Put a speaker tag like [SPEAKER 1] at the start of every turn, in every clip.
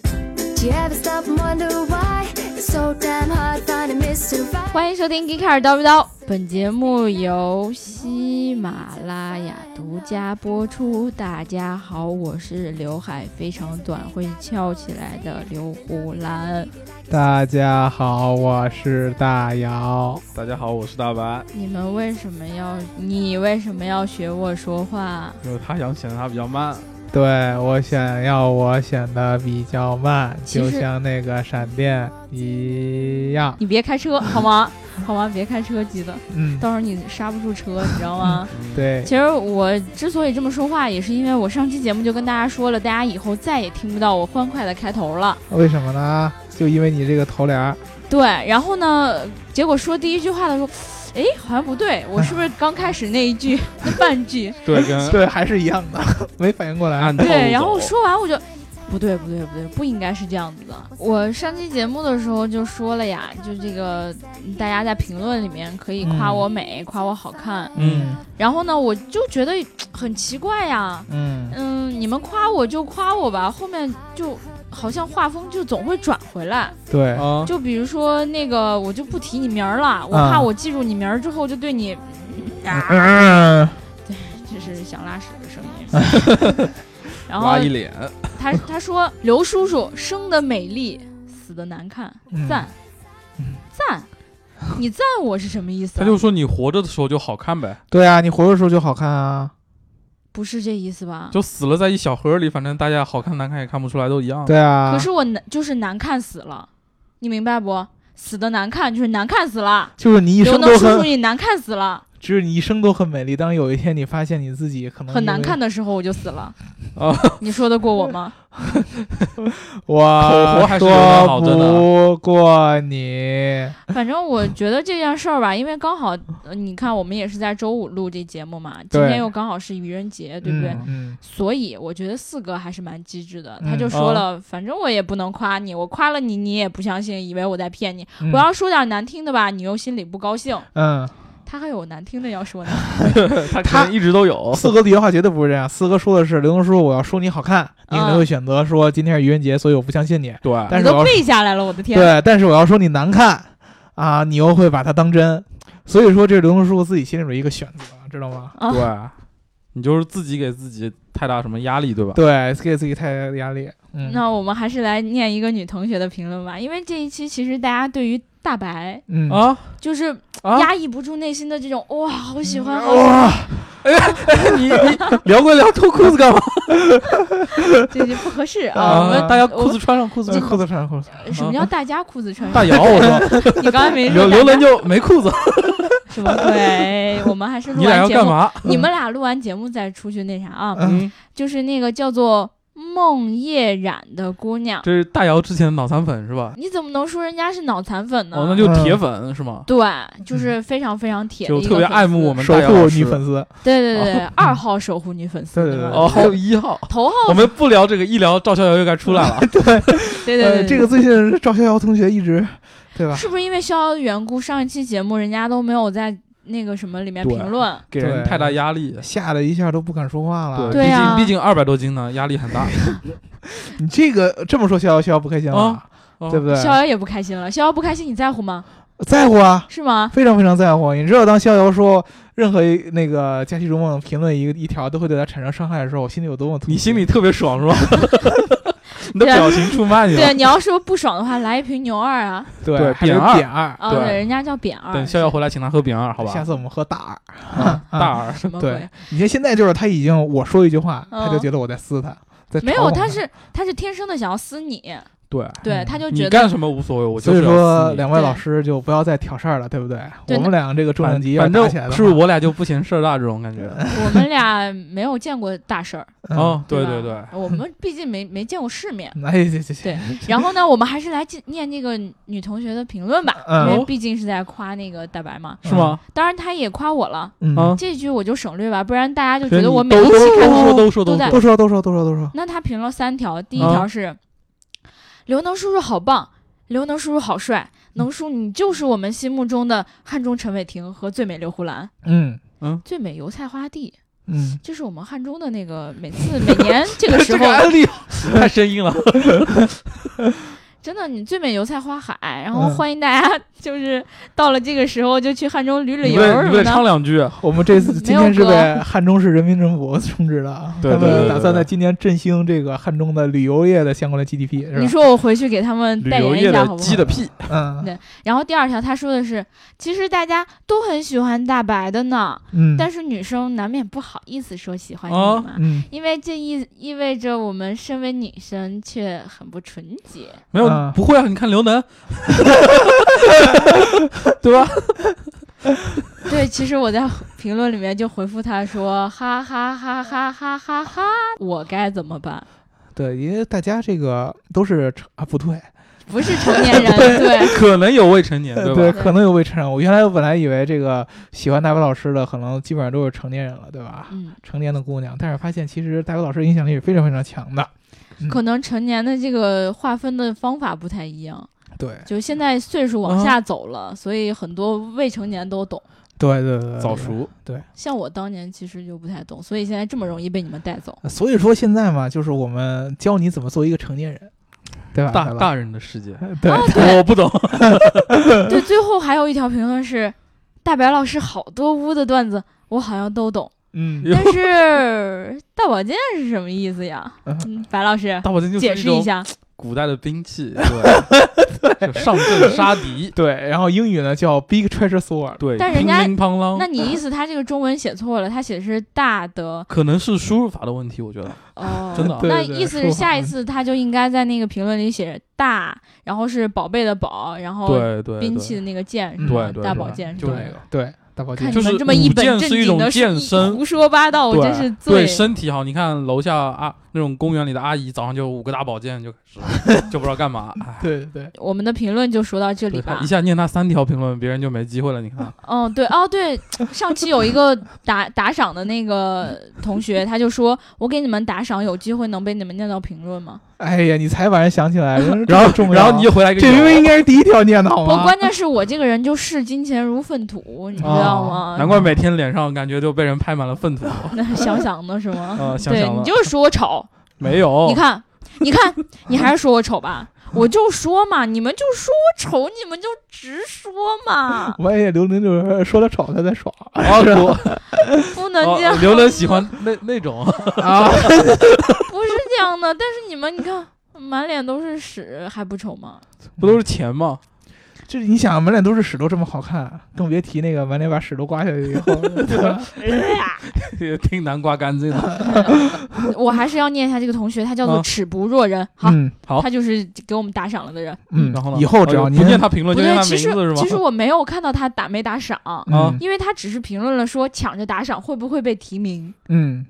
[SPEAKER 1] Do you ever stop and wonder why it's so damn hard finding Mr. Right?
[SPEAKER 2] 欢迎收听《Geek 刀逼刀》，本节目由喜马拉雅独家播出。大家好，我是刘海非常短会翘起来的刘胡兰。
[SPEAKER 3] 大家好，我是大姚。
[SPEAKER 4] 大家好，我是大白。
[SPEAKER 2] 你们为什么要？你为什么要学我说话？
[SPEAKER 4] 因为他想显得他比较慢，
[SPEAKER 3] 对我想要我显得比较慢，
[SPEAKER 2] 其实
[SPEAKER 3] 就像那个闪电一样。
[SPEAKER 2] 你别开车好吗？好吗？别开车，记得
[SPEAKER 3] 嗯，
[SPEAKER 2] 到时候你刹不住车，你知道吗？
[SPEAKER 4] 嗯
[SPEAKER 3] 对，
[SPEAKER 2] 其实我之所以这么说话，也是因为我上期节目就跟大家说了，大家以后再也听不到我欢快的开头了。
[SPEAKER 3] 为什么呢？就因为你这个头帘儿。
[SPEAKER 2] 对，然后呢，结果说第一句话的时候，哎，好像不对，我是不是刚开始那一句 那半句？
[SPEAKER 4] 对，跟
[SPEAKER 3] 对，还是一样的， 没反应过来
[SPEAKER 4] 按。套路
[SPEAKER 2] 对，然后
[SPEAKER 4] 走
[SPEAKER 2] 说完我就。不对，不对，不对，不应该是这样子的。我上期节目的时候就说了呀，就这个大家在评论里面可以夸
[SPEAKER 3] 嗯
[SPEAKER 2] 我美，夸我好看。
[SPEAKER 3] 嗯
[SPEAKER 2] 然后呢，我就觉得很奇怪呀，
[SPEAKER 3] 嗯，
[SPEAKER 2] 嗯，你们夸我就夸我吧，后面就好像画风就总会转回来。
[SPEAKER 3] 对，
[SPEAKER 4] 啊，
[SPEAKER 2] 就比如说那个，我就不提你名儿了，我
[SPEAKER 3] 啊
[SPEAKER 2] 怕我记住你名儿之后就对你，啊，
[SPEAKER 3] 嗯
[SPEAKER 2] 这是想拉屎的声音。 然后
[SPEAKER 4] 挖一脸，
[SPEAKER 2] 他他说刘叔叔生的美丽，死的难看，
[SPEAKER 3] 嗯
[SPEAKER 2] 赞
[SPEAKER 3] 嗯，
[SPEAKER 2] 赞，你赞我是什么意思
[SPEAKER 4] 他
[SPEAKER 2] 啊？
[SPEAKER 4] 就说你活着的时候就好看呗，
[SPEAKER 3] 对啊，你活的时候就好看啊。
[SPEAKER 2] 不是这意思吧？
[SPEAKER 4] 就死了在一小盒里，反正大家好看难看也看不出来，都一样。
[SPEAKER 3] 对啊
[SPEAKER 2] 可，是我难就是难看死了，你明白不？死的难看就是难看死了，
[SPEAKER 3] 就是你一
[SPEAKER 2] 刘
[SPEAKER 3] 生
[SPEAKER 2] 能
[SPEAKER 3] 都
[SPEAKER 2] 叔叔
[SPEAKER 3] 很，啊
[SPEAKER 2] 你难看死了，
[SPEAKER 3] 就是你一生都很美丽。当有一天你发现你自己可能
[SPEAKER 2] 很
[SPEAKER 3] 因为哦
[SPEAKER 2] 难看，的时候我就死了
[SPEAKER 4] 啊。
[SPEAKER 2] 你说得过我吗？
[SPEAKER 3] 我
[SPEAKER 4] 口活还是有点
[SPEAKER 3] 说
[SPEAKER 4] 好真的
[SPEAKER 3] 不过你。
[SPEAKER 2] 反正我觉得这件事儿吧，因为刚好、呃你看，我们也是在周五录这节目嘛，今
[SPEAKER 3] 对
[SPEAKER 2] 天又刚好是愚人节，对不对？
[SPEAKER 3] 嗯，
[SPEAKER 2] 所以我觉得四哥还是蛮机智的，
[SPEAKER 3] 嗯
[SPEAKER 2] 他就说了，反正我也不能夸你，我夸了你，你也不相信，以为我在骗你。
[SPEAKER 3] 嗯
[SPEAKER 2] 我要说点难听的吧，你又心里不高兴。
[SPEAKER 3] 嗯，
[SPEAKER 2] 他还有难听的要说呢，
[SPEAKER 4] 他可能一直都有，
[SPEAKER 3] 四哥的原话绝对不是这样。四哥说的是刘能叔，我要说你好看，你可能会选择说今天是愚人节，所以我不相信你。
[SPEAKER 4] 对，
[SPEAKER 3] 但
[SPEAKER 2] 你
[SPEAKER 3] 是我
[SPEAKER 2] 都
[SPEAKER 3] 要
[SPEAKER 2] 背下来了，我的天！啊
[SPEAKER 3] 对，但是我要说你难看啊，你又会把它当真。所以说，这是刘能叔自己心里的一个选择，知道吗？
[SPEAKER 2] 啊
[SPEAKER 4] 对，你就是自己给自己太大什么压力，对吧？
[SPEAKER 3] 对，给自己太大压力。嗯，
[SPEAKER 2] 那我们还是来念一个女同学的评论吧，因为这一期其实大家对于大白
[SPEAKER 3] 嗯
[SPEAKER 4] 啊
[SPEAKER 2] 就是
[SPEAKER 4] 啊！
[SPEAKER 2] 压抑不住内心的这种哇，好喜欢，好喜欢
[SPEAKER 3] 哇，
[SPEAKER 4] 哎你你聊归聊，脱裤子干嘛
[SPEAKER 2] 这就不合适啊！
[SPEAKER 3] 啊
[SPEAKER 2] 我们
[SPEAKER 4] 大家裤子穿上，裤子
[SPEAKER 3] 这
[SPEAKER 4] 穿
[SPEAKER 3] 裤
[SPEAKER 4] 上。
[SPEAKER 3] 子穿上，裤子穿上。
[SPEAKER 2] 什么叫大家裤子穿
[SPEAKER 4] 大
[SPEAKER 2] 上？
[SPEAKER 4] 姚，我说
[SPEAKER 2] 你刚才没说
[SPEAKER 4] 刘刘
[SPEAKER 2] 大
[SPEAKER 4] 能
[SPEAKER 2] 家
[SPEAKER 4] 就没裤子，
[SPEAKER 2] 什么鬼？我们还是录
[SPEAKER 4] 你俩
[SPEAKER 2] 完
[SPEAKER 4] 要
[SPEAKER 2] 节
[SPEAKER 4] 干
[SPEAKER 2] 目，
[SPEAKER 4] 嘛？
[SPEAKER 2] 你们俩录完节目再出去那啥啊，
[SPEAKER 3] 嗯，
[SPEAKER 4] 嗯，
[SPEAKER 2] 就是那个叫做梦夜染的姑娘，
[SPEAKER 4] 这是大姚之前的脑残粉是吧？
[SPEAKER 2] 你怎么能说人家是脑残粉呢？
[SPEAKER 4] 哦，那就铁粉是吗？
[SPEAKER 2] 对，就是非常非常铁的
[SPEAKER 4] 就
[SPEAKER 2] 一个
[SPEAKER 4] 特别
[SPEAKER 2] 粉丝
[SPEAKER 4] 爱慕我们哦
[SPEAKER 3] 守
[SPEAKER 4] 大姚
[SPEAKER 3] 护
[SPEAKER 4] 老
[SPEAKER 3] 女
[SPEAKER 4] 师。
[SPEAKER 3] 粉丝。
[SPEAKER 2] 对对对对，二号守护女粉丝，
[SPEAKER 3] 对对
[SPEAKER 2] 吧
[SPEAKER 3] 对
[SPEAKER 4] 哦，还哦有一号，
[SPEAKER 2] 头号
[SPEAKER 4] 我们不聊这个，一聊赵逍遥又该出来了。
[SPEAKER 2] 对对
[SPEAKER 4] 哎
[SPEAKER 3] 呃，
[SPEAKER 2] 对，
[SPEAKER 3] 这个最近赵逍遥同学一直，对吧？
[SPEAKER 2] 是不是因为逍遥的缘故，上一期节目人家都没有在那个什么里面
[SPEAKER 4] 对
[SPEAKER 2] 评论？
[SPEAKER 4] 给人
[SPEAKER 3] 对
[SPEAKER 4] 太大压力。
[SPEAKER 3] 吓得一下都不敢说话了。
[SPEAKER 2] 对啊
[SPEAKER 4] 毕竟毕竟二百多斤呢，压力 很大，
[SPEAKER 3] 你这个这么说，逍遥逍遥不开心了
[SPEAKER 4] 啊，哦
[SPEAKER 3] 对不对？
[SPEAKER 2] 逍遥也不开心了，逍遥不开心，你在乎吗？
[SPEAKER 3] 在乎啊，
[SPEAKER 2] 是吗？
[SPEAKER 3] 非常非常在乎。你知道，当逍遥说任何一那个《假期如梦》评论一个一条都会对他产生伤害的时候，我心里有多么痛苦
[SPEAKER 4] 你心里特别爽 是吧？你的表情出卖你
[SPEAKER 2] 啊对，
[SPEAKER 4] 了。
[SPEAKER 2] 你要说不爽的话，来一瓶牛二啊！
[SPEAKER 3] 对
[SPEAKER 4] 对
[SPEAKER 3] 还有
[SPEAKER 4] 扁二
[SPEAKER 3] 扁二，
[SPEAKER 2] 啊，
[SPEAKER 4] 对
[SPEAKER 2] 人家叫扁二。
[SPEAKER 4] 等逍遥回来，请他喝饼二，好吧
[SPEAKER 3] 下？次我们喝大二。嗯
[SPEAKER 4] 啊大二
[SPEAKER 2] 什么鬼
[SPEAKER 3] 对？，你看现在就是他已经我说一句话，
[SPEAKER 2] 嗯
[SPEAKER 3] 他就觉得我在撕他，在嘲讽
[SPEAKER 2] 没有，他。是他是天生的想要撕你，
[SPEAKER 4] 对，
[SPEAKER 2] 对，
[SPEAKER 3] 嗯
[SPEAKER 2] 他就
[SPEAKER 4] 你
[SPEAKER 2] 觉得
[SPEAKER 4] 干什么无所谓，我就
[SPEAKER 3] 所
[SPEAKER 4] 是
[SPEAKER 3] 以
[SPEAKER 4] 要
[SPEAKER 3] 说，
[SPEAKER 4] 撕你
[SPEAKER 3] 两位老师就不要再挑事儿了，对不对？
[SPEAKER 2] 对
[SPEAKER 3] 我们俩这个重量级要
[SPEAKER 4] 反
[SPEAKER 3] 打起来
[SPEAKER 4] 正
[SPEAKER 3] 了。
[SPEAKER 4] 是我俩就不嫌事儿大这种感觉。
[SPEAKER 2] 我们俩没有见过大事儿，
[SPEAKER 3] 嗯
[SPEAKER 4] 哦，对
[SPEAKER 2] 对
[SPEAKER 4] 对对
[SPEAKER 2] 吧，我们毕竟没没见过世 面。
[SPEAKER 3] 哎，行行行，
[SPEAKER 2] 对，然后呢，我们还是来进念这个女同学的评论吧，因
[SPEAKER 3] 嗯
[SPEAKER 2] 为毕竟是在夸那个大白嘛。
[SPEAKER 4] 是吗？
[SPEAKER 2] 当然，他也夸我了，
[SPEAKER 3] 嗯
[SPEAKER 4] 啊，
[SPEAKER 2] 这句我就省略吧，不然大家就
[SPEAKER 4] 所
[SPEAKER 2] 觉
[SPEAKER 4] 以
[SPEAKER 2] 得
[SPEAKER 4] 你
[SPEAKER 2] 我每一
[SPEAKER 4] 都
[SPEAKER 2] 期
[SPEAKER 4] 说
[SPEAKER 2] 看
[SPEAKER 4] 都说
[SPEAKER 2] 都
[SPEAKER 4] 都说都
[SPEAKER 2] 在
[SPEAKER 3] 多说多说多说多说，
[SPEAKER 2] 那他评了三条，第一条是、刘能叔叔好棒，刘能叔叔好帅，能叔你就是我们心目中的汉中陈伟霆和最美刘胡兰，
[SPEAKER 3] 嗯
[SPEAKER 2] 最美油菜花地，
[SPEAKER 3] 嗯，
[SPEAKER 2] 这是我们汉中的那个每次每年这个时
[SPEAKER 4] 这
[SPEAKER 2] 候
[SPEAKER 4] 个案例太生硬了。
[SPEAKER 2] 真的，你最美油菜花海，然后
[SPEAKER 3] 嗯
[SPEAKER 2] 欢迎大家就是到了这个时候就去汉州旅旅
[SPEAKER 4] 你
[SPEAKER 2] 游
[SPEAKER 4] 不得
[SPEAKER 2] 什
[SPEAKER 4] 你不
[SPEAKER 2] 么
[SPEAKER 4] 得唱
[SPEAKER 2] 的。
[SPEAKER 4] 两句？
[SPEAKER 3] 我们这次
[SPEAKER 2] 没有
[SPEAKER 3] 今天是
[SPEAKER 2] 歌
[SPEAKER 3] 被汉中市人民政府 充值的啊，
[SPEAKER 4] 对
[SPEAKER 3] 他
[SPEAKER 4] 对对
[SPEAKER 3] 们
[SPEAKER 4] 对
[SPEAKER 3] 打算在今年振兴这个汉中的旅游业的相关的 GDP，是
[SPEAKER 2] 你
[SPEAKER 3] 吧？
[SPEAKER 2] 说我回去给他们
[SPEAKER 4] 旅
[SPEAKER 2] 代
[SPEAKER 4] 游
[SPEAKER 2] 言
[SPEAKER 4] 业
[SPEAKER 2] 一下
[SPEAKER 4] 的
[SPEAKER 2] 好不
[SPEAKER 4] 鸡
[SPEAKER 2] 好？
[SPEAKER 4] 的屁，
[SPEAKER 3] 嗯
[SPEAKER 2] 对然后第二条他说的是，其实大家都很喜欢大白的呢，
[SPEAKER 3] 嗯，
[SPEAKER 2] 但
[SPEAKER 3] 是
[SPEAKER 2] 是女生难免不好意思说喜欢你
[SPEAKER 4] 啊
[SPEAKER 2] 嘛，
[SPEAKER 3] 嗯，
[SPEAKER 2] 因为这意意味着我们身为女生却很不纯洁。
[SPEAKER 4] 没有、
[SPEAKER 3] 嗯
[SPEAKER 4] 不会啊？你看刘能，对吧？
[SPEAKER 2] 对，其实我在评论里面就回复他说，哈哈哈哈哈哈哈，我该怎么办？
[SPEAKER 3] 对，因为大家这个都是成啊，不对，
[SPEAKER 2] 不是成年人，对，
[SPEAKER 4] 可能有未成年，
[SPEAKER 3] 呃
[SPEAKER 4] 对吧？
[SPEAKER 3] 对，
[SPEAKER 2] 对
[SPEAKER 3] 可能有未成年。我原来我本来以为这个喜欢大白老师的，可能基本上都是成年人了，对吧？
[SPEAKER 2] 嗯，
[SPEAKER 3] 成年的姑娘，但是发现其实大白老师影响力是非常非常强的。
[SPEAKER 2] 可能成年的这个划分的方法不太一样，
[SPEAKER 3] 对，
[SPEAKER 2] 就现在岁数往
[SPEAKER 3] 哦
[SPEAKER 2] 下走了，所以很多未成年都懂。
[SPEAKER 3] 对对对，对
[SPEAKER 4] 早。熟，
[SPEAKER 2] 像我当年其实就不太懂，所以现在这么容易被你们带走。
[SPEAKER 3] 对所以说现在嘛，就是我们教你怎么做一个成年人，对吧？
[SPEAKER 4] 大
[SPEAKER 3] 白老
[SPEAKER 4] 大人的世界，
[SPEAKER 3] 师对，
[SPEAKER 4] 我不懂。
[SPEAKER 2] 对，最后还有一条评论是，大白老师好多污的段子，我好像都懂，
[SPEAKER 3] 嗯，
[SPEAKER 2] 但是大保健是什么意思呀？嗯，白老师
[SPEAKER 4] 大保健 就是
[SPEAKER 2] 解
[SPEAKER 4] 一
[SPEAKER 2] 释
[SPEAKER 4] 种
[SPEAKER 2] 一下。
[SPEAKER 4] 古代的兵器， 对，就上阵杀 敌，
[SPEAKER 3] 对。然后英语呢叫 Big Treasure Sword，
[SPEAKER 4] 对，
[SPEAKER 2] 但人
[SPEAKER 4] 乒
[SPEAKER 2] 家
[SPEAKER 4] 铃乓
[SPEAKER 2] 那
[SPEAKER 4] 啷，
[SPEAKER 2] 你意思他这个中文写错了，他写的是大的
[SPEAKER 4] 可能是输入法的问题，我觉得
[SPEAKER 2] 哦，
[SPEAKER 4] 真的啊
[SPEAKER 3] 对
[SPEAKER 2] 那
[SPEAKER 3] 对
[SPEAKER 2] 意思
[SPEAKER 3] 说
[SPEAKER 2] 是下
[SPEAKER 3] 法
[SPEAKER 2] 一
[SPEAKER 4] 嗯
[SPEAKER 2] 次他就应该在那个评论里写大，然后是宝贝的宝，然后
[SPEAKER 4] 对对
[SPEAKER 2] 哦兵器的那个剑是
[SPEAKER 3] 嗯
[SPEAKER 2] 吧
[SPEAKER 4] 对？对
[SPEAKER 2] 大
[SPEAKER 4] 对
[SPEAKER 2] 宝剑
[SPEAKER 4] 就
[SPEAKER 2] 吧
[SPEAKER 4] 那个
[SPEAKER 3] 对，大保
[SPEAKER 2] 看
[SPEAKER 3] 健
[SPEAKER 4] 就
[SPEAKER 2] 你们
[SPEAKER 4] 是
[SPEAKER 2] 这么一
[SPEAKER 4] 舞
[SPEAKER 2] 本
[SPEAKER 4] 剑
[SPEAKER 2] 正
[SPEAKER 4] 是一
[SPEAKER 2] 经
[SPEAKER 4] 种
[SPEAKER 2] 的
[SPEAKER 4] 健身
[SPEAKER 2] 胡说八道，我真
[SPEAKER 4] 对
[SPEAKER 2] 哦是
[SPEAKER 4] 对
[SPEAKER 2] 醉。
[SPEAKER 4] 身体好。你看楼下啊，那种公园里的阿姨，早上就五个大保健就开始， 就不知道干嘛。哎，
[SPEAKER 3] 对对对，
[SPEAKER 2] 我们的评论就说到这里
[SPEAKER 4] 对他
[SPEAKER 2] 吧
[SPEAKER 4] 一。下念他三条评论，别人就没机会了。你看，
[SPEAKER 2] 嗯，对，哦，对，上期有一个打打赏的那个同学，他就说：“我给你们打赏，有机会能被你们念到评论吗
[SPEAKER 3] 哎呀，你才把人想起来，人
[SPEAKER 4] 然
[SPEAKER 3] 重
[SPEAKER 2] 啊
[SPEAKER 4] 后
[SPEAKER 3] 要
[SPEAKER 4] 然后你就回来一个
[SPEAKER 3] 这明明应
[SPEAKER 4] 有，
[SPEAKER 3] 该是第一条念的？”好
[SPEAKER 2] 不，
[SPEAKER 4] 啊
[SPEAKER 3] 吗？
[SPEAKER 2] 关键是我这个人就视金钱如粪土，你知道吗？
[SPEAKER 4] 哦难怪每天脸上感觉就被人拍满了粪 土。
[SPEAKER 2] 那想想呢是吗？
[SPEAKER 4] 呃，啊想想
[SPEAKER 2] 对
[SPEAKER 4] 了哦
[SPEAKER 2] 你，就是说我丑，
[SPEAKER 4] 没有，
[SPEAKER 2] 你看，你看，你还是说我丑吧？我就说嘛，你们就说我丑，你们就直说嘛，
[SPEAKER 3] 我也刘能就是说他丑，他在爽
[SPEAKER 4] 啊， 我
[SPEAKER 2] 不能这样
[SPEAKER 4] 哦，刘能喜欢那那 种，
[SPEAKER 3] 啊。
[SPEAKER 2] 不是这样的。但是你们，你看，满脸都是屎，还不丑吗？
[SPEAKER 4] 不都是钱吗？
[SPEAKER 3] 这你想，满脸都是屎都这么好看，更别提那个满脸把屎都刮下去以后， 对吧
[SPEAKER 4] 也挺难刮干净的。
[SPEAKER 2] 我还是要念一下这个同学，他叫做
[SPEAKER 4] 啊
[SPEAKER 2] 尺不若人，好，
[SPEAKER 3] 嗯
[SPEAKER 4] 好
[SPEAKER 2] 他就是给我们打赏了的人。
[SPEAKER 3] 嗯，
[SPEAKER 4] 然后呢？
[SPEAKER 3] 以后只要
[SPEAKER 4] 哦
[SPEAKER 3] 您
[SPEAKER 4] 不念他评论，
[SPEAKER 2] 不
[SPEAKER 4] 就念
[SPEAKER 2] 对，
[SPEAKER 4] 他
[SPEAKER 2] 其
[SPEAKER 4] 名字
[SPEAKER 2] 实
[SPEAKER 4] 是吗？
[SPEAKER 2] 其实 我没有看到他打没打赏，
[SPEAKER 4] 啊
[SPEAKER 3] 嗯
[SPEAKER 2] 因为他只是评论了说抢着打赏会不会被提名，
[SPEAKER 3] 嗯，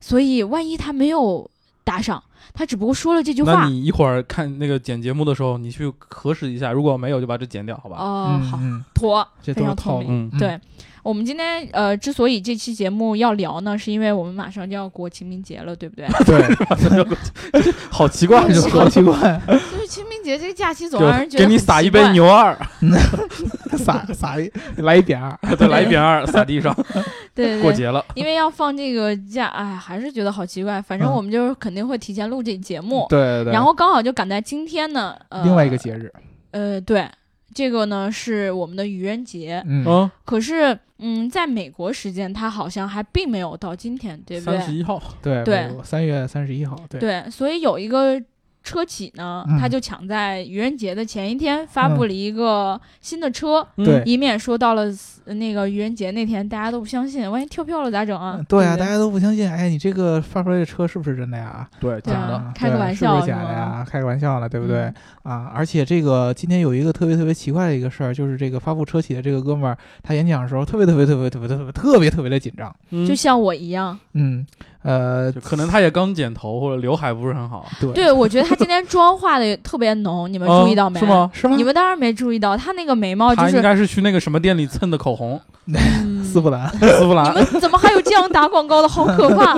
[SPEAKER 2] 所以万一他没有打赏，他只不过说了这句话
[SPEAKER 4] 那。你一会儿看那个剪节目的时候，你去核实一下，如果没有就把这剪掉，好吧？
[SPEAKER 2] 哦，
[SPEAKER 3] 嗯
[SPEAKER 2] 好，
[SPEAKER 3] 嗯
[SPEAKER 2] 妥，
[SPEAKER 3] 这
[SPEAKER 2] 非
[SPEAKER 3] 都是
[SPEAKER 2] 常
[SPEAKER 3] 套
[SPEAKER 2] 聪
[SPEAKER 3] 路
[SPEAKER 2] 明。
[SPEAKER 4] 嗯，
[SPEAKER 2] 对我们今天呃，之所以这期节目要聊呢，是因为我们马上就要过清明节了，对不 对？
[SPEAKER 3] 对，
[SPEAKER 4] 好奇怪，就
[SPEAKER 3] 好 奇怪，
[SPEAKER 2] 就是清明节这个假期 总让人
[SPEAKER 4] 就
[SPEAKER 2] 觉得
[SPEAKER 4] 给你
[SPEAKER 2] 很
[SPEAKER 4] 撒
[SPEAKER 2] 奇
[SPEAKER 4] 一杯
[SPEAKER 2] 怪，
[SPEAKER 4] 牛二，
[SPEAKER 3] 撒撒一来一点儿，
[SPEAKER 4] 再来一瓶二撒地上，
[SPEAKER 2] 对
[SPEAKER 4] 过
[SPEAKER 2] 对对，
[SPEAKER 4] 节了。
[SPEAKER 2] 因为要放这个假，哎，还是觉得好奇怪。反正
[SPEAKER 3] 嗯
[SPEAKER 2] 我们就是肯定会提前录这节目，
[SPEAKER 3] 对对对，
[SPEAKER 2] 然后刚好就赶在今天呢，呃，
[SPEAKER 3] 另外一个节日，
[SPEAKER 2] 呃，对，这个呢是我们的愚人节，
[SPEAKER 3] 嗯，
[SPEAKER 4] 嗯，
[SPEAKER 2] 可是嗯，在美国时间它好像还并没有到今天，对不
[SPEAKER 4] 嗯三十
[SPEAKER 2] 对？
[SPEAKER 4] 一号，
[SPEAKER 3] 对
[SPEAKER 2] 对
[SPEAKER 3] 美国三月三十一号，对，
[SPEAKER 2] 对，所以有一个车企呢，
[SPEAKER 3] 嗯
[SPEAKER 2] 它就抢在愚人节的前一天发布了一个新的车，
[SPEAKER 4] 嗯
[SPEAKER 3] 对
[SPEAKER 2] 以免说到了呃那个愚人节那天大家都不相信，万一跳票了咋整啊
[SPEAKER 3] 嗯？对啊，
[SPEAKER 2] 不
[SPEAKER 3] 大家都不相信，哎，你这个发出来的车是不是真的呀？
[SPEAKER 4] 对，
[SPEAKER 2] 对
[SPEAKER 4] 假
[SPEAKER 2] 啊
[SPEAKER 4] 的。
[SPEAKER 3] 啊
[SPEAKER 2] 开个
[SPEAKER 3] 对
[SPEAKER 2] 玩
[SPEAKER 3] 是
[SPEAKER 2] 笑
[SPEAKER 3] 不是假的
[SPEAKER 2] 是吗
[SPEAKER 3] 呀？开个玩笑呢，对不对、
[SPEAKER 2] 嗯
[SPEAKER 3] 啊？而且这个今天有一个特别特别奇怪的一个事儿，就是这个发布车企的这个哥们儿，他演讲的时候特别特别特别特别特别特别特别的紧张，
[SPEAKER 4] 嗯
[SPEAKER 2] 就像我一样，
[SPEAKER 3] 嗯，呃，
[SPEAKER 4] 就可能他也刚剪头或者刘海不是很好，
[SPEAKER 3] 对
[SPEAKER 2] 对我觉得他今天妆化的特别浓，你们
[SPEAKER 4] 啊
[SPEAKER 2] 注意到没？
[SPEAKER 4] 是吗？
[SPEAKER 3] 是吗
[SPEAKER 2] 你？们当然没注意到，他那个眉毛哦就
[SPEAKER 4] 他应
[SPEAKER 2] 是，
[SPEAKER 4] 该是去那个什么店里蹭的 口红，
[SPEAKER 2] 嗯
[SPEAKER 3] 丝不兰，
[SPEAKER 4] 丝芙兰
[SPEAKER 2] 你们怎么还有这样打广告的？好可怕！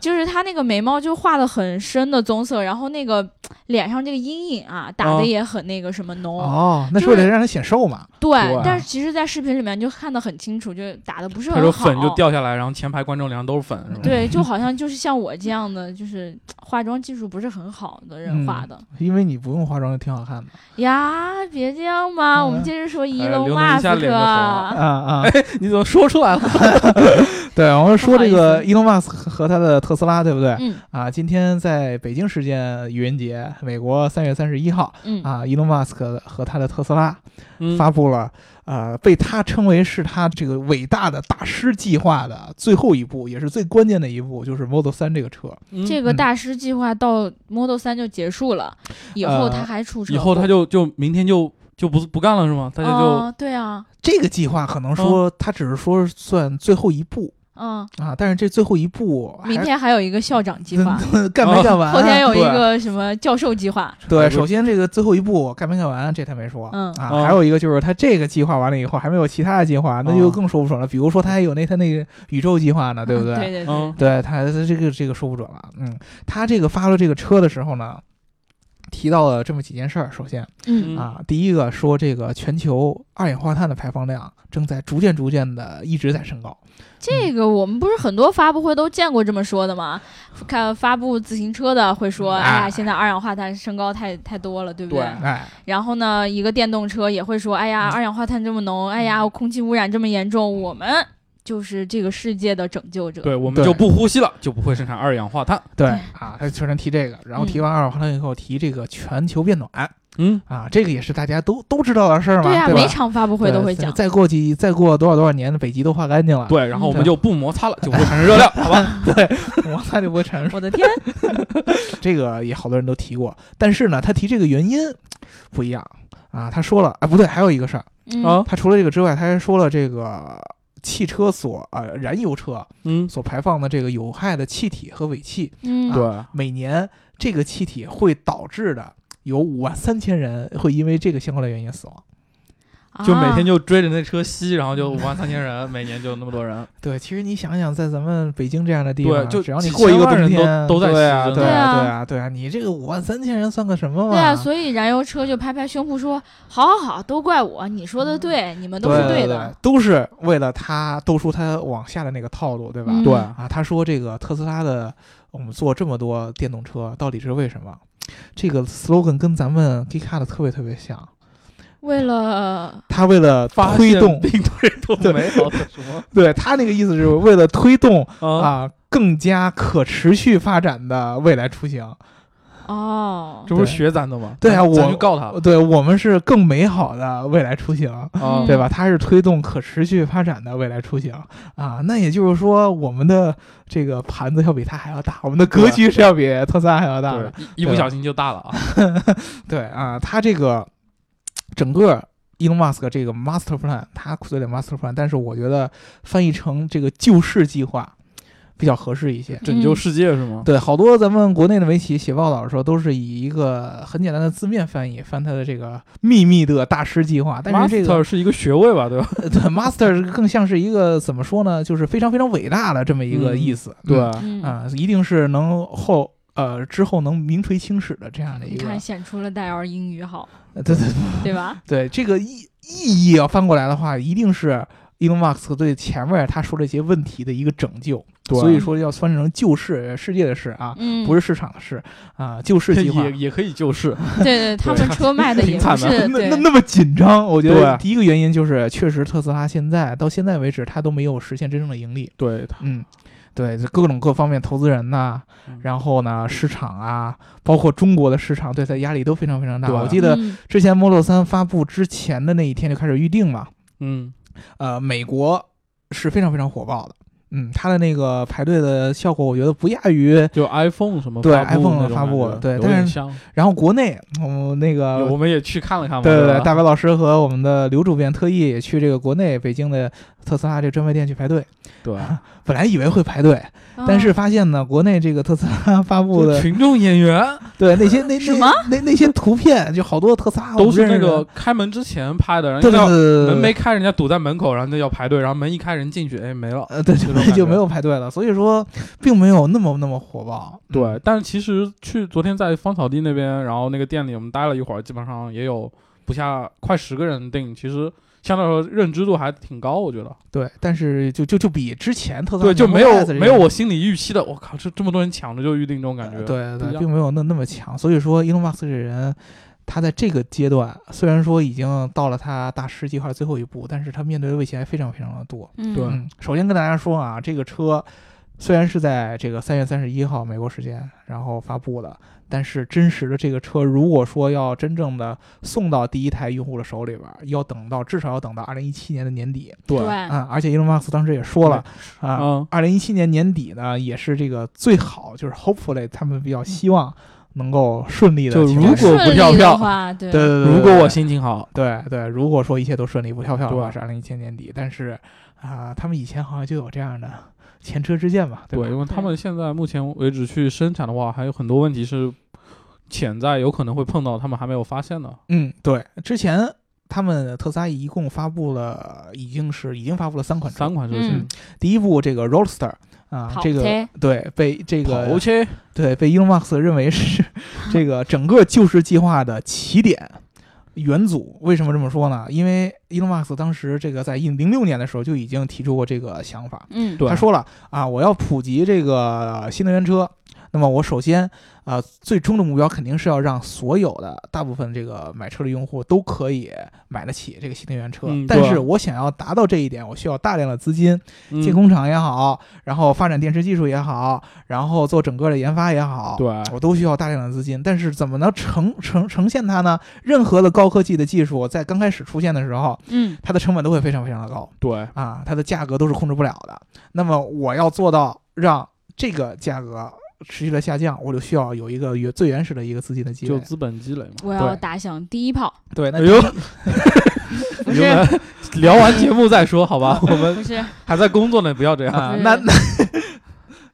[SPEAKER 2] 就是他那个眉毛就画的很深的棕色，然后那个嗯脸上这个阴影啊打
[SPEAKER 4] 啊
[SPEAKER 2] 的也很那个什么浓，
[SPEAKER 3] 哦，那
[SPEAKER 2] 就是
[SPEAKER 3] 为了让他显瘦嘛？
[SPEAKER 2] 对。
[SPEAKER 4] 对啊
[SPEAKER 2] 但是其实，在视频里面就看得很清楚，就打的不是
[SPEAKER 4] 他
[SPEAKER 2] 很
[SPEAKER 4] 说
[SPEAKER 2] 好。
[SPEAKER 4] 粉就掉下来，然后前排观众脸上都是粉，是吧？
[SPEAKER 2] 对，就好像就是像我这样的，就是化妆技术不是很好的人
[SPEAKER 3] 嗯
[SPEAKER 2] 画的、
[SPEAKER 3] 因为你不用化妆就挺好看的
[SPEAKER 2] 呀。别这样嘛，我们接着说一
[SPEAKER 4] 哎
[SPEAKER 2] 楼
[SPEAKER 4] 刘能
[SPEAKER 2] 马
[SPEAKER 4] 一下
[SPEAKER 2] 斯
[SPEAKER 4] 脸
[SPEAKER 2] 克
[SPEAKER 4] 就红
[SPEAKER 2] 啊。
[SPEAKER 4] 了
[SPEAKER 3] 啊 啊！
[SPEAKER 4] 你怎么说出来了？
[SPEAKER 3] 对，我们说这
[SPEAKER 2] 不好
[SPEAKER 3] 个
[SPEAKER 2] 意
[SPEAKER 3] 伊隆马斯克和他的特斯拉，对不对？
[SPEAKER 4] 哎
[SPEAKER 2] 嗯
[SPEAKER 3] 啊，今天在北京时间愚人节，美国三月三十一号
[SPEAKER 2] 嗯
[SPEAKER 3] 啊，伊隆马斯克和他的特斯拉
[SPEAKER 4] 嗯
[SPEAKER 3] 发布了，呃，被他称为是他这个伟大的大师计划的最后一步，也是最关键的一步，就是 Model 三这个车。
[SPEAKER 4] 嗯
[SPEAKER 2] 这个
[SPEAKER 3] 嗯
[SPEAKER 2] 大师计划到 Model 三就结束了，以后
[SPEAKER 3] 呃
[SPEAKER 2] 他还出车
[SPEAKER 4] 嗯以后
[SPEAKER 2] 祸
[SPEAKER 4] 他就就明天就就不不干了是吗？大家就
[SPEAKER 2] 哦对啊，
[SPEAKER 3] 这个计划可能
[SPEAKER 2] 哦
[SPEAKER 3] 说他只是说算最后一步
[SPEAKER 2] 嗯，
[SPEAKER 3] 啊，但是这最后一步还
[SPEAKER 2] 明天还有一个校长计划，
[SPEAKER 3] 干没干完啊？
[SPEAKER 2] 后天有一
[SPEAKER 4] 对
[SPEAKER 2] 个什么教授计划，
[SPEAKER 3] 对，
[SPEAKER 4] 还
[SPEAKER 3] 首
[SPEAKER 4] 不
[SPEAKER 3] 先这个最后一步干没干完，这他没说。
[SPEAKER 2] 嗯
[SPEAKER 3] 啊，
[SPEAKER 4] 嗯
[SPEAKER 3] 还有一个就是他这个计划完了以后，还没有其他的计划，那就更说不准了。比如说他还有那他那个宇宙计划呢，对不对？
[SPEAKER 2] 嗯对对对，
[SPEAKER 4] 嗯
[SPEAKER 3] 对他他这个这个说不准了。嗯，他这个发了这个车的时候呢，嗯提到了这么几件事儿。首先
[SPEAKER 2] 嗯
[SPEAKER 4] 嗯
[SPEAKER 3] 啊，第一个说这个全球二氧化碳的排放量正在逐渐逐渐的一直在升高。
[SPEAKER 2] 这个我们不是很多发布会都见过这么说的吗？看发布自行车的会说，
[SPEAKER 3] 嗯
[SPEAKER 2] 哎呀，
[SPEAKER 3] 哎
[SPEAKER 2] 现在二氧化碳升高太太多了，对不
[SPEAKER 4] 对
[SPEAKER 3] 哎，
[SPEAKER 2] 然后呢，一个电动车也会说，哎呀，
[SPEAKER 3] 嗯
[SPEAKER 2] 二氧化碳这么浓，哎呀，空气污染这么严重，我们就是这个世界的拯救者。
[SPEAKER 4] 对，我们
[SPEAKER 3] 对
[SPEAKER 4] 就不呼吸了，就不会生产二氧化碳。
[SPEAKER 3] 对
[SPEAKER 2] 对
[SPEAKER 3] 啊，他全程提这个，然后
[SPEAKER 2] 嗯
[SPEAKER 3] 提完二氧化碳以后提这个全球变暖。
[SPEAKER 4] 嗯，
[SPEAKER 3] 啊，这个也是大家都都知道的事儿嘛，
[SPEAKER 2] 呀、
[SPEAKER 3] 对吧
[SPEAKER 2] 每场发布会都会
[SPEAKER 3] 对
[SPEAKER 2] 讲。
[SPEAKER 3] 再过几再过多少多少年，北极都化干净 了，
[SPEAKER 4] 对，然后我们
[SPEAKER 3] 嗯
[SPEAKER 4] 就不摩擦了，就不会产生热量，好 吧？
[SPEAKER 3] 我它就不会产生。
[SPEAKER 2] 我的天，
[SPEAKER 3] 这个也好多人都提过，但是呢，他提这个原因不一样啊。他说了，啊，不对，还有一个事儿，
[SPEAKER 2] 嗯
[SPEAKER 4] 啊，
[SPEAKER 3] 他除了这个之外，他还说了这个汽车所呃燃油车
[SPEAKER 4] 嗯，
[SPEAKER 3] 所排放的这个有害的气体和尾气，
[SPEAKER 2] 嗯，
[SPEAKER 4] 对，
[SPEAKER 3] 每年这个气体会导致的有五万三千人会因为这个相关的原因死亡。
[SPEAKER 2] 啊
[SPEAKER 4] 就每天就追着那车吸，然后就五万三千人，每年就那么多 人。
[SPEAKER 3] 对，其实你想想，在咱们北京这样的地
[SPEAKER 4] 对
[SPEAKER 3] 方，
[SPEAKER 4] 就
[SPEAKER 3] 只要你
[SPEAKER 4] 几
[SPEAKER 3] 过一
[SPEAKER 4] 千
[SPEAKER 3] 个
[SPEAKER 4] 万
[SPEAKER 3] 冬
[SPEAKER 4] 人都
[SPEAKER 3] 天，
[SPEAKER 4] 都在
[SPEAKER 3] 对
[SPEAKER 4] 吸
[SPEAKER 3] 啊，
[SPEAKER 4] 着
[SPEAKER 3] 对
[SPEAKER 2] 呢
[SPEAKER 3] 啊，对
[SPEAKER 2] 对
[SPEAKER 3] 啊，对啊，你这个五万三千人算个什么嘛？
[SPEAKER 2] 对啊，所以燃油车就拍拍胸脯说：“好好好，都怪我，你说的对，你们都是
[SPEAKER 3] 对对
[SPEAKER 2] 的。，
[SPEAKER 3] 都是为了他兜出他往下的那个套路，对吧？
[SPEAKER 2] 嗯
[SPEAKER 4] 对，
[SPEAKER 3] 啊，他说这个特斯拉的，我们做这么多电动车，到底是为什么？这个 slogan 跟咱们 g i k a 的特别特别像，
[SPEAKER 2] 为了
[SPEAKER 3] 他为了
[SPEAKER 4] 发
[SPEAKER 3] 推
[SPEAKER 4] 现
[SPEAKER 3] 动，
[SPEAKER 4] 并推
[SPEAKER 3] 对
[SPEAKER 4] 动美好的什么
[SPEAKER 3] 对他那个意思是为了推动
[SPEAKER 4] 啊？
[SPEAKER 3] 啊更加可持续发展的未来出行。
[SPEAKER 2] 哦，
[SPEAKER 4] 这不是
[SPEAKER 3] 对
[SPEAKER 4] 学咱的吗？
[SPEAKER 3] 对啊
[SPEAKER 4] 咱咱
[SPEAKER 3] 我
[SPEAKER 4] 就告他
[SPEAKER 3] 对我们是更美好的未来出行，
[SPEAKER 4] 啊
[SPEAKER 2] 嗯！
[SPEAKER 3] 对吧？它是推动可持续发展的未来出行啊。那也就是说，我们的这个盘子要比它还要大，我们的格局是要比特斯拉还要大的。
[SPEAKER 4] 对，一一不小心就大了啊！
[SPEAKER 3] 对啊，它这个整个 Elon Musk 这个 Master Plan，它嘴里 Master Plan，但是我觉得翻译成这个救世计划比较合适一些。
[SPEAKER 4] 拯救世界是吗？
[SPEAKER 3] 嗯对，好多咱们国内的媒体写报道的时候，都是以一个很简单的字面翻译翻它的这个秘密的大师计划，但是这个
[SPEAKER 4] Master 是一个学位吧，对吧？
[SPEAKER 3] 对呃 master 更像是一个怎么说呢，就是非常非常伟大的这么一个意思。
[SPEAKER 4] 对，
[SPEAKER 2] 嗯，
[SPEAKER 3] 嗯啊、一定是能后呃之后能名垂青史的这样的一
[SPEAKER 2] 你
[SPEAKER 3] 个。
[SPEAKER 2] 看显出了戴尔英语好，
[SPEAKER 3] 呃对对
[SPEAKER 2] 对吧？
[SPEAKER 3] 对，这个意意义要翻过来的话，一定是 Elon Musk 对前面他说这些问题的一个拯救。
[SPEAKER 4] 对
[SPEAKER 3] 所以说要翻译成救世世界的世啊。
[SPEAKER 2] 嗯，
[SPEAKER 3] 不是市场的市啊，救世计划
[SPEAKER 4] 也也可以 救世，
[SPEAKER 2] 对，对对，他们车卖的也
[SPEAKER 4] 挺
[SPEAKER 2] 不
[SPEAKER 4] 惨
[SPEAKER 2] 是
[SPEAKER 4] 的
[SPEAKER 3] 那
[SPEAKER 2] 对
[SPEAKER 3] 那那么紧张，我觉得
[SPEAKER 4] 对
[SPEAKER 3] 第一个原因就是，确实特斯拉现在到现在为止，它都没有实现真正的盈利。
[SPEAKER 4] 对，
[SPEAKER 3] 嗯，对，这各种各方面，投资人呐、
[SPEAKER 4] 嗯
[SPEAKER 3] 然后呢，市场啊，包括中国的市场对它压力都非常非常大。
[SPEAKER 4] 对啊
[SPEAKER 3] 我记得
[SPEAKER 2] 嗯
[SPEAKER 3] 之前 Model 3发布之前的那一天就开始预定嘛，
[SPEAKER 4] 嗯，
[SPEAKER 3] 呃，美国是非常非常火爆的。嗯，它的那个排队的效果，我觉得不亚于。
[SPEAKER 4] 就 iPhone 什么
[SPEAKER 3] 对
[SPEAKER 4] 发布
[SPEAKER 3] iPhone
[SPEAKER 4] 那种
[SPEAKER 3] 发布
[SPEAKER 4] 感觉
[SPEAKER 3] 对
[SPEAKER 4] 有
[SPEAKER 3] 但
[SPEAKER 4] 点
[SPEAKER 3] 是
[SPEAKER 4] 像
[SPEAKER 3] 然后国内，嗯、那个
[SPEAKER 4] 我们也去看了看嘛，
[SPEAKER 3] 对对
[SPEAKER 4] 对
[SPEAKER 3] 对，
[SPEAKER 4] 吧
[SPEAKER 3] 大白老师和我们的刘主编特意也去这个国内北京的特斯拉这个专卖店去排队。
[SPEAKER 4] 对，
[SPEAKER 3] 本来以为会排队，但是发现呢，国内这个特斯拉发布
[SPEAKER 4] 就
[SPEAKER 3] 的
[SPEAKER 4] 群众演员
[SPEAKER 3] 对那些那
[SPEAKER 2] 什么
[SPEAKER 3] 那那那些图片，就好多特斯拉
[SPEAKER 4] 都是那
[SPEAKER 3] 我不认识
[SPEAKER 4] 个
[SPEAKER 3] 的
[SPEAKER 4] 开门之前拍的，然后
[SPEAKER 3] 对对
[SPEAKER 4] 要
[SPEAKER 3] 对
[SPEAKER 4] 门
[SPEAKER 3] 对
[SPEAKER 4] 没开，人家堵在门口，然后就要排队，然后门一开，人进去，哎，没了。
[SPEAKER 3] 呃对
[SPEAKER 4] 这 种感
[SPEAKER 3] 就
[SPEAKER 4] 觉
[SPEAKER 3] 就没有排队了，所以说并没有那么那么火爆。嗯
[SPEAKER 4] 对，但是其实去昨天在芳草地那边，然后那个店里我们待了一会儿，基本上也有不下快十个人订，其实相对来说认知度还挺高，我觉得。
[SPEAKER 3] 对，但是就就就比之前特斯拉
[SPEAKER 4] 对，就没
[SPEAKER 3] Model
[SPEAKER 4] 有
[SPEAKER 3] S 这
[SPEAKER 4] 没有
[SPEAKER 3] 种
[SPEAKER 4] 我心里预期的，我靠，这这么多人抢着就预定这种感觉。
[SPEAKER 3] 呃对
[SPEAKER 4] 不一
[SPEAKER 3] 对，
[SPEAKER 4] 样
[SPEAKER 3] 并没有那那么强。所以说，伊隆马斯克这人，他在这个阶段虽然说已经到了他大师计划的最后一步，但是他面对的危险还非常非常的多。
[SPEAKER 2] 嗯
[SPEAKER 4] 对
[SPEAKER 3] 嗯，首先跟大家说啊，这个车虽然是在这个三月三十一号美国时间然后发布的，但是真实的这个车，如果说要真正的送到第一台用户的手里边儿，要等到至少要等到二零一七年的年底
[SPEAKER 4] 对
[SPEAKER 3] 啊、而且伊隆马斯克当时也说了啊，
[SPEAKER 4] 嗯，
[SPEAKER 3] 二零一七年年底呢，也是这个最好，就是 hopefully 他们比较希望能够顺利的。
[SPEAKER 4] 就如果
[SPEAKER 2] 顺
[SPEAKER 4] 不
[SPEAKER 2] 利
[SPEAKER 4] 跳
[SPEAKER 2] 的
[SPEAKER 4] 票
[SPEAKER 2] 话，对
[SPEAKER 3] 对对对，对
[SPEAKER 4] 如果我心情好，
[SPEAKER 3] 对对，如果说一切都顺利不跳票的话，
[SPEAKER 4] 对
[SPEAKER 3] 是二零一七年底。但是啊、他们以前好像就有这样的前车之鉴嘛，
[SPEAKER 4] 对，
[SPEAKER 3] 吧？
[SPEAKER 4] 因为他们现在目前为止去生产的话，还有很多问题是潜在有可能会碰到，他们还没有发现的。
[SPEAKER 3] 嗯，对，之前他们特斯拉一共发布了，已经是已经发布了三款车，
[SPEAKER 4] 三款车型
[SPEAKER 2] 嗯，
[SPEAKER 3] 第一部这个 Roadster 啊、
[SPEAKER 2] 跑
[SPEAKER 3] 这个
[SPEAKER 2] 车
[SPEAKER 3] 对被这个
[SPEAKER 4] 跑车
[SPEAKER 3] 对，被 Elon Musk 认为 是这个整个救市计划的起点。元祖为什么这么说呢？因为 Elon Musk 当时这个在一零六年的时候就已经提出过这个想法，
[SPEAKER 2] 嗯，
[SPEAKER 4] 对
[SPEAKER 3] 他说了啊，我要普及这个新能源车，那么我首先啊、最终的目标肯定是要让所有的大部分这个买车的用户都可以买得起这个新能源车。
[SPEAKER 4] 嗯
[SPEAKER 3] 但
[SPEAKER 4] 对
[SPEAKER 3] 是我想要达到这一点，我需要大量的资金，
[SPEAKER 4] 嗯
[SPEAKER 3] 进工厂也好，然后发展电池技术也好，然后做整个的研发也好，
[SPEAKER 4] 对
[SPEAKER 3] 我都需要大量的资金。但是怎么能呈呈呈现它呢？任何的高科技的技术在刚开始出现的时候，
[SPEAKER 2] 嗯，
[SPEAKER 3] 它的成本都会非常非常的高
[SPEAKER 4] 对
[SPEAKER 3] 啊，它的价格都是控制不了的。那么我要做到让这个价格持续的下降，我就需要有一个原最原始的一个资金的积
[SPEAKER 4] 就
[SPEAKER 3] 累。
[SPEAKER 4] 资本积累嘛。
[SPEAKER 2] 我要
[SPEAKER 3] 对
[SPEAKER 2] 打响第一炮，
[SPEAKER 3] 对，那
[SPEAKER 4] 哎呦，
[SPEAKER 2] 不是
[SPEAKER 4] 你们聊完节目再说好吧？我们
[SPEAKER 3] 呃
[SPEAKER 2] 不是，
[SPEAKER 4] 还在工作呢，不要这样
[SPEAKER 3] 啊
[SPEAKER 2] 不，是
[SPEAKER 3] 那那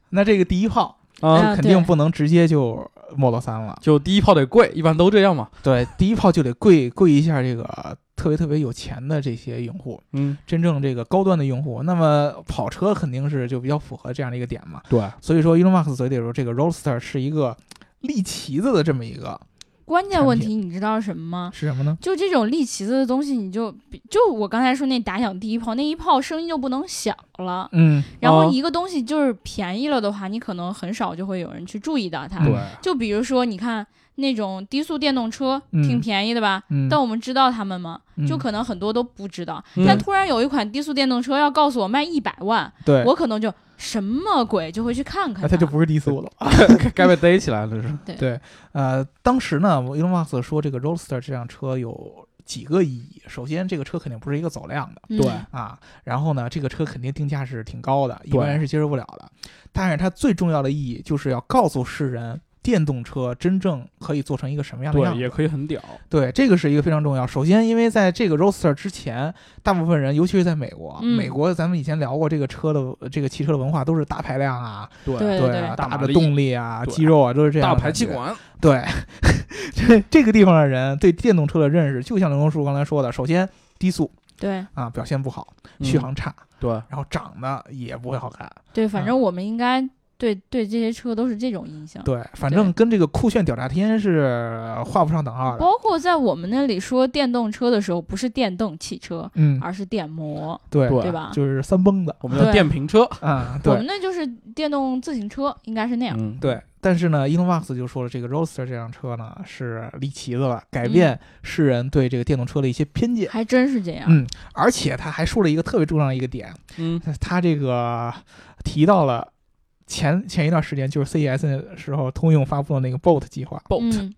[SPEAKER 3] 那这个第一炮
[SPEAKER 4] 啊！
[SPEAKER 2] 啊
[SPEAKER 3] 肯
[SPEAKER 2] 对
[SPEAKER 3] 定不能直接就 Model 三了。
[SPEAKER 4] 就第一炮得贵，一般都这样嘛。
[SPEAKER 3] 对，第一炮就得跪跪一下这个特别特别有钱的这些用户，
[SPEAKER 4] 嗯，
[SPEAKER 3] 真正这个高端的用户。那么跑车肯定是就比较符合这样的一个点嘛。
[SPEAKER 4] 对，
[SPEAKER 3] 所以说，Elon Musk 嘴里说这个 Roadster 是一个立旗子的这么一个
[SPEAKER 2] 关键问题你知道什么吗？
[SPEAKER 3] 是什么呢？
[SPEAKER 2] 就这种立旗子的东西，你就比就我刚才说那打响第一炮，那一炮声音就不能小了。
[SPEAKER 3] 嗯，
[SPEAKER 2] 然
[SPEAKER 4] 哦
[SPEAKER 2] 后一个东西就是便宜了的话，你可能很少就会有人去注意到它。
[SPEAKER 3] 嗯
[SPEAKER 4] 对，
[SPEAKER 2] 就比如说，你看那种低速电动车，
[SPEAKER 3] 嗯
[SPEAKER 2] 挺便宜的吧？
[SPEAKER 3] 嗯
[SPEAKER 2] 但我们知道他们吗？
[SPEAKER 3] 嗯
[SPEAKER 2] 就可能很多都不知道。
[SPEAKER 4] 嗯
[SPEAKER 2] 但突然有一款低速电动车要告诉我卖一百万，
[SPEAKER 3] 对，
[SPEAKER 2] 我可能就什么鬼就会去看看
[SPEAKER 3] 那它就不是低速了。
[SPEAKER 4] 该被逮起来了，这是。
[SPEAKER 3] 呃，当时呢，Elon Musk 说这个 Roadster 这辆车有几个意义。首先，这个车肯定不是一个走量的。
[SPEAKER 2] 嗯
[SPEAKER 4] 对
[SPEAKER 3] 啊，然后呢，这个车肯定定价是挺高的，一
[SPEAKER 4] 对
[SPEAKER 3] 般人是接受不了的。但是它最重要的意义就是要告诉世人，电动车真正可以做成一个什么样的样
[SPEAKER 4] 对，
[SPEAKER 3] 子。
[SPEAKER 4] 也可以很屌。
[SPEAKER 3] 对，这个是一个非常重要。首先，因为在这个 Roadster 之前，大部分人，尤其是在美国，
[SPEAKER 2] 嗯
[SPEAKER 3] 美国咱们以前聊过这个车的这个汽车的文化都是大排量啊，
[SPEAKER 4] 对
[SPEAKER 2] 对
[SPEAKER 3] 啊，
[SPEAKER 4] 大
[SPEAKER 3] 大
[SPEAKER 4] 马
[SPEAKER 3] 的
[SPEAKER 4] 力
[SPEAKER 3] 动力啊，
[SPEAKER 4] 对
[SPEAKER 3] 肌肉啊，都是这样
[SPEAKER 4] 大
[SPEAKER 3] 的
[SPEAKER 4] 排
[SPEAKER 3] 感
[SPEAKER 4] 气
[SPEAKER 3] 觉。
[SPEAKER 4] 管，
[SPEAKER 3] 对， 这这个地方的人对电动车的认识，就像刘荣叔刚才说的，首先低速
[SPEAKER 2] 对
[SPEAKER 3] 啊，表现不好，
[SPEAKER 4] 嗯
[SPEAKER 3] 续航差。
[SPEAKER 4] 对，
[SPEAKER 3] 然后长得也不会好看。
[SPEAKER 2] 对，反正我们应该对对这些车都是这种印象。
[SPEAKER 3] 对，反正跟这个酷炫屌炸天是画不上等号的。
[SPEAKER 2] 包括在我们那里说电动车的时候，不是电动汽车，
[SPEAKER 3] 嗯，
[SPEAKER 2] 而是电摩，
[SPEAKER 3] 对
[SPEAKER 4] 对
[SPEAKER 2] 对吧？
[SPEAKER 3] 就是三蹦子
[SPEAKER 4] 我们叫
[SPEAKER 2] 对
[SPEAKER 4] 电瓶车。
[SPEAKER 3] 啊，
[SPEAKER 2] 我们
[SPEAKER 3] 对
[SPEAKER 2] 那就是电动自行车，应该是那样。
[SPEAKER 4] 嗯，
[SPEAKER 3] 对。但是呢，Elon Musk 就说了，这个 Roadster 这辆车呢是立旗子了，改变世人对这个电动车的一些偏见。
[SPEAKER 2] 还真是这样。
[SPEAKER 3] 嗯，而且他还说了一个特别重要的一个点，
[SPEAKER 4] 嗯，
[SPEAKER 3] 他这个提到了 E 前前一段时间就是 CES 的时候，通用发布的那个 Bolt 计划。
[SPEAKER 4] boat，
[SPEAKER 2] 嗯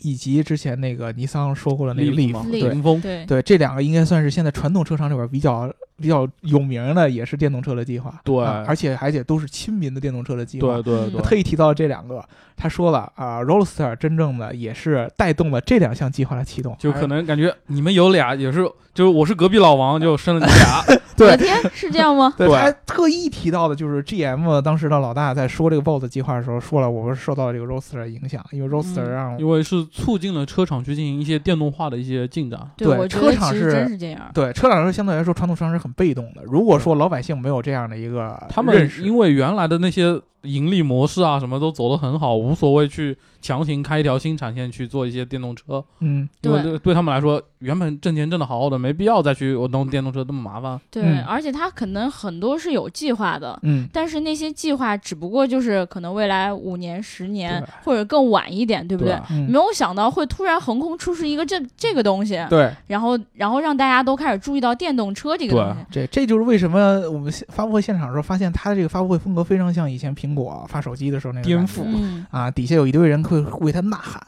[SPEAKER 3] 以及之前那个尼桑说过的那个
[SPEAKER 4] Leaf 嘛
[SPEAKER 3] Leaf，
[SPEAKER 2] Leaf
[SPEAKER 3] 对
[SPEAKER 4] 迎风
[SPEAKER 2] 嗯对，
[SPEAKER 3] 对，这两个应该算是现在传统车厂里边比较比较有名的，也是电动车的计划。
[SPEAKER 4] 对
[SPEAKER 3] 啊而且而且都是亲民的电动车的计划。
[SPEAKER 4] 对对
[SPEAKER 2] 嗯
[SPEAKER 4] 对，
[SPEAKER 3] 特意提到了这两个，他说了啊、r o l l s t e r 真正的也是带动了这两项计划的启动，
[SPEAKER 4] 就可能感觉你们有俩也是，就是我是隔壁老王，就生了你俩，
[SPEAKER 3] 对
[SPEAKER 2] 我天，是这样 吗？
[SPEAKER 3] 对，
[SPEAKER 4] 对
[SPEAKER 3] 他还特意提到的就是 GM 当时的老大在说这个 BOSS 计划的时候说了，我们受到了这个 Roadster 的影响，因为 Roadster
[SPEAKER 2] 嗯
[SPEAKER 3] 让、
[SPEAKER 4] 因为是促进了车厂去进行一些电动化的一些进展。
[SPEAKER 3] 对
[SPEAKER 2] 我觉
[SPEAKER 3] 车
[SPEAKER 2] 得
[SPEAKER 3] 厂
[SPEAKER 2] 其实
[SPEAKER 3] 是
[SPEAKER 2] 真是这样。
[SPEAKER 3] 对车厂是相对来说传统车厂是很被动的。如果说老百姓没有这样的一个
[SPEAKER 4] 他
[SPEAKER 3] 认
[SPEAKER 4] 们
[SPEAKER 3] 识，
[SPEAKER 4] 因为原来的那些盈利模式啊，什么都走得很好，无所谓去强行开一条新产线去做一些电动车。
[SPEAKER 3] 嗯，
[SPEAKER 4] 因为
[SPEAKER 2] 对
[SPEAKER 4] 对对他们来说，原本挣钱挣得好好的，没必要再去我弄电动车这么麻烦。
[SPEAKER 2] 对，
[SPEAKER 3] 嗯
[SPEAKER 2] 而且他可能很多是有计划的，
[SPEAKER 3] 嗯，
[SPEAKER 2] 但是那些计划只不过就是可能未来五年、十年
[SPEAKER 3] 对
[SPEAKER 2] 或者更晚一点，对不对？
[SPEAKER 4] 吧
[SPEAKER 3] 嗯
[SPEAKER 2] 没有想到会突然横空出世一个这这个东西，
[SPEAKER 3] 对，
[SPEAKER 2] 然后然后让大家都开始注意到电动车这个
[SPEAKER 4] 对
[SPEAKER 2] 东西。
[SPEAKER 3] 这这就是为什么我们现发布会现场的时候发现他的这个发布会风格非常像以前苹果发手机的时候那个
[SPEAKER 4] 颠
[SPEAKER 3] 感觉
[SPEAKER 4] 覆
[SPEAKER 2] 嗯，
[SPEAKER 3] 啊，底下有一堆人会为他呐喊，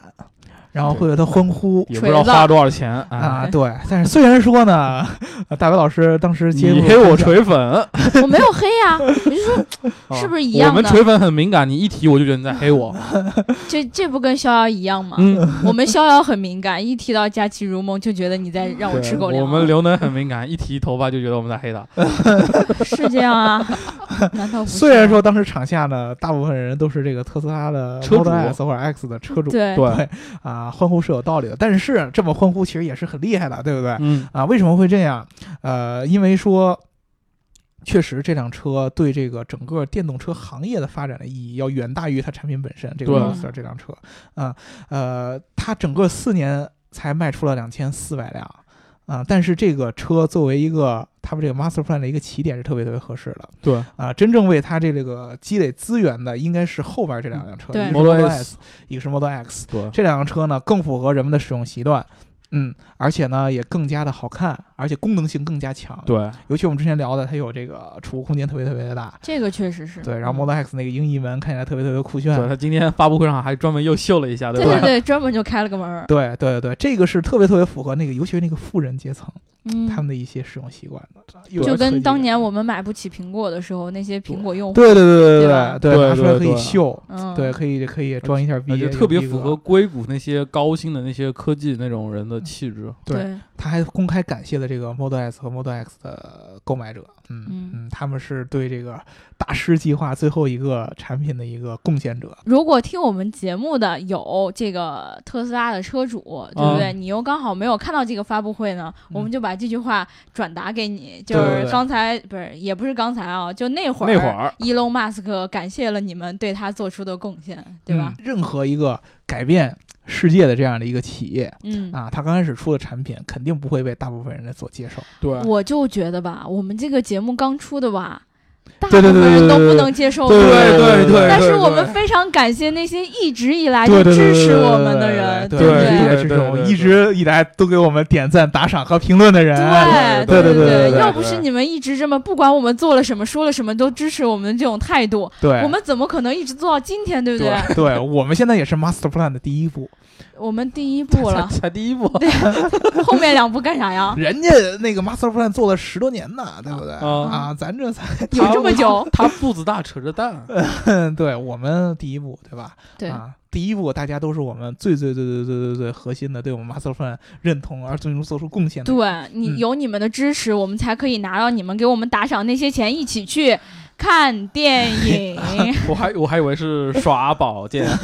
[SPEAKER 3] 然后会为他欢呼
[SPEAKER 4] 也不知道花多少钱啊！
[SPEAKER 3] 啊，对。但是虽然说呢，呃大白老师当时接
[SPEAKER 4] 你
[SPEAKER 3] 入
[SPEAKER 4] 黑我锤粉，
[SPEAKER 2] 我没有黑呀、我就说
[SPEAKER 4] 啊
[SPEAKER 2] 是不是一样
[SPEAKER 4] 我们
[SPEAKER 2] 的啊
[SPEAKER 4] 锤粉很敏感，你一提我就觉得你在黑我。
[SPEAKER 2] 这这不跟逍遥一样吗？
[SPEAKER 4] 嗯，
[SPEAKER 2] 我们逍遥很敏感，一提到假期如梦就觉得你在让我吃狗粮。
[SPEAKER 4] 我们刘能很敏感，一提头发就觉得我们在黑他。
[SPEAKER 2] 是这样 啊？难道不是？
[SPEAKER 3] 嗯虽然说当时场下呢，大部分人都是这个特斯拉的
[SPEAKER 4] 车主
[SPEAKER 3] Model S 或者 X 的车主，
[SPEAKER 2] 对
[SPEAKER 4] 对，
[SPEAKER 3] 啊，欢呼是有道理的。但是这么欢呼其实也是很厉害的，对不对？
[SPEAKER 4] 嗯，
[SPEAKER 3] 啊，为什么会这样？呃，因为说。确实，这辆车对这个整个电动车行业的发展的意义要远大于它产品本身。这个
[SPEAKER 4] 对
[SPEAKER 3] Roadster 这辆车，啊、呃，它整个四年才卖出了两千四百辆，啊、但是这个车作为一个他们这个 Master Plan 的一个起点是特别特别合适的，
[SPEAKER 4] 对
[SPEAKER 3] 啊、真正为它这个积累资源的应该是后边这两辆车，
[SPEAKER 2] 嗯对
[SPEAKER 3] 一个是
[SPEAKER 4] Model
[SPEAKER 3] Model
[SPEAKER 4] S
[SPEAKER 3] S，一个是 Model X，
[SPEAKER 4] 对，
[SPEAKER 3] 这两辆车呢更符合人们的使用习惯，嗯，而且呢也更加的好看，而且功能性更加强。，
[SPEAKER 4] 对，
[SPEAKER 3] 尤其我们之前聊的，它有这个储物空间特别特别的大。
[SPEAKER 2] 这个确实是嗯
[SPEAKER 3] 对，然后 Model X 那个鹰翼门看起来特别特别酷炫。
[SPEAKER 4] 对他今天发布会上还专门又秀了一下，
[SPEAKER 2] 对
[SPEAKER 4] 吧？
[SPEAKER 2] 对对，专门就开了个门儿。
[SPEAKER 3] 对对对对，这个是特别特别符合那个，尤其是那个富人阶层
[SPEAKER 2] 嗯，
[SPEAKER 3] 他们的一些使用习惯的，有点
[SPEAKER 2] 就
[SPEAKER 3] 科技
[SPEAKER 2] 跟当
[SPEAKER 3] 感
[SPEAKER 2] 年我们买不起苹果的时候，那些苹果用户，
[SPEAKER 3] 对对对
[SPEAKER 2] 对
[SPEAKER 3] 对
[SPEAKER 2] 吧
[SPEAKER 3] 对，
[SPEAKER 4] 对
[SPEAKER 3] 拿出来可
[SPEAKER 4] 对
[SPEAKER 3] 以
[SPEAKER 4] 对
[SPEAKER 3] 秀，
[SPEAKER 2] 嗯，
[SPEAKER 3] 对，，可以可以装一下
[SPEAKER 4] 而
[SPEAKER 3] 逼，
[SPEAKER 4] 且呃特别符合。硅谷那些高薪的那些科技那种人的气质。
[SPEAKER 3] 对
[SPEAKER 2] 对，
[SPEAKER 3] 他还公开感谢了这个 Model S 和 Model X 的购买者，嗯
[SPEAKER 2] 嗯
[SPEAKER 3] 嗯，他们是对这个大师计划最后一个产品的一个贡献者。
[SPEAKER 2] 如果听我们节目的有这个特斯拉的车主，对
[SPEAKER 3] 嗯
[SPEAKER 2] 不对？你又刚好没有看到这个发布会呢，我们就把这句话转达给你。就
[SPEAKER 3] 对对
[SPEAKER 2] 是
[SPEAKER 3] 对
[SPEAKER 2] 刚才不是，也不是刚才啊，就那会儿，
[SPEAKER 4] 那会儿，
[SPEAKER 2] ，Elon Musk 感谢了你们对他做出的贡献，对吧？
[SPEAKER 3] 嗯任何一个改变世界的这样的一个企业
[SPEAKER 2] 嗯，
[SPEAKER 3] 啊，它刚开始出的产品肯定不会被大部分人所接受。
[SPEAKER 4] 对
[SPEAKER 2] 我就觉得吧，我们这个节目刚出的吧，大部
[SPEAKER 3] 对对对
[SPEAKER 2] 分人都
[SPEAKER 3] 对对
[SPEAKER 2] 不
[SPEAKER 3] 对
[SPEAKER 2] 能接受。
[SPEAKER 3] 对对对对
[SPEAKER 2] 哦但是我们非常感谢那些一直以来
[SPEAKER 3] 对
[SPEAKER 2] 就
[SPEAKER 3] 对对
[SPEAKER 2] 支持我们的人，
[SPEAKER 3] 对
[SPEAKER 2] 不
[SPEAKER 4] 对
[SPEAKER 3] 一
[SPEAKER 4] 对
[SPEAKER 2] 对？
[SPEAKER 3] 直支
[SPEAKER 4] 对
[SPEAKER 3] 持我们，
[SPEAKER 4] 对对
[SPEAKER 3] 一直以来都给我们点赞、打赏和评论的人。
[SPEAKER 2] 对
[SPEAKER 3] 对对对对对
[SPEAKER 2] 对，要不是你们一直这么不管我们做了什么、 说了什么都支持我们的这种态度，
[SPEAKER 3] 对，
[SPEAKER 2] 我们怎么可能一直做到今天，对不对？
[SPEAKER 3] 对对，我们现在也是 Master Plan 的第一步。
[SPEAKER 2] 我们第一步 了，
[SPEAKER 4] 才第 一步，
[SPEAKER 2] 后面两步干啥 呀？
[SPEAKER 3] 人家那个 Master Plan 做了十多年呢，对不对？
[SPEAKER 4] 嗯
[SPEAKER 3] 啊，咱这才
[SPEAKER 2] 有这么久？
[SPEAKER 4] 他肚子大扯 着蛋，
[SPEAKER 3] 对我们第一步，对吧？
[SPEAKER 2] 对，
[SPEAKER 3] 啊，第一步大家都是我们最最最最最最最核心的，对我们 Master Plan 认同而最终做出贡献的。
[SPEAKER 2] 对
[SPEAKER 3] 嗯
[SPEAKER 2] 你有你们的支持，我们才可以拿到你们给我们打赏那些钱，一起去看电影。
[SPEAKER 4] 我还我还以为是耍 宝剑，
[SPEAKER 3] 啊，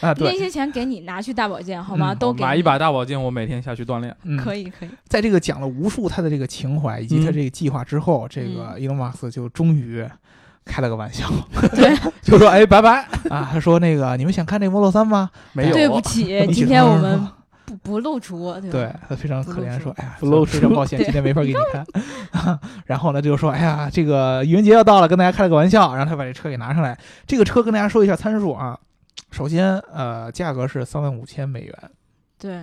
[SPEAKER 2] 那
[SPEAKER 3] 对，
[SPEAKER 2] 些钱给你拿去大保健好吗？
[SPEAKER 3] 嗯
[SPEAKER 2] 都给
[SPEAKER 4] 买
[SPEAKER 2] 你
[SPEAKER 4] 一。把大宝剑，我每天下去 锻炼。
[SPEAKER 3] 嗯，
[SPEAKER 2] 可以可以，
[SPEAKER 3] 在这个讲了无数他的这个情怀以及他
[SPEAKER 4] 嗯
[SPEAKER 3] 这个计划之后，这个
[SPEAKER 2] 嗯
[SPEAKER 3] 伊隆马斯就终于。开了个 玩笑
[SPEAKER 2] 对
[SPEAKER 4] 就说哎，拜拜，
[SPEAKER 3] 啊，他说那个你们想看这 Model 三吗？
[SPEAKER 4] 没有，啊
[SPEAKER 2] 对不
[SPEAKER 3] 啊
[SPEAKER 2] 起，今天我 们不不露出，对
[SPEAKER 3] 对
[SPEAKER 2] 吧？
[SPEAKER 3] 他非常可怜地说，哎呀，
[SPEAKER 4] 不露
[SPEAKER 3] 非常
[SPEAKER 4] 出
[SPEAKER 3] 抱歉，
[SPEAKER 2] 对
[SPEAKER 3] 今天没法给你看。 然后呢，就说，哎呀，这个愚人节要到了，跟大家开了个玩笑，然后他把这车给拿上来。这个车跟大家说一下参数啊，首先呃，价格是三万五千美元，
[SPEAKER 2] 对，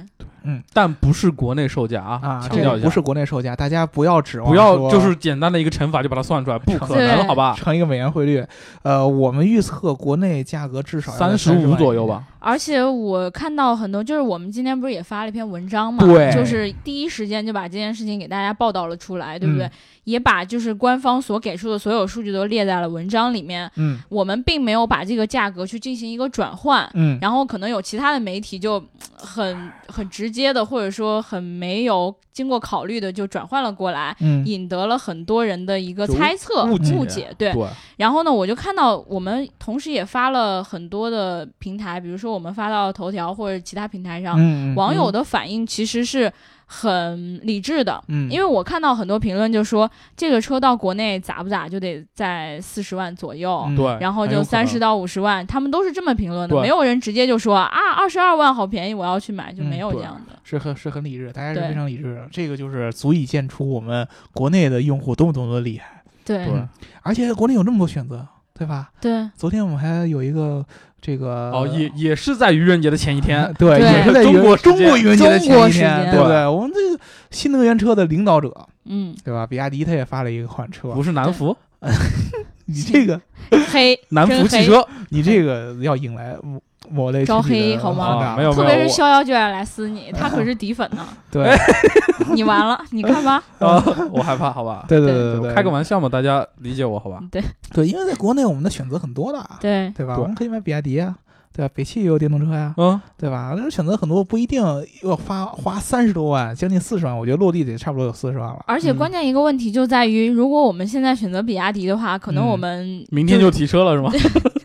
[SPEAKER 4] 但不是国内售价啊，
[SPEAKER 3] 啊，
[SPEAKER 4] 强
[SPEAKER 3] 这
[SPEAKER 4] 调
[SPEAKER 3] 个
[SPEAKER 4] 一下，
[SPEAKER 3] 不是国内售价，大家不要指望
[SPEAKER 4] 不要
[SPEAKER 3] 说
[SPEAKER 4] 就是简单的一个乘法就把它算出来，不可能，
[SPEAKER 2] 对
[SPEAKER 4] 好吧？
[SPEAKER 3] 乘一个美元汇率。呃，我们预测国内价格至少
[SPEAKER 4] 三十五左右。吧，
[SPEAKER 2] 而且我看到很多，就是我们今天不是也发了一篇文章嘛，
[SPEAKER 3] 对
[SPEAKER 2] 就是第一时间就把这件事情给大家报道了出来，对不对？
[SPEAKER 3] 嗯
[SPEAKER 2] 也把就是官方所给出的所有数据都列在了文章里面，
[SPEAKER 3] 嗯
[SPEAKER 2] 我们并没有把这个价格去进行一个转换。
[SPEAKER 3] 嗯，
[SPEAKER 2] 然后可能有其他的媒体就嗯很很直接的，或者说很没有经过考虑的就转换了过来，
[SPEAKER 3] 嗯
[SPEAKER 2] 引得了很多人的一个
[SPEAKER 4] 就
[SPEAKER 2] 猜测、
[SPEAKER 4] 误解
[SPEAKER 2] 误解。对，
[SPEAKER 4] 对，
[SPEAKER 2] 然后呢，我就看到我们同时也发了很多的平台，比如说我们发到头条或者其他平台上，
[SPEAKER 3] 嗯
[SPEAKER 2] 网友的反应其实是很理智的。
[SPEAKER 3] 嗯，
[SPEAKER 2] 因为
[SPEAKER 3] 为
[SPEAKER 2] 我看到很多评论就说，这个车到国内咋不咋就得在四十万左右，
[SPEAKER 3] 嗯
[SPEAKER 4] 对，
[SPEAKER 2] 然后
[SPEAKER 4] 很
[SPEAKER 2] 就
[SPEAKER 4] 有可能
[SPEAKER 2] 三十到五十万，他们都是这么评论的，
[SPEAKER 4] 对
[SPEAKER 2] 没有人直接就说啊二十二万好便宜，我要去买，就
[SPEAKER 3] 嗯
[SPEAKER 2] 没有
[SPEAKER 4] 对
[SPEAKER 2] 这样的。
[SPEAKER 3] 是很是很理智，大家
[SPEAKER 2] 对
[SPEAKER 3] 是非常理智的。这个就是足以见出我们国内的用户多么多么的厉害，
[SPEAKER 2] 对
[SPEAKER 4] 对
[SPEAKER 3] 而且国内有那么多选择，对吧？
[SPEAKER 2] 对
[SPEAKER 3] 昨天我们还有一个这个呃
[SPEAKER 4] 哦，
[SPEAKER 2] 呃
[SPEAKER 4] 也也是在愚人节的前 一天，
[SPEAKER 3] 对，
[SPEAKER 2] 对
[SPEAKER 3] 也是在
[SPEAKER 4] 中
[SPEAKER 3] 愚
[SPEAKER 4] 国时
[SPEAKER 3] 中
[SPEAKER 4] 间
[SPEAKER 3] 国愚人节的前
[SPEAKER 2] 中国
[SPEAKER 3] 一
[SPEAKER 2] 时
[SPEAKER 3] 天，
[SPEAKER 2] 间
[SPEAKER 3] 对不对？我们这个新能源车的领导者，
[SPEAKER 2] 嗯，
[SPEAKER 3] 对吧？比亚迪它也发了一款车，
[SPEAKER 4] 不是南孚，
[SPEAKER 3] 你这个
[SPEAKER 2] 黑
[SPEAKER 4] 南
[SPEAKER 2] 真
[SPEAKER 4] 孚
[SPEAKER 2] 黑
[SPEAKER 4] 汽 车，
[SPEAKER 3] 你这个要引来我我类
[SPEAKER 2] 招
[SPEAKER 3] 群体
[SPEAKER 2] 黑
[SPEAKER 3] 的
[SPEAKER 2] 好吗
[SPEAKER 3] 轰炸
[SPEAKER 4] 啊没有
[SPEAKER 2] 特别
[SPEAKER 4] 我
[SPEAKER 2] 是逍遥就爱来撕你，他可是底粉 呢。
[SPEAKER 3] 对
[SPEAKER 2] 你完了，你看吧。
[SPEAKER 4] 啊，我害怕，好吧？
[SPEAKER 3] 对
[SPEAKER 2] 对
[SPEAKER 3] 对
[SPEAKER 4] 我
[SPEAKER 3] 对，
[SPEAKER 4] 开个玩笑嘛，大家理解我好吧？
[SPEAKER 2] 对
[SPEAKER 3] 对，因为在国内我们的选择很多的啊，
[SPEAKER 2] 对
[SPEAKER 3] 对吧？
[SPEAKER 4] 对
[SPEAKER 3] 我们可以买比亚迪啊，对吧？北汽也有电动车呀、
[SPEAKER 4] 嗯，
[SPEAKER 3] 对吧？但是选择很多，不一定要花花三十多万，将近四十万，我觉得落地得差不多有四十万了。嗯
[SPEAKER 2] 而且关键一个问题就在于，如果我们现在选择比亚迪的话，可能
[SPEAKER 3] 嗯
[SPEAKER 2] 我们
[SPEAKER 4] 明天
[SPEAKER 2] 就
[SPEAKER 4] 就提车了 是吗？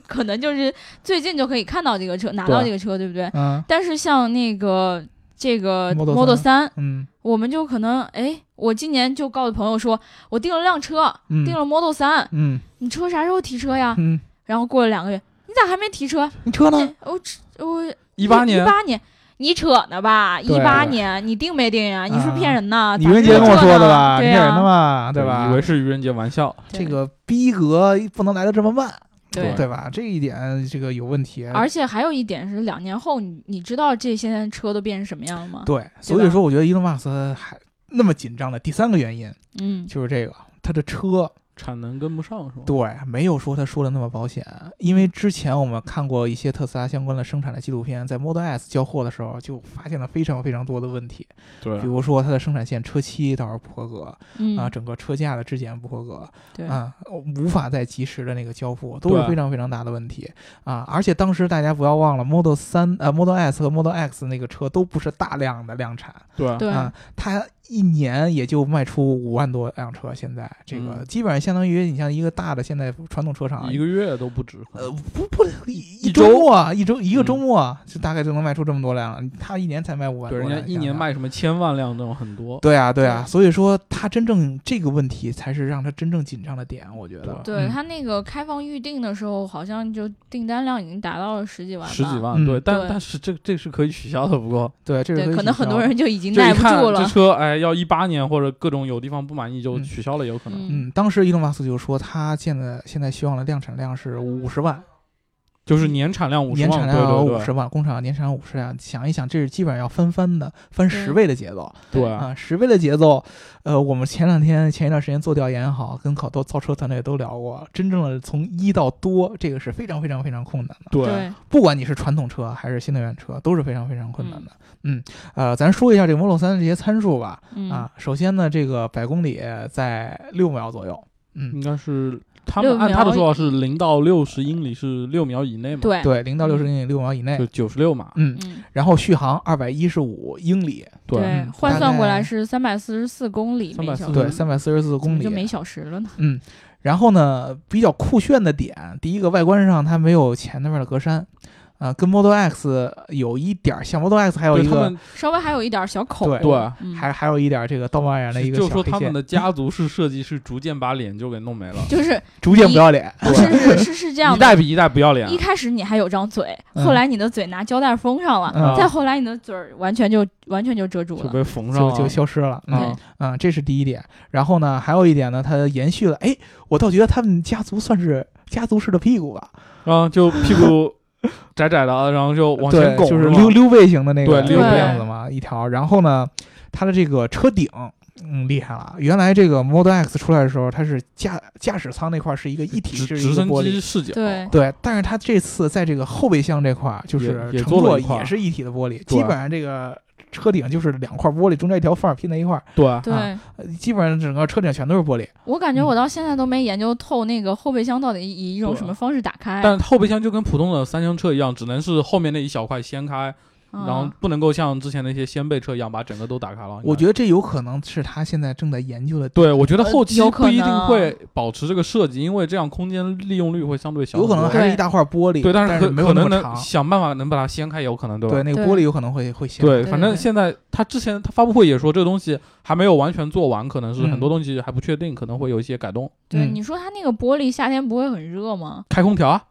[SPEAKER 2] 可能就是最近就可以看到这个车，拿到
[SPEAKER 4] 对
[SPEAKER 2] 这个车，对不对？
[SPEAKER 3] 嗯
[SPEAKER 2] 但是像那个这个
[SPEAKER 3] Model 3
[SPEAKER 2] Model 三，
[SPEAKER 3] 嗯
[SPEAKER 2] 我们就可能哎，我今年就告诉朋友说，我订了辆车，
[SPEAKER 3] 嗯
[SPEAKER 2] 订了 Model 三，
[SPEAKER 3] 嗯
[SPEAKER 2] 你车啥时候提车呀？
[SPEAKER 3] 嗯，
[SPEAKER 2] 然后过了两个月，你咋还没提车？
[SPEAKER 3] 你车呢？
[SPEAKER 2] 哎我吃我
[SPEAKER 4] 一八年
[SPEAKER 2] 一，八年，你扯呢吧？一
[SPEAKER 3] 对嗯
[SPEAKER 2] 八年，你定没定呀？你是不是骗人呢？
[SPEAKER 3] 你
[SPEAKER 2] 咋
[SPEAKER 3] 愚人节
[SPEAKER 2] 这
[SPEAKER 3] 跟我
[SPEAKER 2] 呢
[SPEAKER 3] 说的吧？你
[SPEAKER 2] 对啊
[SPEAKER 3] 骗人的
[SPEAKER 2] 呀，
[SPEAKER 3] 嘛，对吧？
[SPEAKER 4] 以为是愚人节玩笑，
[SPEAKER 2] 对
[SPEAKER 3] 这个逼格不能来的这么慢，
[SPEAKER 2] 对。
[SPEAKER 3] 对吧？这一点这个有问题。
[SPEAKER 2] 而且还有一点是，两年后你你知道这些车都变成什么样了吗？
[SPEAKER 3] 对，所以说我觉得伊隆马斯克还那么紧张的第三个原因
[SPEAKER 2] 嗯，
[SPEAKER 3] 就是这个，他的车
[SPEAKER 4] 产能跟不上是吗？
[SPEAKER 3] 对没有说他说的那么保险，因为之前我们看过一些特斯拉相关的生产的纪录片，在 Model S 交货的时候就发现了非常非常多的问题，
[SPEAKER 4] 对
[SPEAKER 3] 比如说它的生产线车漆倒是不合格、
[SPEAKER 2] 嗯
[SPEAKER 3] 啊，整个车架的质检不合格，
[SPEAKER 2] 对，
[SPEAKER 3] 啊，无法再及时的那个交付，都是
[SPEAKER 4] 对
[SPEAKER 3] 非常非常大的问题啊！而且当时大家不要忘了，Model 三呃 Model S 和 Model X 那个车都不是大量的量产
[SPEAKER 4] 对
[SPEAKER 2] 对
[SPEAKER 3] 啊，它一年也就卖出五万多辆车，现在这个
[SPEAKER 4] 嗯
[SPEAKER 3] 基本上相当于你像一个大的现在传统车厂
[SPEAKER 4] 一。个月都不止，
[SPEAKER 3] 呃，不不，一
[SPEAKER 4] 一
[SPEAKER 3] 周
[SPEAKER 4] 周
[SPEAKER 3] 末啊，一周一个
[SPEAKER 4] 嗯
[SPEAKER 3] 周末啊就大概就能卖出这么多辆了。它一年才卖五万
[SPEAKER 4] 对，
[SPEAKER 3] 多
[SPEAKER 4] 人
[SPEAKER 3] 辆，
[SPEAKER 4] 家一年
[SPEAKER 3] 想想
[SPEAKER 4] 卖什么千万辆那种很多，
[SPEAKER 3] 对啊，对啊，
[SPEAKER 2] 对
[SPEAKER 3] 所以说它真正这个问题才是让它真正紧张的点，我觉得。
[SPEAKER 2] 对
[SPEAKER 3] 嗯
[SPEAKER 2] 他那个开放预定的时候，好像就订单量已经达到了十几万吧，
[SPEAKER 4] 十几万，
[SPEAKER 3] 嗯
[SPEAKER 4] 对，但
[SPEAKER 2] 对
[SPEAKER 4] 但是这这是可以取消的，不过
[SPEAKER 3] 对，这是
[SPEAKER 2] 对，
[SPEAKER 3] 以
[SPEAKER 2] 可能
[SPEAKER 3] 取
[SPEAKER 2] 很
[SPEAKER 3] 消
[SPEAKER 2] 多人就已经
[SPEAKER 4] 这
[SPEAKER 2] 耐
[SPEAKER 4] 一
[SPEAKER 2] 不
[SPEAKER 4] 看
[SPEAKER 2] 住
[SPEAKER 4] 这
[SPEAKER 2] 了。
[SPEAKER 4] 车，哎，要一八年或者各种有地方不满意就
[SPEAKER 3] 嗯
[SPEAKER 4] 取消了，也有可能，
[SPEAKER 2] 嗯
[SPEAKER 3] 嗯，当时伊隆马斯克就说，他现在现在希望的量产量是五十万，
[SPEAKER 4] 就是年产量五十
[SPEAKER 3] 年产
[SPEAKER 4] 万，
[SPEAKER 3] 量
[SPEAKER 4] 对
[SPEAKER 3] 五
[SPEAKER 4] 对
[SPEAKER 3] 十万，工厂年产量五十辆。想一想，这是基本上要翻番的，翻
[SPEAKER 2] 对
[SPEAKER 3] 十倍的节奏
[SPEAKER 4] 对对啊，
[SPEAKER 3] 啊，十倍的节奏。呃，我们前两天前一段时间做调研也好，跟好多造车团队都聊过，真正的从一到多，这个是非常非常非常困难的。
[SPEAKER 4] 对
[SPEAKER 2] 对，
[SPEAKER 3] 不管你是传统车还是新能源车，都是非常非常困难的。嗯，呃，咱说一下这个 Model 3的这些参数吧。
[SPEAKER 2] 嗯，
[SPEAKER 3] 啊，首先呢，这个百公里在六秒左右。嗯，
[SPEAKER 4] 应该是他
[SPEAKER 2] 六
[SPEAKER 4] 们按他的
[SPEAKER 2] 秒
[SPEAKER 4] 说法是零到六十英里是六秒以内嘛，，
[SPEAKER 2] 对，
[SPEAKER 3] 对，零到六十英里六秒以内
[SPEAKER 4] 就。九十六码，
[SPEAKER 3] 嗯，
[SPEAKER 2] 哎嗯，
[SPEAKER 3] 然后续航二百一十五英里，
[SPEAKER 2] 对
[SPEAKER 3] 嗯，
[SPEAKER 2] 换
[SPEAKER 3] 大
[SPEAKER 2] 算过
[SPEAKER 3] 概
[SPEAKER 2] 来是三百四十四公里每小
[SPEAKER 4] 344
[SPEAKER 2] 时，
[SPEAKER 3] 对，
[SPEAKER 4] 嗯
[SPEAKER 3] 三百四十四
[SPEAKER 2] 怎么
[SPEAKER 3] 公
[SPEAKER 2] 就每
[SPEAKER 3] 里。
[SPEAKER 2] 小时了呢？
[SPEAKER 3] 嗯，然后呢，比较酷炫的点，第一个外观上它没有前那边的格栅，啊、跟 Model X 有一点儿像，Model X 还有
[SPEAKER 4] 对
[SPEAKER 3] 一
[SPEAKER 4] 他
[SPEAKER 3] 个
[SPEAKER 4] 们
[SPEAKER 2] 稍微还有一点小口，
[SPEAKER 3] 对
[SPEAKER 4] 对。
[SPEAKER 2] 嗯
[SPEAKER 3] 还还有一点儿这个道貌岸然的一个
[SPEAKER 4] 就
[SPEAKER 3] 小
[SPEAKER 4] 说
[SPEAKER 3] 黑
[SPEAKER 4] 他们
[SPEAKER 3] 线，
[SPEAKER 4] 的家族式设计是逐渐把脸就给弄没了，
[SPEAKER 2] 就是
[SPEAKER 3] 逐渐不要脸。
[SPEAKER 2] 是是是是这样
[SPEAKER 4] 一
[SPEAKER 2] 的。
[SPEAKER 4] 代比一代不要脸啊
[SPEAKER 2] 一，开始你还有张嘴，
[SPEAKER 3] 嗯
[SPEAKER 2] 后来你的嘴拿胶带封上
[SPEAKER 4] 啊
[SPEAKER 2] 了，
[SPEAKER 3] 嗯
[SPEAKER 2] 再后来你的嘴儿完全就完全就遮住
[SPEAKER 4] 就
[SPEAKER 2] 了。
[SPEAKER 4] 被缝上
[SPEAKER 3] 就
[SPEAKER 4] 了，
[SPEAKER 3] 就消失了，嗯
[SPEAKER 4] 啊，
[SPEAKER 3] 嗯，这是第一点。然后呢，还有一点呢，它延续了，哎，我倒觉得他们家族算是家族式的屁股吧，
[SPEAKER 4] 啊，就屁股窄窄的，然 后就往
[SPEAKER 3] 对，
[SPEAKER 4] 前拱，
[SPEAKER 3] 就是是
[SPEAKER 4] 吧
[SPEAKER 3] 溜溜背型的那个
[SPEAKER 4] 对溜
[SPEAKER 2] 背
[SPEAKER 3] 样子嘛，一条。然后呢，它的这个车顶，嗯，厉害了。原来这个 Model X 出来的时候，它是驾驾驶舱那块是一个一体
[SPEAKER 4] 直
[SPEAKER 3] 式
[SPEAKER 4] 直
[SPEAKER 3] 一个
[SPEAKER 4] 升
[SPEAKER 3] 玻
[SPEAKER 4] 机
[SPEAKER 3] 璃，
[SPEAKER 4] 视角，
[SPEAKER 2] 对，
[SPEAKER 3] 对。但是它这次在这个后备箱这块儿，就
[SPEAKER 4] 也
[SPEAKER 3] 是
[SPEAKER 4] 也
[SPEAKER 3] 乘
[SPEAKER 4] 做了
[SPEAKER 3] 坐
[SPEAKER 4] 一块
[SPEAKER 3] 也是一体的玻璃，
[SPEAKER 4] 对
[SPEAKER 3] 基本上这个车顶就是两块玻璃，中间一条缝儿拼在一块儿，
[SPEAKER 4] 对
[SPEAKER 2] 对、
[SPEAKER 3] 啊呃基本上整个车顶全都是玻璃。
[SPEAKER 2] 我感觉
[SPEAKER 4] 嗯
[SPEAKER 2] 我到现在都没研究透那个后备箱到底以一种
[SPEAKER 4] 对
[SPEAKER 2] 什么方式打开。
[SPEAKER 4] 但后备箱就跟普通的三厢车一样，只能是后面那一小块掀开，
[SPEAKER 2] 嗯
[SPEAKER 4] 然后不能够像之前那些掀背车一样把整个都打开了。
[SPEAKER 3] 我觉
[SPEAKER 4] 得，
[SPEAKER 3] 得这有可能是他现在正在研究的，
[SPEAKER 4] 对我觉得
[SPEAKER 2] 呃
[SPEAKER 4] 后期
[SPEAKER 2] 有可
[SPEAKER 4] 不一定
[SPEAKER 2] 能
[SPEAKER 4] 会保持这个设计，因为这样空间利用率会相对小
[SPEAKER 3] 有
[SPEAKER 4] 很
[SPEAKER 3] 可
[SPEAKER 4] 多。
[SPEAKER 3] 能还是一大块玻璃，
[SPEAKER 4] 对，但
[SPEAKER 3] 但
[SPEAKER 4] 可
[SPEAKER 3] 没有
[SPEAKER 4] 可
[SPEAKER 3] 那
[SPEAKER 4] 能
[SPEAKER 3] 么
[SPEAKER 4] 能
[SPEAKER 3] 长。
[SPEAKER 4] 想办法能把它掀开，也有可能，对吧？
[SPEAKER 3] 对，那个
[SPEAKER 2] 对
[SPEAKER 3] 玻璃有可能会会掀开。
[SPEAKER 4] 对，
[SPEAKER 2] 对
[SPEAKER 4] 反
[SPEAKER 2] 对
[SPEAKER 4] 正现在他之前他发布会也说，这个东西还没有完全做完，可能是
[SPEAKER 3] 嗯
[SPEAKER 4] 很多东西还不确定，可能会有一些改动。
[SPEAKER 2] 对，
[SPEAKER 3] 嗯
[SPEAKER 2] 你说它那个玻璃夏天不会很热吗？
[SPEAKER 4] 开空调啊，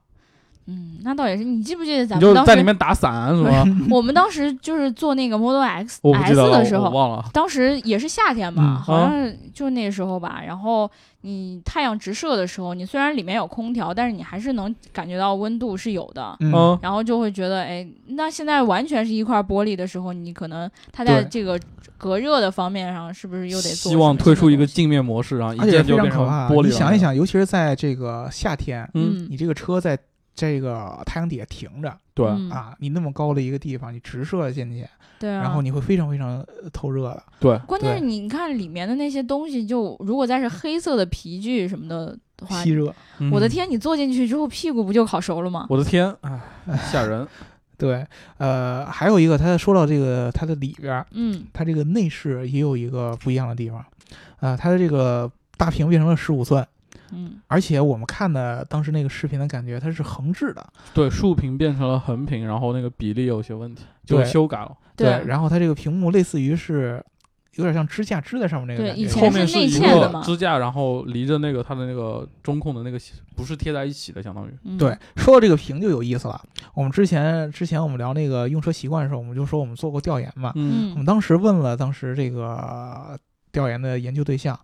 [SPEAKER 2] 嗯，那倒也是。你记不记得咱
[SPEAKER 4] 你
[SPEAKER 2] 们
[SPEAKER 4] 就
[SPEAKER 2] 当
[SPEAKER 4] 在里
[SPEAKER 2] 时
[SPEAKER 4] 面打伞 什么？
[SPEAKER 2] 我们当时就是做那个 Model X
[SPEAKER 4] 我不记
[SPEAKER 2] S
[SPEAKER 4] 得了，
[SPEAKER 2] 的时
[SPEAKER 4] 我我
[SPEAKER 2] 候，
[SPEAKER 4] 忘了。
[SPEAKER 2] 当时也是夏天嘛，
[SPEAKER 3] 嗯
[SPEAKER 2] 好
[SPEAKER 4] 啊
[SPEAKER 2] 像就那时候吧。然后你太阳直射的时候，你虽然里面有空调，但是你还是能感觉到温度是有的。
[SPEAKER 3] 嗯，
[SPEAKER 4] 嗯，
[SPEAKER 2] 然后就会觉得，哎，那现在完全是一块玻璃的时候，你可能它在
[SPEAKER 3] 对
[SPEAKER 2] 这个隔热的方面上，是不是又得做
[SPEAKER 4] 希望
[SPEAKER 2] 什么
[SPEAKER 4] 推出
[SPEAKER 2] 新
[SPEAKER 4] 一
[SPEAKER 2] 的
[SPEAKER 4] 个
[SPEAKER 2] 东西
[SPEAKER 4] 镜面模式，然后一
[SPEAKER 3] 而且
[SPEAKER 4] 键就
[SPEAKER 3] 啊非常
[SPEAKER 4] 变成
[SPEAKER 3] 可怕。
[SPEAKER 4] 玻璃了。
[SPEAKER 3] 你想一，想，尤其是在这个夏天，
[SPEAKER 4] 嗯，
[SPEAKER 2] 嗯，
[SPEAKER 3] 你这个车在这个太阳底下停着
[SPEAKER 4] 对，
[SPEAKER 2] 嗯
[SPEAKER 3] 啊，你那么高的一个地方，你直射进去，
[SPEAKER 2] 对啊。
[SPEAKER 3] 然后你会非常非常呃透热的。
[SPEAKER 4] 对，
[SPEAKER 2] 关键
[SPEAKER 3] 对
[SPEAKER 2] 是你看里面的那些东西就，如果再是黑色的皮具什么的的话
[SPEAKER 3] 吸，热。
[SPEAKER 4] 嗯
[SPEAKER 2] 我的，天，你坐进去之后屁股不就烤熟了吗？
[SPEAKER 4] 我的天， 哎，吓人。
[SPEAKER 3] 对，呃，还有一个，他说到这个它的里边儿，
[SPEAKER 2] 嗯，
[SPEAKER 3] 它这个内饰也有一个不一样的地方，啊，它的这个大屏变成了十五寸，
[SPEAKER 2] 嗯，
[SPEAKER 3] 而且我们看的当时那个视频的感觉，它是横置的，
[SPEAKER 4] 对，竖屏变成了横屏，然后那个比例有些问题，就
[SPEAKER 3] 对
[SPEAKER 4] 修改了。
[SPEAKER 2] 啊
[SPEAKER 3] 然后它这个屏幕类似于是有点像支架支在上面那个
[SPEAKER 2] 对
[SPEAKER 3] 感
[SPEAKER 2] 以
[SPEAKER 3] 觉，
[SPEAKER 2] 前
[SPEAKER 4] 后面
[SPEAKER 2] 是内
[SPEAKER 4] 一
[SPEAKER 2] 嵌的
[SPEAKER 4] 个
[SPEAKER 2] 嘛
[SPEAKER 4] 支架，然后离着那个它的那个中控的那个，不是贴在一起的，相当于。
[SPEAKER 2] 嗯
[SPEAKER 3] 对，，说到这个屏就有意思了。我们之前之前我们聊那个用车习惯的时候，我们就说我们做过调研嘛。
[SPEAKER 4] 嗯，
[SPEAKER 3] 我们
[SPEAKER 2] 嗯，
[SPEAKER 3] 当时问了当时这个调研的研究对象，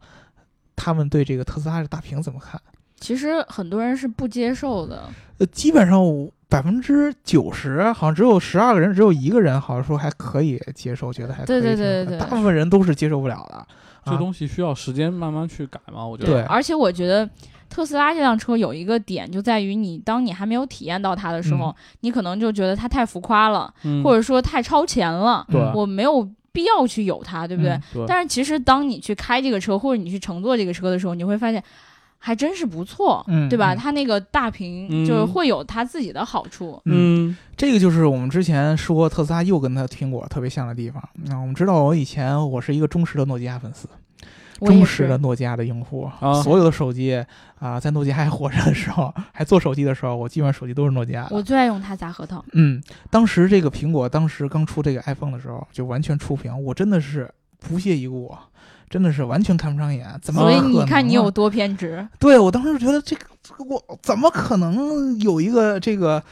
[SPEAKER 3] 他们对这个特斯拉的大屏怎么看？
[SPEAKER 2] 其实很多人是不接受的，
[SPEAKER 3] 呃，基本上百分之九十，好像只有十二个人，只有一个人好像说还可以接受，觉得还可以
[SPEAKER 2] 对对
[SPEAKER 3] 挺
[SPEAKER 2] 对
[SPEAKER 3] 好
[SPEAKER 2] 对
[SPEAKER 3] 大部分人都是接受不了的。
[SPEAKER 4] 这东西需要时间慢慢去改嘛，我觉得。
[SPEAKER 3] 对
[SPEAKER 2] 而且我觉得。特斯拉这辆车有一个点，就在于你当你还没有体验到它的时候，
[SPEAKER 3] 嗯
[SPEAKER 2] 你可能就觉得它太浮夸了，
[SPEAKER 4] 嗯，
[SPEAKER 2] 或者说太超前了，
[SPEAKER 4] 对
[SPEAKER 3] 嗯
[SPEAKER 2] 我没有必要去有它，对不对？
[SPEAKER 3] 嗯
[SPEAKER 4] 对，
[SPEAKER 2] 但是其实当你去开这个车或者你去乘坐这个车的时候，你会发现还真是不错，
[SPEAKER 3] 嗯
[SPEAKER 2] 对吧？
[SPEAKER 3] 嗯
[SPEAKER 2] 它那个大屏
[SPEAKER 4] 嗯
[SPEAKER 2] 就是会有它自己的好处，
[SPEAKER 4] 嗯
[SPEAKER 3] 这个就是我们之前说特斯拉又跟它苹果特别像的地方。那、我们知道，我以前我是一个忠实的诺基亚粉丝，
[SPEAKER 2] 我也
[SPEAKER 3] 忠实的
[SPEAKER 2] 是。
[SPEAKER 3] 诺基亚的用户，
[SPEAKER 4] 啊
[SPEAKER 3] 所有的手机啊、在诺基亚还活着的时候，还做手机的时候，我基本上手机都是诺基亚
[SPEAKER 2] 我
[SPEAKER 3] 的。
[SPEAKER 2] 最爱用它砸核桃，
[SPEAKER 3] 嗯，当时这个苹果当时刚出这个 iPhone 的时候，就完全触屏，我真的是不屑一顾，啊真的是完全看不上眼，怎么
[SPEAKER 2] 所
[SPEAKER 3] 可
[SPEAKER 2] 以
[SPEAKER 3] 能啊、
[SPEAKER 2] 你看你有多偏执。
[SPEAKER 3] 对我当时觉得这个这个我怎么可能有一个这个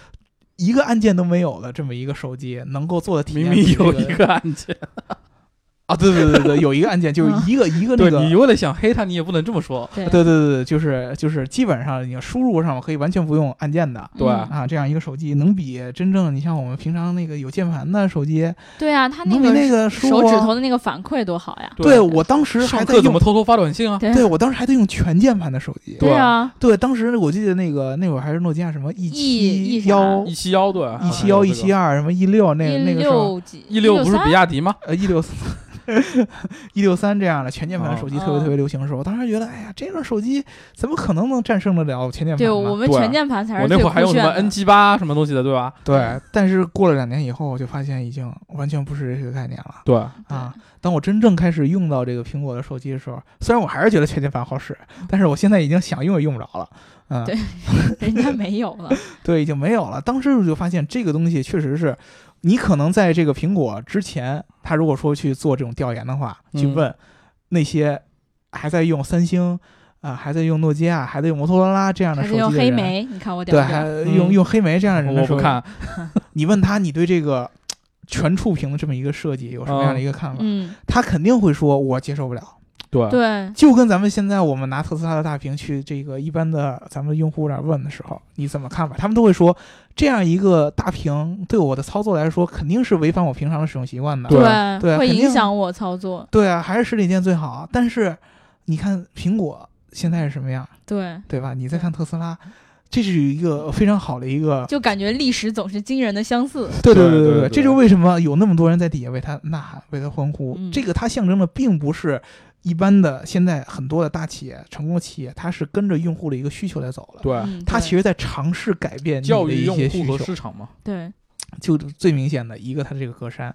[SPEAKER 3] 一个按键都没有的这么一个手机能够做的体
[SPEAKER 4] 明
[SPEAKER 3] 验
[SPEAKER 4] 明
[SPEAKER 3] 比这
[SPEAKER 4] 有一个按键，
[SPEAKER 3] 啊，对对对对，有一个按键就是
[SPEAKER 2] 嗯
[SPEAKER 3] 一个一个那
[SPEAKER 4] 对
[SPEAKER 3] 个。
[SPEAKER 4] 你为了想黑他，你也不能这么说。
[SPEAKER 2] 对
[SPEAKER 3] 对对对对，就是就是，基本上你输入上可以完全不用按键的
[SPEAKER 2] 嗯
[SPEAKER 4] 对
[SPEAKER 3] 啊，这样一个手机能比真正你像我们平常那个有键盘的手机，
[SPEAKER 2] 对啊，它
[SPEAKER 3] 能比
[SPEAKER 2] 个
[SPEAKER 3] 那个
[SPEAKER 2] 手
[SPEAKER 3] 舒服
[SPEAKER 2] 手
[SPEAKER 3] 啊
[SPEAKER 2] 指头的那个反馈多好呀。
[SPEAKER 3] 对我当时还
[SPEAKER 4] 上
[SPEAKER 3] 在
[SPEAKER 4] 课怎么
[SPEAKER 3] 用，
[SPEAKER 4] 偷偷发短信啊？
[SPEAKER 2] 对
[SPEAKER 3] 对我当时还在用全键盘的手机，
[SPEAKER 4] 对
[SPEAKER 2] 啊，
[SPEAKER 3] 对，当时我记得那个那会儿还是诺基亚什么 E 七
[SPEAKER 2] E- E
[SPEAKER 3] 幺
[SPEAKER 2] 啥
[SPEAKER 4] 一七幺对，
[SPEAKER 3] 一七幺、一七
[SPEAKER 4] 幺，
[SPEAKER 3] 二什么一六那
[SPEAKER 2] 一
[SPEAKER 3] 那个时候，
[SPEAKER 2] 六几
[SPEAKER 4] 一六不是
[SPEAKER 2] 三
[SPEAKER 4] 比亚迪吗？
[SPEAKER 3] 呃一六一六三这样的全键
[SPEAKER 4] 啊
[SPEAKER 3] 盘的手机
[SPEAKER 2] 哦
[SPEAKER 3] 特别特别流行的时候，我当时觉得，哎呀，这个手机怎么可能能战胜得了全键盘
[SPEAKER 2] 对
[SPEAKER 3] 呢？
[SPEAKER 2] 我们
[SPEAKER 4] 对啊
[SPEAKER 2] 全键盘才
[SPEAKER 4] 我
[SPEAKER 2] 是
[SPEAKER 4] 那
[SPEAKER 2] 最
[SPEAKER 4] 会儿还
[SPEAKER 2] 酷
[SPEAKER 4] 用什
[SPEAKER 2] 炫
[SPEAKER 4] 么
[SPEAKER 2] 的。
[SPEAKER 4] N 七八什么东西的，对吧？
[SPEAKER 3] 对，但是过了两年以后，我就发现已经完全不是这个概念了
[SPEAKER 4] 对，
[SPEAKER 3] 啊！当我真正开始用到这个苹果的手机的时候，虽然我还是觉得全键盘好使，但是我现在已经想用也用不着了。嗯，
[SPEAKER 2] 对 人家没有 了。
[SPEAKER 3] 对，已经没有了。当时我就发现这个东西确实是，你可能在这个苹果之前，他如果说去做这种调研的话，去
[SPEAKER 4] 嗯
[SPEAKER 3] 问那些还在用三星啊、还在用诺基亚，还在用摩托罗拉这样的
[SPEAKER 2] 还
[SPEAKER 3] 手
[SPEAKER 2] 是
[SPEAKER 3] 机的
[SPEAKER 2] 用黑
[SPEAKER 3] 人
[SPEAKER 2] 莓，你看我屌
[SPEAKER 3] 对，
[SPEAKER 2] 不
[SPEAKER 3] 还
[SPEAKER 2] 屌？
[SPEAKER 3] 用
[SPEAKER 4] 嗯
[SPEAKER 3] 用黑莓这样的人的
[SPEAKER 4] 我
[SPEAKER 3] 时
[SPEAKER 4] 不
[SPEAKER 3] 候，
[SPEAKER 4] 看，
[SPEAKER 3] 你问他你对这个全触屏的这么一个设计有什么样的一个看法，
[SPEAKER 2] 嗯，
[SPEAKER 3] 他肯定会说我接受不了，
[SPEAKER 4] 对
[SPEAKER 2] 对，
[SPEAKER 3] 就跟咱们现在我们拿特斯拉的大屏去这个一般的咱们用户那儿问的时候，你怎么看吧？他们都会说，这样一个大屏对我的操作来说，肯定是违反我平常的使用习惯的。
[SPEAKER 4] 对啊
[SPEAKER 3] 对啊
[SPEAKER 2] 会
[SPEAKER 3] 肯
[SPEAKER 2] 影
[SPEAKER 3] 定
[SPEAKER 2] 响我操作。
[SPEAKER 3] 对啊，还是实体店最好。但是你看苹果现在是什么样，
[SPEAKER 4] 啊
[SPEAKER 2] 对，
[SPEAKER 3] 对吧？你再看特斯拉，这是一个非常好的一个。
[SPEAKER 2] 就感觉历史总是惊人的相似。
[SPEAKER 3] 对
[SPEAKER 4] 对
[SPEAKER 3] 对
[SPEAKER 4] 对
[SPEAKER 3] 对
[SPEAKER 4] 对
[SPEAKER 3] 这就是为什么有那么多人在底下为他呐喊、为他欢呼。
[SPEAKER 2] 嗯
[SPEAKER 3] 这个它象征的并不是一般的现在很多的大企业、成功的企业，它是跟着用户的一个需求在走了。
[SPEAKER 4] 对，啊
[SPEAKER 2] 嗯，
[SPEAKER 3] 它
[SPEAKER 2] 对
[SPEAKER 3] 其实在尝试改变你
[SPEAKER 4] 教
[SPEAKER 3] 的
[SPEAKER 4] 育
[SPEAKER 3] 一
[SPEAKER 4] 用
[SPEAKER 3] 些
[SPEAKER 4] 户
[SPEAKER 3] 需
[SPEAKER 4] 和
[SPEAKER 3] 求。
[SPEAKER 4] 市场嘛，
[SPEAKER 2] 对
[SPEAKER 3] 就最明显的一个，它这个格栅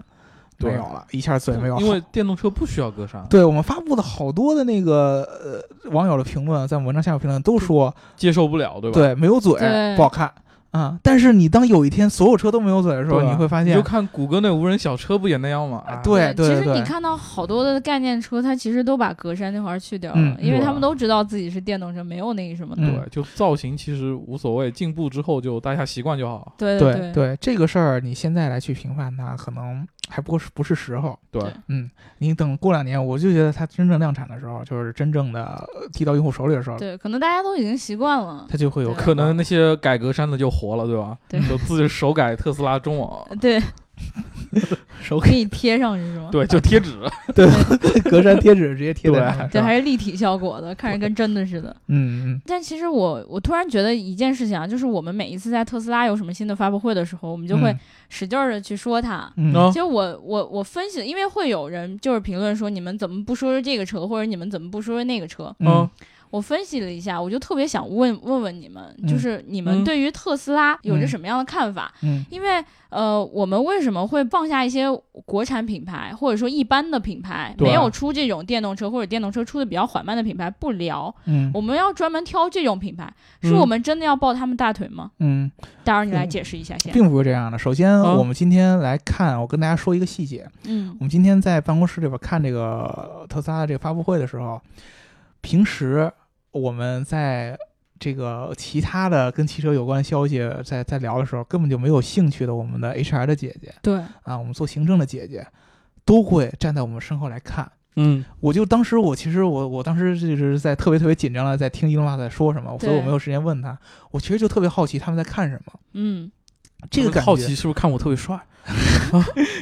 [SPEAKER 3] 没
[SPEAKER 4] 对
[SPEAKER 3] 有了，一下嘴没有了。
[SPEAKER 4] 因为电动车不需要格栅，
[SPEAKER 3] 对我们发布了好多的那个呃网友的评论，在我们文章下方评论都说，
[SPEAKER 4] 接受不了，对吧？
[SPEAKER 3] 对没有嘴
[SPEAKER 2] 对
[SPEAKER 3] 不好看啊、但是你当有一天所有车都没有嘴的时候，
[SPEAKER 4] 对吧啊
[SPEAKER 3] 你会发
[SPEAKER 4] 你就
[SPEAKER 3] 现，
[SPEAKER 4] 看谷歌那无人小车不也那样吗？啊
[SPEAKER 3] 对对
[SPEAKER 2] 其实
[SPEAKER 3] 对
[SPEAKER 2] 你看到好多的概念车，它其实都把格栅那块儿去掉了，
[SPEAKER 3] 嗯
[SPEAKER 2] 因为
[SPEAKER 4] 对
[SPEAKER 2] 他们都知道自己是电动车，没有那个什么的。
[SPEAKER 3] 嗯
[SPEAKER 4] 对，就造型其实无所谓，进步之后就大家习惯就好。
[SPEAKER 2] 对
[SPEAKER 3] 对
[SPEAKER 2] 对
[SPEAKER 3] 对这个事儿，你现在来去评判它，可能还不是不是时候。
[SPEAKER 4] 对
[SPEAKER 2] 对
[SPEAKER 3] 嗯，你等过两年，我就觉得它真正量产的时候，就是真正的呃递到用户手里的时候，
[SPEAKER 2] 对可能大家都已经习惯了。
[SPEAKER 3] 它就会有
[SPEAKER 2] 对
[SPEAKER 3] 改
[SPEAKER 4] 可
[SPEAKER 3] 观
[SPEAKER 4] 能那些改格栅的就活了，对吧？
[SPEAKER 2] 对呃
[SPEAKER 4] 就自己手改特斯拉中网，
[SPEAKER 2] 对，
[SPEAKER 3] 手
[SPEAKER 2] 可以贴上去是吗？
[SPEAKER 4] 对，就贴纸，
[SPEAKER 3] 对格栅贴纸直接贴在那儿，
[SPEAKER 2] 对，
[SPEAKER 3] 是吧
[SPEAKER 2] 还是立体效果的，看着跟真的似的。
[SPEAKER 3] 嗯嗯。
[SPEAKER 2] 但其实我我突然觉得一件事情啊，就是我们每一次在特斯拉有什么新的发布会的时候，我们就会
[SPEAKER 3] 嗯
[SPEAKER 2] 使劲的去说它。
[SPEAKER 3] 嗯
[SPEAKER 4] 啊
[SPEAKER 2] 其实我我我分析，因为会有人就是评论说你们怎么不说说这个车，或者你们怎么不说说那个车。
[SPEAKER 4] 嗯，
[SPEAKER 2] 我分析了一下，我就特别想问问问你们，
[SPEAKER 3] 嗯
[SPEAKER 2] 就是你们
[SPEAKER 4] 嗯
[SPEAKER 2] 对于特斯拉有着
[SPEAKER 3] 嗯
[SPEAKER 2] 什么样的看法？
[SPEAKER 3] 嗯
[SPEAKER 2] 因为呃，我们为什么会放下一些国产品牌，或者说一般的品牌，
[SPEAKER 4] 对
[SPEAKER 2] 没
[SPEAKER 3] 啊
[SPEAKER 2] 有出这种电动车或者电动车出的比较缓慢的品牌不聊？
[SPEAKER 3] 嗯
[SPEAKER 2] 我们要专门挑这种品牌，
[SPEAKER 4] 嗯
[SPEAKER 2] 是我们真的要抱他们大腿吗？
[SPEAKER 3] 嗯，
[SPEAKER 2] 待会儿你来
[SPEAKER 3] 嗯
[SPEAKER 2] 解释一下先。
[SPEAKER 3] 并不是这样的。首先，
[SPEAKER 4] 啊
[SPEAKER 3] 我们今天来看，我跟大家说一个细节。
[SPEAKER 2] 嗯
[SPEAKER 3] 我们今天在办公室里边看这个特斯拉的这个发布会的时候，平时我们在这个其他的跟汽车有关的消息在在聊的时候，根本就没有兴趣的我们的 HR 的姐姐
[SPEAKER 2] 对，
[SPEAKER 3] 啊，我们做行政的姐姐，都会站在我们身后来看。
[SPEAKER 4] 嗯，
[SPEAKER 3] 我就当时我其实我我当时就是在特别特别紧张的在听伊隆马斯克在说什么，所以
[SPEAKER 2] 对
[SPEAKER 3] 我没有时间问他。我其实就特别好奇他们在看什么，
[SPEAKER 2] 嗯，
[SPEAKER 3] 这个
[SPEAKER 4] 他
[SPEAKER 3] 感
[SPEAKER 4] 们
[SPEAKER 3] 觉
[SPEAKER 4] 好奇是不是看我特别帅？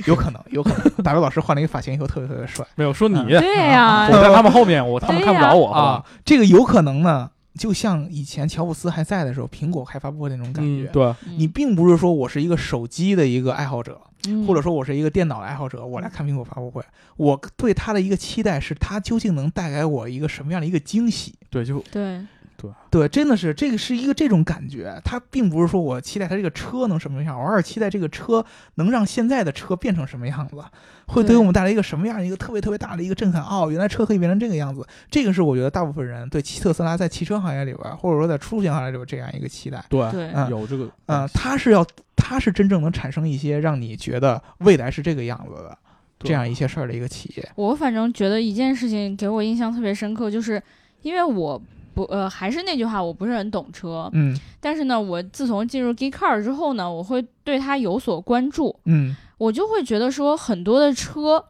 [SPEAKER 3] 有可能，有可能。大刘老师换了一个发型以后特别特别帅
[SPEAKER 4] 没有，说你，
[SPEAKER 3] 嗯
[SPEAKER 4] 我
[SPEAKER 2] 对呀、
[SPEAKER 4] 在他们后面，我他们
[SPEAKER 2] 对
[SPEAKER 4] 看不
[SPEAKER 2] 呀
[SPEAKER 4] 着我嗯
[SPEAKER 3] 啊！，这个有可能呢，就像以前乔布斯还在的时候，苹果开发布会那种感
[SPEAKER 4] 嗯
[SPEAKER 3] 觉，。
[SPEAKER 4] 对，
[SPEAKER 2] 嗯
[SPEAKER 3] 你并不是说我是一个手机的一个爱好者，
[SPEAKER 2] 嗯
[SPEAKER 3] 或者说我是一个电脑的爱好者，我来看苹果发布会，我对它的一个期待是它究竟能带给我一个什么样的一个惊喜？
[SPEAKER 4] 对，就
[SPEAKER 3] 啊
[SPEAKER 2] 对
[SPEAKER 3] 对，真的是这个是一个这种感觉，它并不是说我期待它这个车能什么样，我而是期待这个车能让现在的车变成什么样子，会对
[SPEAKER 2] 对
[SPEAKER 3] 我们带来一个什么样一个特别特别大的一个震撼。哦，原来车可以变成这个样子，这个是我觉得大部分人对汽特斯拉在汽车行业里边儿，或者说在出行行业里边儿这样一个期待。
[SPEAKER 4] 对
[SPEAKER 2] 对
[SPEAKER 3] 嗯
[SPEAKER 4] 有这个，
[SPEAKER 3] 嗯、它是要它是真正能产生一些让你觉得未来是这个样子的
[SPEAKER 4] 对
[SPEAKER 3] 这样一些事儿的一个企业。
[SPEAKER 2] 我反正觉得一件事情给我印象特别深刻，就是因为我不呃，还是那句话，我不是很懂车，
[SPEAKER 3] 嗯
[SPEAKER 2] 但是呢，我自从进入 Geek Car 之后呢，我会对它有所关注，
[SPEAKER 3] 嗯
[SPEAKER 2] 我就会觉得说很多的车。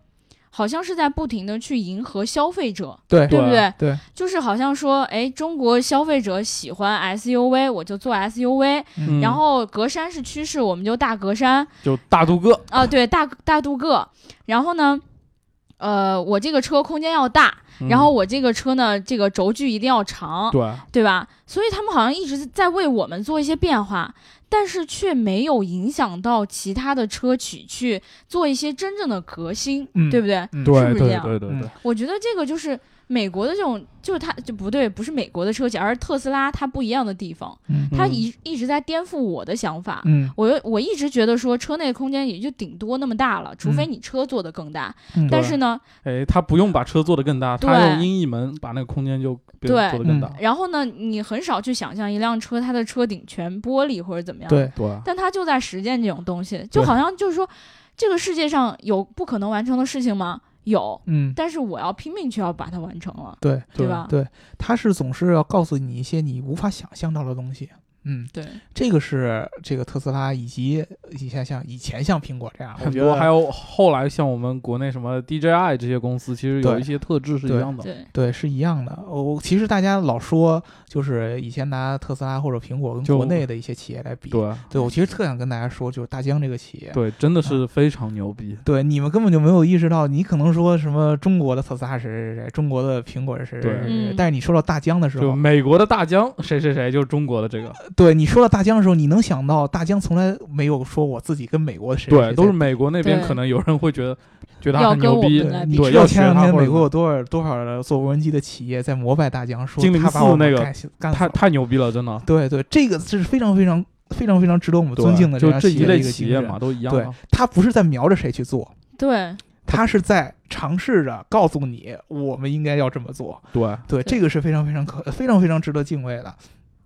[SPEAKER 2] 好像是在不停的去迎合消费者，
[SPEAKER 3] 对
[SPEAKER 2] 对不
[SPEAKER 4] 啊
[SPEAKER 2] 对？
[SPEAKER 3] 对，
[SPEAKER 2] 就是好像说，哎，中国消费者喜欢 SUV，我就做 SUV，、
[SPEAKER 4] 嗯
[SPEAKER 2] 然后格栅是趋势，我们就大格栅，
[SPEAKER 4] 就大镀铬，
[SPEAKER 2] 啊，对，大大镀铬。然后呢，呃，我这个车空间要大，然后
[SPEAKER 4] 嗯
[SPEAKER 2] 我这个车呢，这个轴距一定要长，
[SPEAKER 4] 对，
[SPEAKER 2] 对吧？所以他们好像一直在为我们做一些变化，但是却没有影响到其他的车企去做一些真正的革新，
[SPEAKER 3] 嗯
[SPEAKER 2] 对不对？
[SPEAKER 3] 嗯
[SPEAKER 2] 是不
[SPEAKER 4] 对
[SPEAKER 2] 是这
[SPEAKER 4] 对
[SPEAKER 2] 样
[SPEAKER 4] 对对对，
[SPEAKER 2] 我觉得这个就是美国的这种，就是它就不对，不是美国的车企，而是特斯拉它不一样的地方，
[SPEAKER 3] 嗯
[SPEAKER 2] 它
[SPEAKER 4] 嗯
[SPEAKER 2] 一一直在颠覆我的想法。
[SPEAKER 3] 嗯
[SPEAKER 2] 我又我一直觉得说车内空间也就顶多那么大了，除非你车做得更大。
[SPEAKER 3] 嗯
[SPEAKER 2] 但是呢，
[SPEAKER 4] 哎，他不用把车做得更大，他
[SPEAKER 2] 对
[SPEAKER 4] 用音译门把那个空间就变
[SPEAKER 2] 对嗯
[SPEAKER 4] 做得更大，
[SPEAKER 2] 然后呢，你很少去想象一辆车它的车顶全玻璃或者怎么样。
[SPEAKER 3] 对，
[SPEAKER 4] 对，
[SPEAKER 2] 但它就在实践这种东西，就好像就是说，这个世界上有不可能完成的事情吗？有，
[SPEAKER 3] 嗯。
[SPEAKER 2] 但是我要拼命去要把它完成了，
[SPEAKER 3] 对
[SPEAKER 2] 对吧？
[SPEAKER 3] 对，它是总是要告诉你一些你无法想象到的东西。嗯，
[SPEAKER 2] 对，
[SPEAKER 3] 这个是这个特斯拉以及以前像以前像苹果这样，我
[SPEAKER 4] 很
[SPEAKER 3] 觉
[SPEAKER 4] 多
[SPEAKER 3] 得
[SPEAKER 4] 还有后来像我们国内什么 DJI 这些公司，其实有
[SPEAKER 3] 对
[SPEAKER 4] 一些特质是一
[SPEAKER 3] 对
[SPEAKER 4] 样的。
[SPEAKER 2] 对，
[SPEAKER 3] 对是一样的。我、我其实大家老说就是以前拿特斯拉或者苹果跟
[SPEAKER 4] 就
[SPEAKER 3] 国内的一些企业来比，
[SPEAKER 4] 对
[SPEAKER 3] 对我其实特想跟大家说，就是大疆这个企业，
[SPEAKER 4] 对，真的是非常牛逼。
[SPEAKER 3] 对，你们根本就没有意识到，你可能说什么中国的特斯拉是谁谁谁，中国的苹果是谁谁谁谁
[SPEAKER 2] 对，
[SPEAKER 3] 但是你说到大疆的时
[SPEAKER 4] 就
[SPEAKER 3] 候，
[SPEAKER 4] 美国的大疆，谁谁谁就是中国的这 个，
[SPEAKER 3] 对你说到大疆的时候，你能想到大疆从来没有说我自己跟美国谁谁
[SPEAKER 4] 对，
[SPEAKER 3] 谁
[SPEAKER 4] 都是
[SPEAKER 3] 在
[SPEAKER 4] 美国那边
[SPEAKER 2] 对
[SPEAKER 4] 可能有人会觉得觉得
[SPEAKER 2] 要
[SPEAKER 4] 他很
[SPEAKER 2] 跟
[SPEAKER 4] 牛
[SPEAKER 2] 我
[SPEAKER 4] 逼
[SPEAKER 2] 们来，比
[SPEAKER 3] 你
[SPEAKER 4] 对，
[SPEAKER 3] 知道
[SPEAKER 4] 要学
[SPEAKER 3] 前两
[SPEAKER 4] 他
[SPEAKER 3] 天
[SPEAKER 4] 或者
[SPEAKER 3] 美国有
[SPEAKER 4] 怎
[SPEAKER 3] 多少多少的做无人机的企业在膜拜大疆，说
[SPEAKER 4] 精灵
[SPEAKER 3] 他把
[SPEAKER 4] 寺
[SPEAKER 3] 我们
[SPEAKER 4] 那个
[SPEAKER 3] 干死干
[SPEAKER 4] 么太
[SPEAKER 3] 死了
[SPEAKER 4] 太牛逼了，真的。
[SPEAKER 3] 对对，这个是非常非常非常非常值得我们
[SPEAKER 4] 对
[SPEAKER 3] 尊敬的
[SPEAKER 4] 就
[SPEAKER 3] 样
[SPEAKER 4] 这
[SPEAKER 3] 企业的
[SPEAKER 4] 类
[SPEAKER 3] 一个
[SPEAKER 4] 企
[SPEAKER 3] 精
[SPEAKER 4] 业
[SPEAKER 3] 神
[SPEAKER 4] 嘛，，都一样
[SPEAKER 3] 对
[SPEAKER 4] 嘛。
[SPEAKER 3] 他不是在瞄着谁去做，
[SPEAKER 2] 对，
[SPEAKER 3] 他是在尝试着告诉你我们应该要这么做。
[SPEAKER 4] 对，
[SPEAKER 3] 对，这个是非常非常可非常非常值得敬畏的。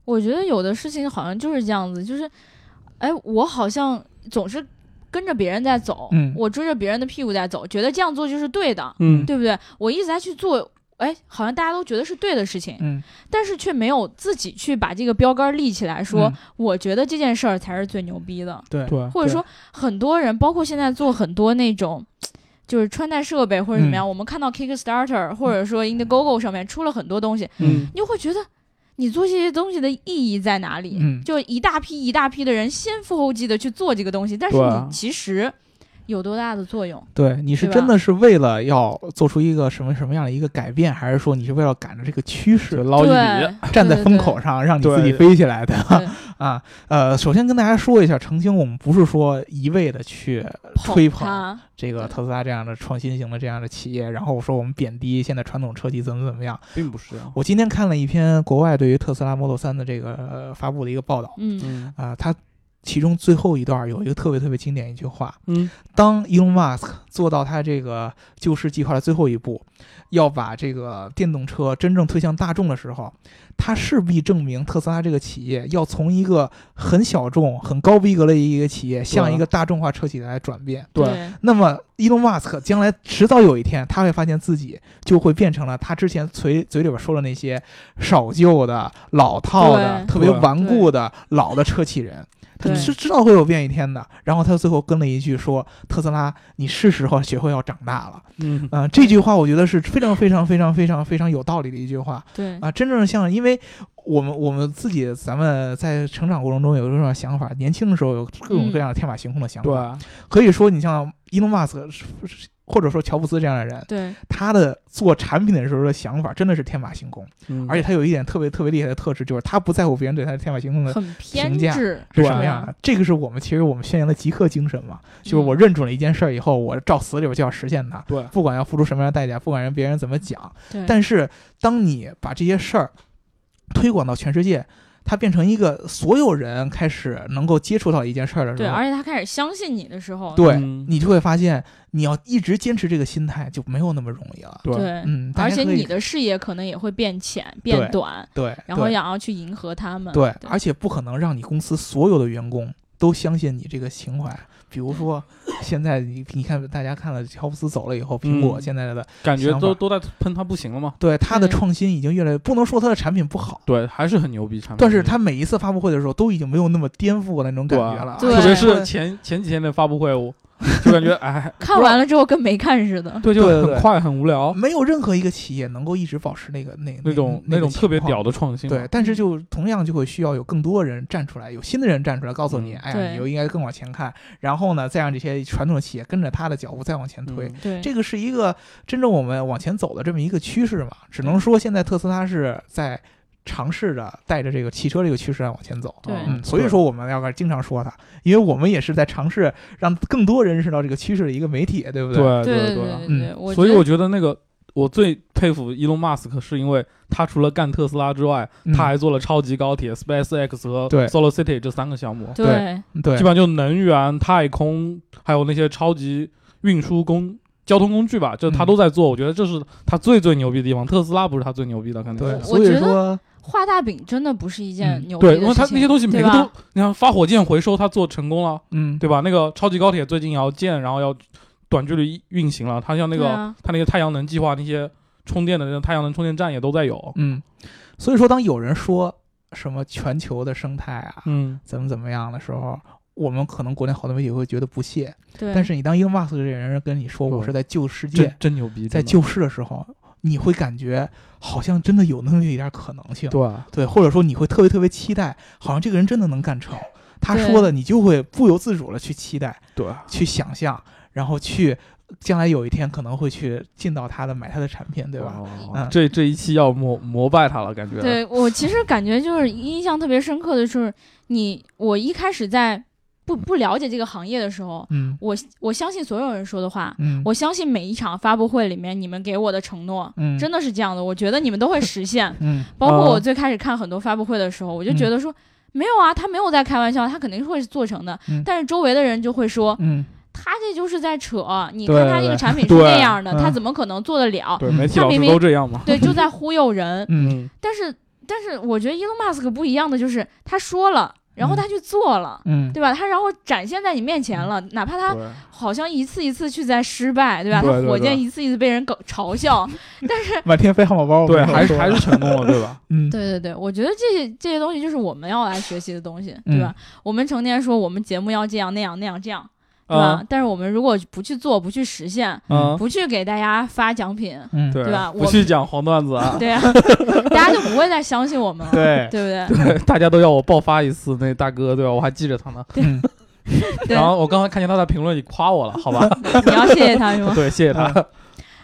[SPEAKER 2] 我觉得有的事情好像就是这样子，就是，哎，我好像总是跟着别人在走，
[SPEAKER 3] 嗯
[SPEAKER 2] 我追着别人的屁股在走，觉得这样做就是对的，
[SPEAKER 4] 嗯，
[SPEAKER 2] 对不对？我一直在去做，哎，好像大家都觉得是对的事情，
[SPEAKER 3] 嗯，
[SPEAKER 2] 但是却没有自己去把这个标杆立起来说，
[SPEAKER 3] 嗯
[SPEAKER 2] 我觉得这件事儿才是最牛逼的，
[SPEAKER 3] 对
[SPEAKER 4] 对，
[SPEAKER 2] 或者说很多人，包括现在做很多那种。就是穿戴设备或者怎么
[SPEAKER 3] 嗯
[SPEAKER 2] 样，我们看到 Kickstarter 或者说 Indiegogo 上面出了很多东西，
[SPEAKER 4] 嗯，
[SPEAKER 2] 你就会觉得你做这些东西的意义在哪里？
[SPEAKER 3] 嗯
[SPEAKER 2] 就一大批一大批的人先赴后继的去做这个东西，但是
[SPEAKER 4] 对啊
[SPEAKER 2] 你其实有多大的作用？
[SPEAKER 3] 对，你是
[SPEAKER 2] 对吧
[SPEAKER 3] 真的是为了要做出一个什么什么样的一个改变，还是说你是为了赶着这个趋
[SPEAKER 4] 就
[SPEAKER 3] 势，
[SPEAKER 4] 捞一笔
[SPEAKER 2] 对，，
[SPEAKER 3] 站在
[SPEAKER 2] 对
[SPEAKER 3] 风口，上让你
[SPEAKER 4] 对
[SPEAKER 3] 自己飞起来的
[SPEAKER 2] 对对
[SPEAKER 3] 啊？呃，首先跟大家说一下，澄清，我们不是说一味的去吹捧
[SPEAKER 2] 它，
[SPEAKER 3] 这个
[SPEAKER 2] 对
[SPEAKER 3] 特斯拉这样的创新型的这样的企业，然后说我们贬低现在传统车企怎么怎么样。
[SPEAKER 4] 并不是啊这样。
[SPEAKER 3] 我今天看了一篇国外对于特斯拉 Model 3的这个、呃发布的一个报道，
[SPEAKER 2] 嗯，
[SPEAKER 4] 嗯
[SPEAKER 3] 啊、它其中最后一段有一个特别特别经典一句话，
[SPEAKER 4] 嗯，
[SPEAKER 3] 当 Elon Musk 做到他这个救市计划的最后一步，要把这个电动车真正推向大众的时候，他势必证明特斯拉这个企业要从一个很小众、很高逼格的一个企业，向一个大众化车企来转变。
[SPEAKER 4] 对
[SPEAKER 3] 那么，Elon Musk 将来迟早有一天，他会发现自己就会变成了他之前嘴嘴里边说的那些守旧的、老套的、
[SPEAKER 2] 对
[SPEAKER 3] 特别顽固的老的车企人。他
[SPEAKER 2] 对
[SPEAKER 3] 是知道会有变一天的，然后他最后跟了一句说：“特斯拉，你是时候学会要长大了。
[SPEAKER 4] 嗯，
[SPEAKER 3] 嗯，这句话我觉得是非常非常非常非常非常有道理的一句话
[SPEAKER 2] 对
[SPEAKER 3] 啊！真正像，因为我们我们自己咱们在成长过程中有这种想法，年轻的时候有各种
[SPEAKER 2] 嗯
[SPEAKER 3] 各样天马行空的想法，
[SPEAKER 4] 对，
[SPEAKER 3] 可以说，你像伊隆马斯克或者说乔布斯这样的人，
[SPEAKER 2] 对
[SPEAKER 3] 他的做产品的时候的想法真的是天马行空，
[SPEAKER 4] 嗯
[SPEAKER 3] 而且他有一点特别特别厉害的特质，就是他不在乎别人对他的天马行空的
[SPEAKER 2] 很啊偏
[SPEAKER 3] 嗯评价
[SPEAKER 2] 执，
[SPEAKER 3] 是
[SPEAKER 4] 对
[SPEAKER 3] 什么样的。这个是我们其实我们宣扬的极客精神嘛，就是我
[SPEAKER 2] 嗯
[SPEAKER 3] 认准了一件事儿以后，我照死里边就要实现它，
[SPEAKER 4] 对
[SPEAKER 3] 不管要付出什么样的代价，不管让别人怎么讲。
[SPEAKER 2] 对，
[SPEAKER 3] 但是当你把这些事儿推广到全世界。它变成一个所有人开始能够接触到一件事儿的时
[SPEAKER 2] 对，
[SPEAKER 3] 候，
[SPEAKER 2] 而且他开始相信你的时候，
[SPEAKER 3] 对，
[SPEAKER 4] 嗯
[SPEAKER 3] 你就会发现，你要一直坚持这个心态就没有那么容易了。
[SPEAKER 4] 对
[SPEAKER 2] 对
[SPEAKER 3] 嗯，大
[SPEAKER 2] 而
[SPEAKER 3] 家
[SPEAKER 2] 且
[SPEAKER 3] 可以
[SPEAKER 2] 你的视野可能也会变浅、变短，
[SPEAKER 3] 对，
[SPEAKER 2] 然后
[SPEAKER 3] 对
[SPEAKER 2] 想要去迎合他们，
[SPEAKER 3] 对，而且不可能让你公司所有的员工都相信你这个情怀。比如说，现在你你看，大家看了乔布斯走了以后，苹果
[SPEAKER 4] 嗯
[SPEAKER 3] 现在的
[SPEAKER 4] 感觉
[SPEAKER 3] 想
[SPEAKER 4] 都
[SPEAKER 3] 法
[SPEAKER 4] 都在喷他不行了嘛。
[SPEAKER 3] 对它的
[SPEAKER 2] 对
[SPEAKER 3] 创新已经越来越，不能说它的产品不好。
[SPEAKER 4] 对，还是很牛逼产品。
[SPEAKER 3] 但是它每一次发布会的时候，都已经没有那么颠覆的那种感
[SPEAKER 4] 嗯对啊
[SPEAKER 3] 觉了，
[SPEAKER 2] 对
[SPEAKER 4] 特别
[SPEAKER 3] 对
[SPEAKER 4] 是前前几天的发布 会，我就感觉哎，
[SPEAKER 2] 看完了之后跟没看似的，
[SPEAKER 4] 对，就
[SPEAKER 3] 对对
[SPEAKER 4] 很
[SPEAKER 3] 对
[SPEAKER 4] 快很无聊，
[SPEAKER 3] 没有任何一个企业能够一直保持那个那
[SPEAKER 4] 那种
[SPEAKER 3] 那
[SPEAKER 4] 那
[SPEAKER 3] 个
[SPEAKER 4] 种特别
[SPEAKER 3] 情况
[SPEAKER 4] 屌的创新嘛。
[SPEAKER 3] 对，但是就同样就会需要有更多人站出来，有新的人站出来告诉你，
[SPEAKER 4] 嗯
[SPEAKER 3] 哎呀，
[SPEAKER 2] 对
[SPEAKER 3] 你就应该更往前看，然后呢，再让这些传统企业跟着他的脚步再往前推。
[SPEAKER 4] 嗯
[SPEAKER 2] 对，
[SPEAKER 3] 这个是一个真正我们往前走的这么一个趋势嘛，只能说现在特斯拉是在尝试着带着这个汽车这个趋势来往前走。
[SPEAKER 2] 对
[SPEAKER 3] 嗯，所以说我们要经常说它，因为我们也是在尝试让更多人认识到这个趋势的一个媒体，对不
[SPEAKER 4] 对对
[SPEAKER 2] 对
[SPEAKER 4] 对啊
[SPEAKER 2] 对
[SPEAKER 3] 嗯
[SPEAKER 2] 对，我
[SPEAKER 4] 所以
[SPEAKER 2] 觉得
[SPEAKER 4] 我觉得那个我最佩服伊隆马斯克，是因为他除了干特斯拉之外，
[SPEAKER 3] 嗯
[SPEAKER 4] 他还做了超级高铁、SpaceX 和
[SPEAKER 3] 对
[SPEAKER 4] Solar City 这三个项目，
[SPEAKER 2] 对
[SPEAKER 3] 对
[SPEAKER 4] 基本上就能源、太空，还有那些超级运输工。交通工具吧，这他
[SPEAKER 3] 嗯
[SPEAKER 4] 都在做，我觉得这是他最最牛逼的地方。特斯拉不是他最牛逼的，肯定
[SPEAKER 3] 对，
[SPEAKER 4] 是。
[SPEAKER 3] 所以
[SPEAKER 2] 觉得
[SPEAKER 3] 说
[SPEAKER 2] 画大饼真的不是一件
[SPEAKER 3] 嗯
[SPEAKER 2] 牛逼的
[SPEAKER 4] 对，
[SPEAKER 2] 事情，
[SPEAKER 4] 因为他那些东西每
[SPEAKER 2] 对
[SPEAKER 4] 个都
[SPEAKER 2] 吧，
[SPEAKER 4] 你看发火箭回收，他做成功了，
[SPEAKER 3] 嗯，
[SPEAKER 4] 对吧？那个超级高铁最近也要建，然后要短距离运行了。它像那
[SPEAKER 2] 对
[SPEAKER 4] 个、
[SPEAKER 2] 啊
[SPEAKER 4] 它那个太阳能计划，那些充电的那个太阳能充电站也都在有。
[SPEAKER 3] 嗯，所以说，当有人说什么全球的生态啊，
[SPEAKER 4] 嗯，
[SPEAKER 3] 怎么怎么样的时候，我们可能国内好多媒体会觉得不屑，
[SPEAKER 2] 对，
[SPEAKER 3] 但是你当英巴斯这人跟你说
[SPEAKER 4] 对
[SPEAKER 3] 我是在救世
[SPEAKER 4] 真
[SPEAKER 3] 界，
[SPEAKER 4] 真牛逼，
[SPEAKER 3] 在
[SPEAKER 4] 真的
[SPEAKER 3] 救世的时候，你会感觉好像真的有那么一点可能性，
[SPEAKER 4] 对，啊
[SPEAKER 3] 对，或者说你会特别特别期待，好像这个人真的能干成，他
[SPEAKER 2] 对
[SPEAKER 3] 说的你就会不由自主的去期待、
[SPEAKER 4] 对，啊
[SPEAKER 3] 去想象，然后去将来有一天可能会去进到他的买他的产品，对吧？
[SPEAKER 4] 哇？
[SPEAKER 3] 嗯
[SPEAKER 4] 这这一期要膜膜拜他了，感觉。
[SPEAKER 2] 对我其实感觉就是印象特别深刻的是你，我一开始在不不了解这个行业的时候，
[SPEAKER 3] 嗯
[SPEAKER 2] 我我相信所有人说的话，
[SPEAKER 3] 嗯，
[SPEAKER 2] 我相信每一场发布会里面你们给我的承诺。
[SPEAKER 3] 嗯
[SPEAKER 2] 真的是这样的，我觉得你们都会实现。
[SPEAKER 3] 嗯
[SPEAKER 2] 包括我
[SPEAKER 4] 啊
[SPEAKER 2] 最开始看很多发布会的时候，我就觉得说、没有啊，他没有在开玩笑，他肯定会做成的。
[SPEAKER 3] 嗯
[SPEAKER 2] 但是周围的人就会说
[SPEAKER 3] 嗯
[SPEAKER 2] 他这就是在扯，你
[SPEAKER 4] 对
[SPEAKER 2] 看
[SPEAKER 4] 对
[SPEAKER 2] 他这个
[SPEAKER 4] 对
[SPEAKER 2] 产品是
[SPEAKER 4] 对
[SPEAKER 2] 那样的，
[SPEAKER 3] 嗯
[SPEAKER 2] 他怎么可能做得了？
[SPEAKER 4] 对，
[SPEAKER 3] 嗯
[SPEAKER 4] 媒体
[SPEAKER 2] 他
[SPEAKER 4] 老师
[SPEAKER 2] 明明
[SPEAKER 4] 都这样嘛。
[SPEAKER 2] 对，就在忽悠人。
[SPEAKER 3] 嗯
[SPEAKER 4] 嗯，
[SPEAKER 2] 但是，但是我觉得 Elon Musk 不一样的就是他说了，然后他去做了。
[SPEAKER 3] 嗯，
[SPEAKER 2] 对吧？他然后展现在你面前了，哪怕他
[SPEAKER 4] 对，
[SPEAKER 2] 好像一次一次去在失败，对吧？
[SPEAKER 4] 对对
[SPEAKER 2] 他
[SPEAKER 4] 对
[SPEAKER 2] 火箭一次一次被人搞嘲笑，
[SPEAKER 3] 满天飞汉堡包，我
[SPEAKER 4] 对，
[SPEAKER 3] 们
[SPEAKER 4] 还是
[SPEAKER 3] 说
[SPEAKER 4] 还是成功了，对吧？
[SPEAKER 3] 嗯
[SPEAKER 2] 对对对，我觉得这些这些东西就是我们要来学习的东西，对吧？
[SPEAKER 4] 嗯
[SPEAKER 2] 我们成天说我们节目要这样那样那样这样， 对吧？
[SPEAKER 4] 啊
[SPEAKER 2] 但是我们如果不去做，不去实现，
[SPEAKER 4] 啊，
[SPEAKER 2] 不去给大家发奖 品，
[SPEAKER 3] 嗯
[SPEAKER 4] 对
[SPEAKER 2] 对吧
[SPEAKER 4] 不
[SPEAKER 2] 我
[SPEAKER 4] 去讲黄段子 啊，
[SPEAKER 2] 对呀、大家就不会再相信我们了，
[SPEAKER 3] 对
[SPEAKER 2] 对不对？
[SPEAKER 4] 对，大家都要我爆发一次，那大哥，对吧？我还记着他呢。
[SPEAKER 3] 嗯
[SPEAKER 2] 对
[SPEAKER 4] 然后我刚才看见他在评论里夸我了，好吧？
[SPEAKER 2] 你要谢谢他是吗？
[SPEAKER 4] 对，谢谢他。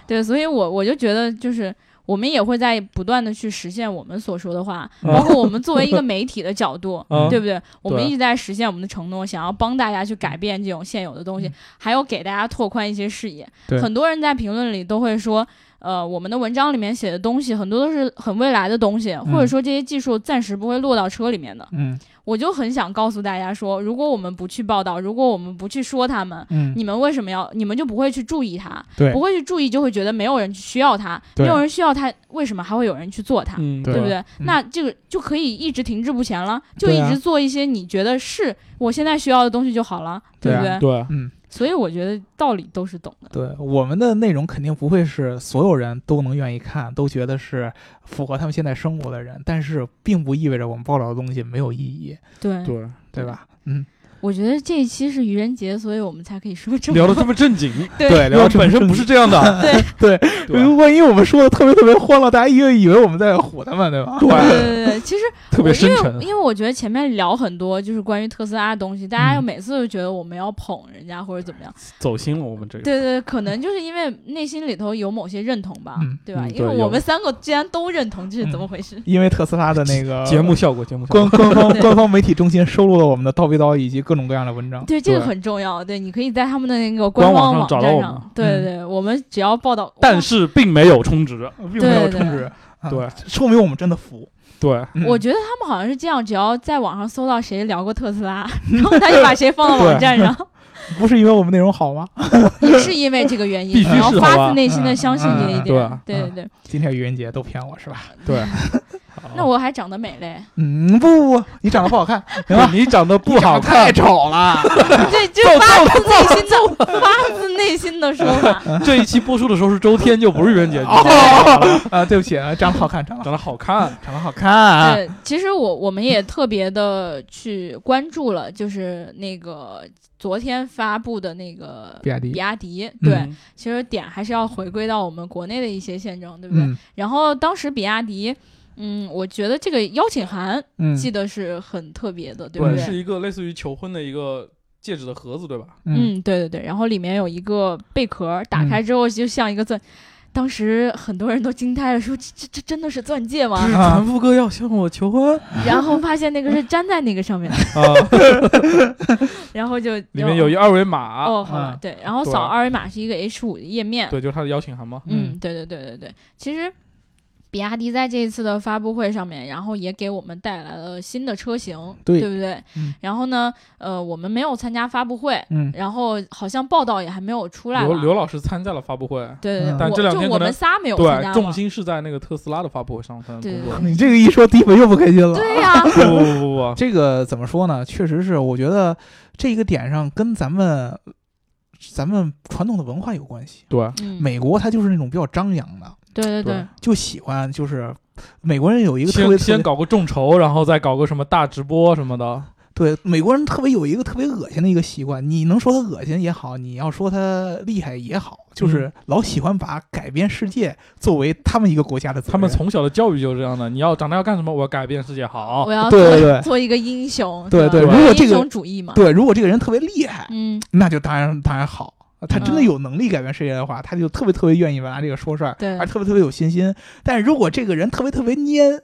[SPEAKER 2] 对，所以我我就觉得就是。我们也会在不断的去实现我们所说的话，
[SPEAKER 4] 嗯
[SPEAKER 2] 包括我们作为一个媒体的角度，
[SPEAKER 4] 嗯
[SPEAKER 2] 对不对？我们
[SPEAKER 4] 对
[SPEAKER 2] 一直在实现我们的承诺，想要帮大家去改变这种现有的东西，
[SPEAKER 3] 嗯
[SPEAKER 2] 还有给大家拓宽一些视野。
[SPEAKER 3] 对
[SPEAKER 2] 很多人在评论里都会说，呃，我们的文章里面写的东西很多都是很未来的东西，或者说这些技术暂时不会落到车里面的。
[SPEAKER 3] 嗯
[SPEAKER 2] 我就很想告诉大家说，如果我们不去报道，如果我们不去说他们，
[SPEAKER 3] 嗯，
[SPEAKER 2] 你们为什么要？你们就不会去注意它，
[SPEAKER 3] 对
[SPEAKER 2] 不会去注意，就会觉得没有人需要它，
[SPEAKER 3] 对
[SPEAKER 2] 没有人需要它，为什么还会有人去做它？
[SPEAKER 4] 嗯，
[SPEAKER 3] 对
[SPEAKER 2] 对不
[SPEAKER 3] 吧
[SPEAKER 2] 对？
[SPEAKER 3] 嗯
[SPEAKER 2] 那这个就可以一直停滞不前了，就
[SPEAKER 3] 对
[SPEAKER 2] 一
[SPEAKER 3] 啊
[SPEAKER 2] 直做一些你觉得是我现在需要的东西就好了，
[SPEAKER 3] 对啊
[SPEAKER 2] 不对？
[SPEAKER 4] 对，
[SPEAKER 2] 所以我觉得道理都是懂的。
[SPEAKER 3] 对我们的内容肯定不会是所有人都能愿意看，都觉得是符合他们现在生活的人，但是并不意味着我们报道的东西没有意义，
[SPEAKER 2] 对，
[SPEAKER 4] 对，
[SPEAKER 3] 对吧？嗯，
[SPEAKER 2] 我觉得这一期是愚人节，所以我们才可以说这
[SPEAKER 4] 聊
[SPEAKER 2] 么
[SPEAKER 4] 得这么正经，
[SPEAKER 2] 对
[SPEAKER 3] 聊到
[SPEAKER 4] 因为本身不哎是这样的，
[SPEAKER 3] 对，
[SPEAKER 4] 对啊
[SPEAKER 3] 万一我们说的特别特别欢乐，大家一个以为我们在唬他们，对吧？
[SPEAKER 2] 对
[SPEAKER 4] 对，
[SPEAKER 2] 对对对，其实
[SPEAKER 4] 特别
[SPEAKER 2] 我因
[SPEAKER 4] 深
[SPEAKER 2] 为
[SPEAKER 4] 沉啊
[SPEAKER 2] 因，为我觉得前面聊很多就是关于特斯拉的东西，大家又每次都觉得我们要捧人家或者怎么样，
[SPEAKER 4] 走心了我们这个。
[SPEAKER 2] 对对，可能就是因为内心里头有某些认同吧，
[SPEAKER 3] 嗯
[SPEAKER 2] 对吧？
[SPEAKER 4] 嗯
[SPEAKER 2] 因为
[SPEAKER 4] 对有
[SPEAKER 2] 我们三个既然都认同，这是怎么回事？
[SPEAKER 3] 因为特斯拉的那 个
[SPEAKER 4] 节目效果，节目效
[SPEAKER 3] 官
[SPEAKER 4] 果，
[SPEAKER 3] 官 方官方媒体中心收录了我们的叨逼叨以及各种各样的文章。
[SPEAKER 2] 对，这个
[SPEAKER 4] 对
[SPEAKER 2] 很重要。对，你可以在他们的那个
[SPEAKER 4] 官
[SPEAKER 2] 官
[SPEAKER 4] 网
[SPEAKER 2] 网
[SPEAKER 4] 上找
[SPEAKER 2] 站
[SPEAKER 4] 到我
[SPEAKER 2] 上
[SPEAKER 4] 们，嗯
[SPEAKER 2] 对对对，我们只要报道。
[SPEAKER 4] 但是并没有充值。
[SPEAKER 3] 并没有
[SPEAKER 2] 对对
[SPEAKER 3] 充值，啊
[SPEAKER 4] 对
[SPEAKER 3] 说明我们真的服。
[SPEAKER 4] 对，
[SPEAKER 3] 嗯
[SPEAKER 2] 我觉得他们好像是这样，只要在网上搜到谁聊过特斯拉， 然后他就把谁放到网站 上，
[SPEAKER 3] 不是因为我们内容好吗？
[SPEAKER 2] 也是因为这个原因，
[SPEAKER 4] 必须
[SPEAKER 2] 然后
[SPEAKER 4] 是好
[SPEAKER 2] 发
[SPEAKER 4] 吧
[SPEAKER 2] 自内心的相信这一
[SPEAKER 3] 嗯
[SPEAKER 2] 点。
[SPEAKER 4] 嗯
[SPEAKER 2] 对对
[SPEAKER 3] 嗯
[SPEAKER 2] 对，
[SPEAKER 3] 今天愚人节都骗我是吧？
[SPEAKER 4] 对，
[SPEAKER 2] 那我还长得美 嘞，
[SPEAKER 3] 嗯，不不不，你长得不好 看，行吧？
[SPEAKER 4] 你长得不好
[SPEAKER 3] 太
[SPEAKER 4] 看，
[SPEAKER 3] 丑了。
[SPEAKER 2] 对，就发自内心的，发自内心的说法。
[SPEAKER 4] 这一期播出的时候是周天，就不是愚 人节，你知道 吗
[SPEAKER 3] 哦啊，对不起，啊，长得好看，长得好
[SPEAKER 4] 长得好看，
[SPEAKER 3] 长得好看啊。
[SPEAKER 2] 对，其实我我们也特别的去关注了，就是那个昨天发布的那个
[SPEAKER 3] 比亚迪
[SPEAKER 2] 比亚迪，对，
[SPEAKER 4] 嗯
[SPEAKER 2] 其实点还是要回归到我们国内的一些现状，对不对？
[SPEAKER 3] 嗯
[SPEAKER 2] 然后当时比亚迪。嗯，我觉得这个邀请函
[SPEAKER 3] 嗯
[SPEAKER 2] 记得是很特别的，对不
[SPEAKER 4] 对，
[SPEAKER 2] 对
[SPEAKER 4] 是？一个类似于求婚的一个戒指的盒子，对吧？
[SPEAKER 3] 嗯
[SPEAKER 2] 嗯，对对对。然后里面有一个贝壳，打开之后就像一个
[SPEAKER 4] 嗯
[SPEAKER 2] 钻，当时很多人都惊呆了，说这这这真的是钻戒吗？
[SPEAKER 3] 啊船
[SPEAKER 4] 夫哥要向我求婚
[SPEAKER 2] 然后发现那个是粘在那个上面的，
[SPEAKER 4] 啊，
[SPEAKER 2] 然后就
[SPEAKER 4] 里面有一二维码，
[SPEAKER 2] 哦，好了
[SPEAKER 3] 嗯，
[SPEAKER 2] 对，然后
[SPEAKER 4] 对
[SPEAKER 2] 扫二维码是一个 H 五的页面。
[SPEAKER 4] 对，就是他的邀请函嘛。
[SPEAKER 2] 嗯，对对对对对，其实。比亚迪在这一次的发布会上面，然后也给我们带来了新的车型，
[SPEAKER 3] 对
[SPEAKER 2] 不对、
[SPEAKER 3] 嗯
[SPEAKER 2] 然后呢，呃，我们没有参加发布会，
[SPEAKER 3] 嗯
[SPEAKER 2] 然后好像报道也还没有出来
[SPEAKER 4] 刘
[SPEAKER 2] 吧
[SPEAKER 4] 刘老师参加了发布会，
[SPEAKER 2] 对对对，
[SPEAKER 3] 嗯
[SPEAKER 4] 但
[SPEAKER 2] 我
[SPEAKER 4] 这两天
[SPEAKER 2] 就
[SPEAKER 4] 可
[SPEAKER 2] 我们
[SPEAKER 4] 能
[SPEAKER 2] 仨没有参
[SPEAKER 4] 对，
[SPEAKER 2] 加
[SPEAKER 4] 重
[SPEAKER 2] 嘛。
[SPEAKER 4] 心是在那个特斯拉的发布会上，他的
[SPEAKER 2] 对
[SPEAKER 4] 工 作。
[SPEAKER 3] 嗯你这个一说，第一粉又不开心了。
[SPEAKER 2] 对呀、
[SPEAKER 4] 不不不不不，
[SPEAKER 3] 这个怎么说呢？确实是，我觉得这个点上跟咱们咱们传统的文化有关系。
[SPEAKER 4] 对，
[SPEAKER 2] 嗯，
[SPEAKER 3] 美国它就是那种比较张扬的，
[SPEAKER 2] 对对
[SPEAKER 3] 对，就喜欢就是美国人有一个特别
[SPEAKER 4] 先
[SPEAKER 3] 特
[SPEAKER 4] 先
[SPEAKER 3] 别
[SPEAKER 4] 搞个众筹，然后再搞个什么大直播什么的。
[SPEAKER 3] 对美国人特别有一个特别恶心的一个习惯，你能说他恶心也好，你要说他厉害也好，
[SPEAKER 4] 嗯
[SPEAKER 3] 就是老喜欢把改变世界作为他们一个国家的责任。
[SPEAKER 4] 他们从小的教育就是这样的，你要长大要干什么？我要改变世界。好
[SPEAKER 2] 我，要
[SPEAKER 3] 哦对
[SPEAKER 2] 做
[SPEAKER 3] 对对
[SPEAKER 2] 做一个英雄，
[SPEAKER 3] 对
[SPEAKER 2] 是吧
[SPEAKER 3] 对
[SPEAKER 4] 如
[SPEAKER 3] 果这个
[SPEAKER 2] 英雄主义嘛，
[SPEAKER 3] 对，如果这个人特别厉害，
[SPEAKER 2] 嗯，
[SPEAKER 3] 那就当然当然好。他真的
[SPEAKER 2] 嗯
[SPEAKER 3] 有能力改变世界的话，他就特别特别愿意拿这个说事儿，
[SPEAKER 2] 对
[SPEAKER 3] 而特别特别有信心。但如果这个人特别特别蔫，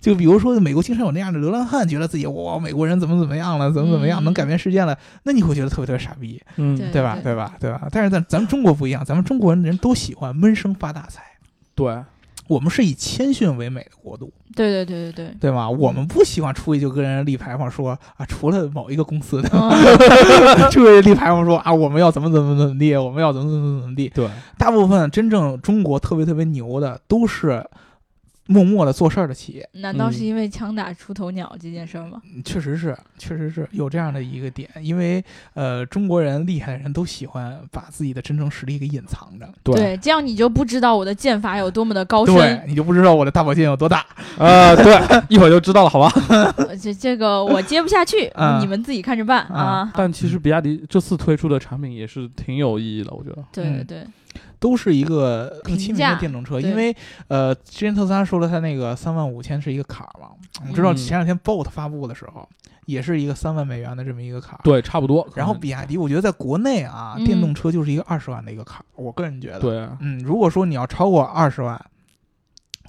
[SPEAKER 3] 就比如说美国经常有那样的流浪汉，觉得自己哇美国人怎么怎么样了，怎么怎么样，
[SPEAKER 2] 嗯
[SPEAKER 3] 能改变世界了，那你会觉得特别特别傻逼，
[SPEAKER 4] 嗯，
[SPEAKER 2] 对
[SPEAKER 3] 对吧？对吧？对吧？但是咱咱们中国不一样，咱们中国人都喜欢闷声发大财，
[SPEAKER 4] 对，
[SPEAKER 3] 我们是以谦逊为美的国度，
[SPEAKER 2] 对对对对 对，
[SPEAKER 3] 对吧？我们不喜欢出去就跟人立牌坊说啊，除了某一个 公司，
[SPEAKER 2] 嗯
[SPEAKER 3] 出去立牌坊说啊，我们要怎么怎么怎么地，我们要怎么怎么怎么地。
[SPEAKER 4] 对，
[SPEAKER 3] 大部分真正中国特别特别牛的，都是默默的做事儿的企业，
[SPEAKER 2] 难道是因为枪打出头鸟这件事儿吗？
[SPEAKER 3] 嗯确实是，确实是有这样的一个点。因为呃，中国人厉害的人都喜欢把自己的真正实力给隐藏着，
[SPEAKER 4] 对，
[SPEAKER 2] 对，这样你就不知道我的剑法有多么的高
[SPEAKER 3] 对
[SPEAKER 2] 深。
[SPEAKER 3] 你就不知道我的大宝剑有多大。
[SPEAKER 4] 呃，对， 一会儿就知道了，好吧？
[SPEAKER 2] 呃这这个我接不下去，
[SPEAKER 3] 啊
[SPEAKER 2] 你们自己看着办
[SPEAKER 3] 啊
[SPEAKER 2] 啊。
[SPEAKER 4] 但其实比亚迪这次推出的产品也是挺有意义的，我觉得。
[SPEAKER 2] 对
[SPEAKER 3] 嗯
[SPEAKER 2] 对对，
[SPEAKER 3] 都是一个更
[SPEAKER 2] 平
[SPEAKER 3] 亲民的
[SPEAKER 2] 价
[SPEAKER 3] 电动车，
[SPEAKER 2] 对
[SPEAKER 3] 因为呃，之前特斯拉说了它那个三万五千是一个坎儿嘛，我们知道
[SPEAKER 4] 嗯
[SPEAKER 3] 前两天 Bolt 发布的时候，也是一个三万美元的这么一个坎儿。
[SPEAKER 4] 对，差不多。
[SPEAKER 3] 然后
[SPEAKER 4] 可能
[SPEAKER 3] 比亚迪，我觉得在国内啊，
[SPEAKER 2] 嗯
[SPEAKER 3] 电动车就是一个二十万的一个坎儿，我个人觉得。，
[SPEAKER 4] 对，啊
[SPEAKER 3] 嗯，如果说你要超过二十万，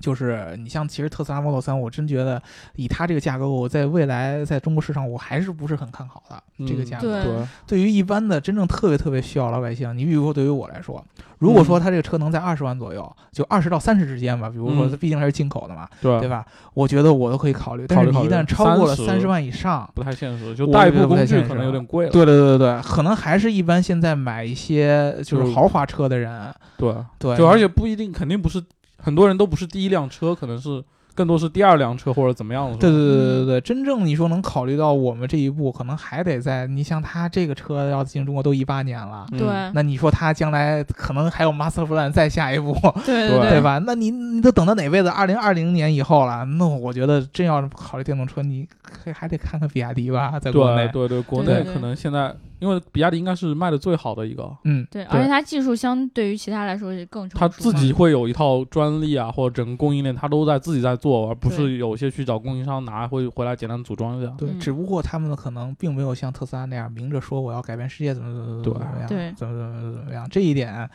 [SPEAKER 3] 就是你像其实特斯拉 Model 三，我真觉得以它这个价格，我在未来在中国市场我还是不是很看好的、这个
[SPEAKER 4] 嗯
[SPEAKER 3] 价
[SPEAKER 2] 对
[SPEAKER 3] 格。
[SPEAKER 4] 对，
[SPEAKER 3] 对于一般的真正特别特别需要老百姓，你比如说对于我来说，如果
[SPEAKER 4] 嗯
[SPEAKER 3] 说它这个车能在二十万左右，就二十到三十之间吧，比如说
[SPEAKER 4] 嗯
[SPEAKER 3] 它毕竟还是进口的嘛，
[SPEAKER 4] 对啊
[SPEAKER 3] 对吧？我觉得我都可以考虑。但
[SPEAKER 4] 考
[SPEAKER 3] 是
[SPEAKER 4] 虑
[SPEAKER 3] 你一旦
[SPEAKER 4] 考虑
[SPEAKER 3] 超过了三
[SPEAKER 4] 30
[SPEAKER 3] 十万以上，
[SPEAKER 4] 不太现实，就
[SPEAKER 3] 我
[SPEAKER 4] 代
[SPEAKER 3] 觉得不
[SPEAKER 4] 步
[SPEAKER 3] 太
[SPEAKER 4] 工具
[SPEAKER 3] 现实啊
[SPEAKER 4] 可能有
[SPEAKER 3] 了
[SPEAKER 4] 点贵了。
[SPEAKER 3] 对对对对对，可能还是一般现在买一些就是
[SPEAKER 4] 就
[SPEAKER 3] 豪华车的人，
[SPEAKER 4] 对啊
[SPEAKER 3] 对，
[SPEAKER 4] 就而且不一定，肯定不是很多人都不是第一辆车，可能是更多是第二辆车或者怎么样的。
[SPEAKER 3] 对
[SPEAKER 4] 是吧
[SPEAKER 3] 对对对对对，真正你说能考虑到我们这一步，可能还得在你像他这个车要进中国都一八年了。
[SPEAKER 4] 嗯
[SPEAKER 2] 对
[SPEAKER 3] 那你说他将来可能还有 master plan 再下一步，
[SPEAKER 2] 对
[SPEAKER 4] 对
[SPEAKER 3] 对
[SPEAKER 2] 对？
[SPEAKER 3] 吧？那你你都等到哪辈子？二零二零年以后了，那我觉得真要是考虑电动车，你还还得看看比亚迪吧，在国内
[SPEAKER 4] 对。对对，国
[SPEAKER 2] 对
[SPEAKER 4] 内
[SPEAKER 2] 对对
[SPEAKER 4] 可能现在因为比亚迪应该是卖的最好的一个，
[SPEAKER 3] 嗯，
[SPEAKER 2] 对，而且它技术相对于其他来说是更成熟
[SPEAKER 4] 它
[SPEAKER 2] 嘛。
[SPEAKER 4] 自己会有一套专利啊，或者整个供应链它都在自己在做，而不是有些去找供应商拿，会回来简单组装一下。
[SPEAKER 3] 对，
[SPEAKER 2] 嗯
[SPEAKER 3] 只不过他们可能并没有像特斯拉那样明着说我要改变世界怎么怎么怎么怎么样，
[SPEAKER 2] 对
[SPEAKER 3] 怎么怎么怎么怎么样。这一点，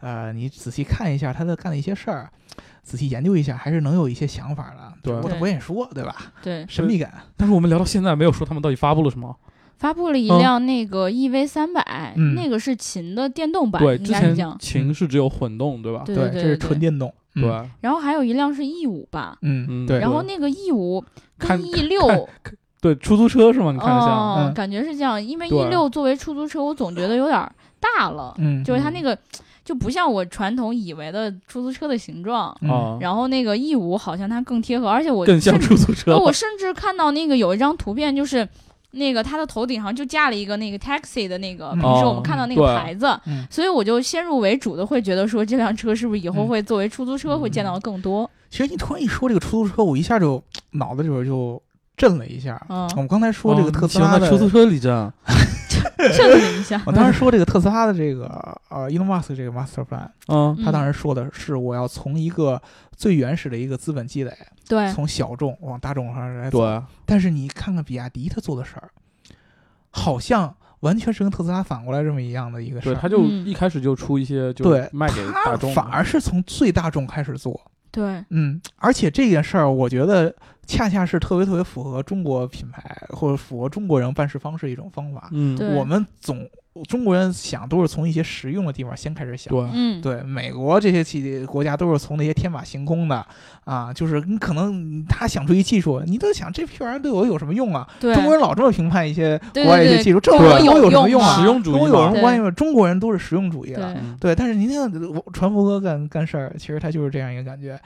[SPEAKER 3] 呃，你仔细看一下他的干的一些事儿，仔细研究一下，还是能有一些想法的。
[SPEAKER 4] 对
[SPEAKER 3] 我
[SPEAKER 2] 对
[SPEAKER 3] 不愿意说，对吧？
[SPEAKER 2] 对
[SPEAKER 3] 神秘感，
[SPEAKER 4] 但是我们聊到现在没有说他们到底发布了什么。
[SPEAKER 2] 发布了一
[SPEAKER 4] 嗯
[SPEAKER 2] 辆那个 EV 三百、
[SPEAKER 3] 嗯
[SPEAKER 2] 那个是秦的电动版，
[SPEAKER 4] 对，
[SPEAKER 2] 应
[SPEAKER 4] 之
[SPEAKER 2] 该是
[SPEAKER 4] 前
[SPEAKER 2] 这样。
[SPEAKER 4] 秦是只有混动，对吧？
[SPEAKER 2] 对对
[SPEAKER 3] 这是
[SPEAKER 2] 对
[SPEAKER 3] 纯电动。嗯，
[SPEAKER 4] 对，啊
[SPEAKER 2] 然后还有一辆是 E 五吧，
[SPEAKER 3] 嗯，
[SPEAKER 4] 嗯
[SPEAKER 3] 对
[SPEAKER 2] 然，后那个 E 五跟
[SPEAKER 4] 看
[SPEAKER 2] E 六，
[SPEAKER 4] 对，出租车是吗？你看一下，
[SPEAKER 2] 哦
[SPEAKER 3] 嗯，
[SPEAKER 2] 感觉是这样，因为 E
[SPEAKER 4] 对
[SPEAKER 2] 六作为出租车，我总觉得有点儿大了，
[SPEAKER 3] 嗯，
[SPEAKER 2] 就是它那个就不像我传统以为的出租车的形状。
[SPEAKER 3] 嗯
[SPEAKER 4] 啊，
[SPEAKER 2] 然后那个 E 五好像它更贴合，而且我
[SPEAKER 4] 更像
[SPEAKER 2] 甚
[SPEAKER 4] 出租车
[SPEAKER 2] 呃
[SPEAKER 4] 了。
[SPEAKER 2] 我甚至看到那个有一张图片，就是那个它的头顶上就架了一个那个 taxi 的那个，
[SPEAKER 3] 嗯
[SPEAKER 2] 平时我们看到那个
[SPEAKER 4] 哦
[SPEAKER 2] 牌子，
[SPEAKER 3] 嗯
[SPEAKER 2] 所以我就先入为主的会觉得说这辆车是不是以后
[SPEAKER 3] 嗯
[SPEAKER 2] 会作为出租车会见到更多？
[SPEAKER 3] 其实你突然一说这个出租车，我一下就脑子里边就震了一下。
[SPEAKER 2] 嗯
[SPEAKER 3] 我们刚才说这个特斯拉
[SPEAKER 4] 哦你喜欢在
[SPEAKER 3] 的，，
[SPEAKER 4] 出租车里站，
[SPEAKER 2] 证明一下
[SPEAKER 3] 嗯哦我当时说这个特斯拉的这个呃，Elon Musk 这个 master plan，
[SPEAKER 4] 嗯，
[SPEAKER 3] 他
[SPEAKER 2] 嗯
[SPEAKER 3] 当时说的是我要从一个最原始的一个资本积累，
[SPEAKER 2] 对
[SPEAKER 3] 从小众往大众上来走。
[SPEAKER 4] 对，
[SPEAKER 3] 但是你看看比亚迪他做的事儿，好像完全是跟特斯拉反过来这么一样的一个事
[SPEAKER 4] 对，
[SPEAKER 3] 儿。
[SPEAKER 4] 他就
[SPEAKER 2] 嗯
[SPEAKER 4] 一开始就出一些，就
[SPEAKER 3] 对
[SPEAKER 4] 卖给大
[SPEAKER 3] 他
[SPEAKER 4] 众的，
[SPEAKER 3] 反而是从最大众开始做，
[SPEAKER 2] 对
[SPEAKER 3] 嗯，而且这件事儿，我觉得恰恰是特别特别符合中国品牌或者符合中国人办事方式一种方法。
[SPEAKER 4] 嗯，
[SPEAKER 2] 对
[SPEAKER 3] 我们总中国人想都是从一些实用的地方先开始想。
[SPEAKER 4] 对，
[SPEAKER 2] 嗯，
[SPEAKER 3] 对美国这些企国家都是从那些天马行空的啊，就是你可能他想出一技术，你都想这批玩意儿对我有什么用啊？
[SPEAKER 2] 对
[SPEAKER 3] 中国人老这么评判一些
[SPEAKER 2] 对
[SPEAKER 3] 国外一
[SPEAKER 2] 对
[SPEAKER 3] 些
[SPEAKER 2] 对
[SPEAKER 3] 技术，这
[SPEAKER 2] 中
[SPEAKER 3] 玩意
[SPEAKER 2] 国
[SPEAKER 3] 儿对我有什
[SPEAKER 2] 有
[SPEAKER 3] 么
[SPEAKER 2] 用
[SPEAKER 3] 用
[SPEAKER 2] 吗
[SPEAKER 3] 啊
[SPEAKER 4] 实？用主
[SPEAKER 3] 跟我
[SPEAKER 4] 义
[SPEAKER 3] 有什
[SPEAKER 4] 嘛
[SPEAKER 3] 么
[SPEAKER 2] 对
[SPEAKER 3] 关系吗？中国人都是实用主义的，
[SPEAKER 2] 对
[SPEAKER 4] 嗯
[SPEAKER 3] 对，但是您看我船佛哥干干事儿，其实他就是这样一个感觉。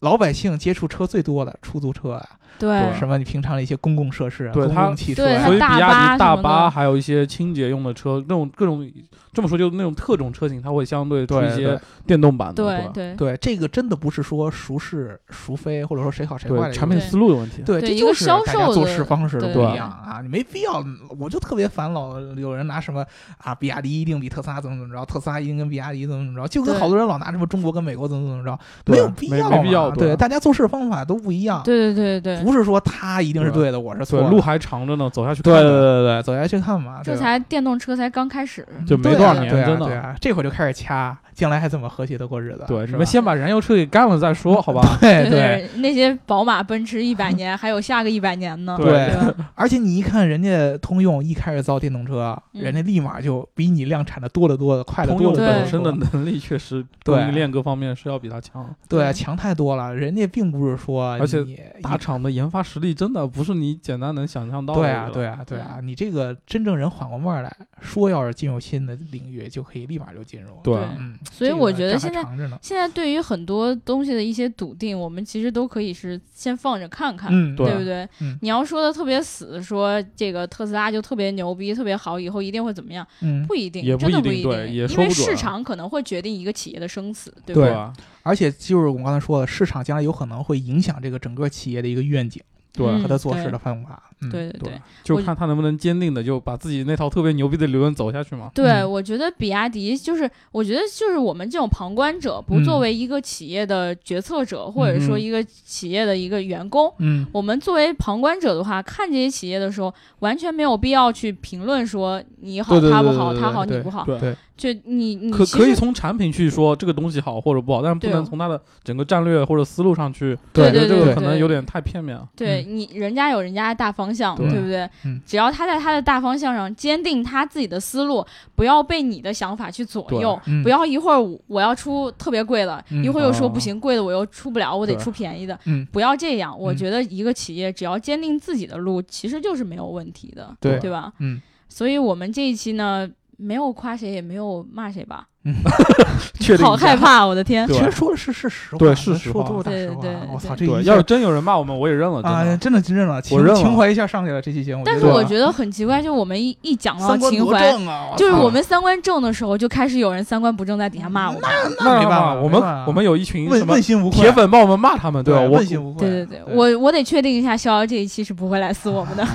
[SPEAKER 3] 老百姓接触车最多的出租车啊，
[SPEAKER 2] 对
[SPEAKER 3] 什么你平常的一些公共设施啊、
[SPEAKER 4] 对
[SPEAKER 3] 公
[SPEAKER 4] 它
[SPEAKER 3] 共汽车
[SPEAKER 2] 对
[SPEAKER 3] 啊
[SPEAKER 2] 它
[SPEAKER 4] 所以比
[SPEAKER 2] 大
[SPEAKER 4] 亚
[SPEAKER 2] 巴
[SPEAKER 4] 迪大
[SPEAKER 2] 什么
[SPEAKER 4] 巴
[SPEAKER 2] 的
[SPEAKER 4] 还有一些清洁用的车，那种各种这么说就是那种特种车型，它会相对出
[SPEAKER 3] 对
[SPEAKER 4] 一
[SPEAKER 3] 对
[SPEAKER 4] 些电动版的，
[SPEAKER 2] 对
[SPEAKER 4] 吧
[SPEAKER 2] 对
[SPEAKER 3] 对，这个真的不是说孰是孰非，或者说谁好谁坏的一
[SPEAKER 4] 对
[SPEAKER 3] 个
[SPEAKER 4] 产品
[SPEAKER 3] 问题
[SPEAKER 4] 思路有问题。
[SPEAKER 3] 对，
[SPEAKER 2] 对
[SPEAKER 3] 这
[SPEAKER 2] 一
[SPEAKER 3] 就
[SPEAKER 2] 个
[SPEAKER 3] 是
[SPEAKER 2] 销
[SPEAKER 3] 大家
[SPEAKER 2] 售
[SPEAKER 3] 做
[SPEAKER 2] 的
[SPEAKER 3] 事方式都不
[SPEAKER 4] 对
[SPEAKER 3] 一样啊！你没必要，我就特别烦老有人拿什么啊，比亚迪一定比特斯拉怎么怎么着，特斯拉一定跟比亚迪怎么怎么着，就跟
[SPEAKER 2] 对
[SPEAKER 3] 好多人老拿什么中国跟美国怎么怎么着，
[SPEAKER 4] 对
[SPEAKER 3] 有
[SPEAKER 4] 没
[SPEAKER 3] 必
[SPEAKER 4] 没
[SPEAKER 3] 要
[SPEAKER 4] 必要
[SPEAKER 3] 嘛
[SPEAKER 4] 对啊
[SPEAKER 3] 对，大家做事方法都不一样，
[SPEAKER 2] 对对对对对，
[SPEAKER 3] 不是说他一定是
[SPEAKER 4] 对
[SPEAKER 3] 对的，我是错
[SPEAKER 4] 对，
[SPEAKER 3] 的。
[SPEAKER 4] 路还长着呢，走下去看
[SPEAKER 3] 对对
[SPEAKER 4] 看。
[SPEAKER 3] 对对对，走下去看嘛，
[SPEAKER 2] 这
[SPEAKER 3] 对吧
[SPEAKER 2] 才电动车才刚开始，
[SPEAKER 4] 就没
[SPEAKER 3] 对
[SPEAKER 4] 多
[SPEAKER 3] 啊
[SPEAKER 4] 少年
[SPEAKER 3] 对啊
[SPEAKER 4] 真的
[SPEAKER 3] 对啊，这会儿就开始掐，将来还怎么和谐的过日子？
[SPEAKER 4] 对，
[SPEAKER 3] 是
[SPEAKER 4] 你
[SPEAKER 3] 吧
[SPEAKER 4] 们先把燃油车给干了再说，好吧？
[SPEAKER 3] 哎 对对
[SPEAKER 2] 对，那些宝马、奔驰一百年，还有下个一百年呢，
[SPEAKER 4] 对
[SPEAKER 2] 对吧？
[SPEAKER 3] 而且你一看人家通用一开始造电动车，
[SPEAKER 2] 嗯
[SPEAKER 3] 人家立马就比你量产的多得多的，快得
[SPEAKER 4] 通
[SPEAKER 3] 多
[SPEAKER 4] 用
[SPEAKER 3] 得多
[SPEAKER 2] 对
[SPEAKER 3] 得多
[SPEAKER 4] 本身的能力确实
[SPEAKER 3] 对
[SPEAKER 4] 供应链各方面是要比它强，
[SPEAKER 3] 对强太多了，人家并不是说
[SPEAKER 4] 而且
[SPEAKER 3] 你
[SPEAKER 4] 大厂的研发实力真的不是你简单能想象到的。
[SPEAKER 3] 对啊
[SPEAKER 4] 我觉得
[SPEAKER 3] 对啊对啊，你这个真正人缓过味儿来说，要是进入新的领域，就可以立马就进入。
[SPEAKER 4] 对
[SPEAKER 3] 嗯，
[SPEAKER 2] 所以我觉得
[SPEAKER 3] 这
[SPEAKER 2] 现
[SPEAKER 3] 个
[SPEAKER 2] 在
[SPEAKER 3] 还长着呢
[SPEAKER 2] 现在对于很多东西的一些笃定，我们其实都可以是先放着看看，
[SPEAKER 3] 嗯
[SPEAKER 4] 对
[SPEAKER 2] 不对？
[SPEAKER 3] 嗯
[SPEAKER 2] 你要说的特别死，说这个特斯拉就特别牛逼、特别好，以后一定会怎么样？
[SPEAKER 3] 嗯，
[SPEAKER 2] 不一定，
[SPEAKER 4] 也不
[SPEAKER 2] 真的
[SPEAKER 4] 一定
[SPEAKER 2] 一
[SPEAKER 4] 对也
[SPEAKER 2] 因
[SPEAKER 4] 说
[SPEAKER 2] 为
[SPEAKER 4] 不准啊
[SPEAKER 2] 市场可能会决定一个企业的生死，对不
[SPEAKER 4] 对
[SPEAKER 2] 对？
[SPEAKER 4] 吧
[SPEAKER 3] 而且就是我们刚才说的，市场将来有可能会影响这个整个企业的一个愿景
[SPEAKER 4] 对
[SPEAKER 2] 嗯
[SPEAKER 3] 和他做事的方法。嗯，
[SPEAKER 2] 对对
[SPEAKER 4] 对
[SPEAKER 2] 对，
[SPEAKER 4] 就
[SPEAKER 2] 我
[SPEAKER 4] 看他能不能坚定的就把自己那套特别牛逼的理论走下去嘛。
[SPEAKER 2] 对，
[SPEAKER 3] 嗯
[SPEAKER 2] 我觉得比亚迪就是，我觉得就是我们这种旁观者，不
[SPEAKER 3] 嗯
[SPEAKER 2] 作为一个企业的决策者，或者说
[SPEAKER 3] 嗯嗯
[SPEAKER 2] 一个企业的一个员工，
[SPEAKER 3] 嗯，
[SPEAKER 2] 我们作为旁观者的话，看这些企业的时候，完全没有必要去评论说你好
[SPEAKER 3] 对对
[SPEAKER 2] 他不
[SPEAKER 3] 对
[SPEAKER 2] 好，
[SPEAKER 3] 对
[SPEAKER 2] 他
[SPEAKER 3] 对
[SPEAKER 2] 好你
[SPEAKER 3] 对
[SPEAKER 2] 不好，
[SPEAKER 4] 对
[SPEAKER 3] 对，
[SPEAKER 2] 就你你
[SPEAKER 4] 可
[SPEAKER 2] 其
[SPEAKER 4] 可以
[SPEAKER 2] 实
[SPEAKER 4] 从产品去说这个东西好或者不好，但是不
[SPEAKER 2] 对哦
[SPEAKER 4] 能从它的整个战略或者思路上去，
[SPEAKER 2] 对
[SPEAKER 4] 觉
[SPEAKER 2] 对
[SPEAKER 4] 得这
[SPEAKER 2] 对
[SPEAKER 4] 个
[SPEAKER 2] 对
[SPEAKER 4] 可
[SPEAKER 2] 对
[SPEAKER 4] 能有点太片面了。
[SPEAKER 2] 对你人家有人家的大方向，
[SPEAKER 4] 对
[SPEAKER 2] 不对？
[SPEAKER 3] 嗯
[SPEAKER 2] 只要他在他的大方向上坚定他自己的思路，不要被你的想法去左
[SPEAKER 4] 对
[SPEAKER 2] 右，
[SPEAKER 3] 嗯
[SPEAKER 2] 不要一会儿我我要出特别贵了，
[SPEAKER 3] 嗯
[SPEAKER 2] 一会儿又说
[SPEAKER 4] 哦
[SPEAKER 2] 不行，贵的我又出不了，我得
[SPEAKER 4] 对
[SPEAKER 2] 出便宜的。
[SPEAKER 3] 嗯
[SPEAKER 2] 不要这样，我
[SPEAKER 3] 嗯
[SPEAKER 2] 觉得一个企业只要坚定自己的路，其实就是没有问题的，
[SPEAKER 3] 对
[SPEAKER 2] 对吧？
[SPEAKER 3] 嗯，
[SPEAKER 2] 所以我们这一期呢，没有夸谁，也没有骂谁吧，
[SPEAKER 4] 确
[SPEAKER 2] 好害怕，我的天！
[SPEAKER 4] 对
[SPEAKER 3] 其实说的是是实话，
[SPEAKER 4] 对是实
[SPEAKER 3] 说
[SPEAKER 4] 话
[SPEAKER 3] 多大
[SPEAKER 2] 对
[SPEAKER 3] 实话
[SPEAKER 2] 对
[SPEAKER 3] 啊。
[SPEAKER 2] 对
[SPEAKER 3] 我操，这
[SPEAKER 2] 对
[SPEAKER 4] 对，
[SPEAKER 3] 一
[SPEAKER 4] 要
[SPEAKER 3] 下
[SPEAKER 4] 是真有人骂我们，我也认了，真的。
[SPEAKER 3] 啊，真的真认了，情
[SPEAKER 4] 认了
[SPEAKER 3] 情怀一下上去了。这期节目，
[SPEAKER 2] 但是
[SPEAKER 4] 对
[SPEAKER 2] 我觉得很奇怪，就我们一一讲到
[SPEAKER 3] 三观
[SPEAKER 2] 情
[SPEAKER 3] 多
[SPEAKER 2] 怀，
[SPEAKER 3] 正啊，
[SPEAKER 2] 就是
[SPEAKER 3] 操
[SPEAKER 2] 我们三观正的时候，就开始有人三观不正在底下骂我们。
[SPEAKER 4] 那
[SPEAKER 3] 没办法
[SPEAKER 4] 嘛我
[SPEAKER 3] 没办
[SPEAKER 4] 们
[SPEAKER 3] 法
[SPEAKER 4] 我们有一群什
[SPEAKER 3] 问
[SPEAKER 4] 么
[SPEAKER 3] 问心无愧，
[SPEAKER 4] 铁粉帮我们骂他们，
[SPEAKER 3] 对
[SPEAKER 4] 吧？我
[SPEAKER 3] 问心无愧。
[SPEAKER 2] 对对，我我得确定一下，逍遥这一期是不会来撕我们的，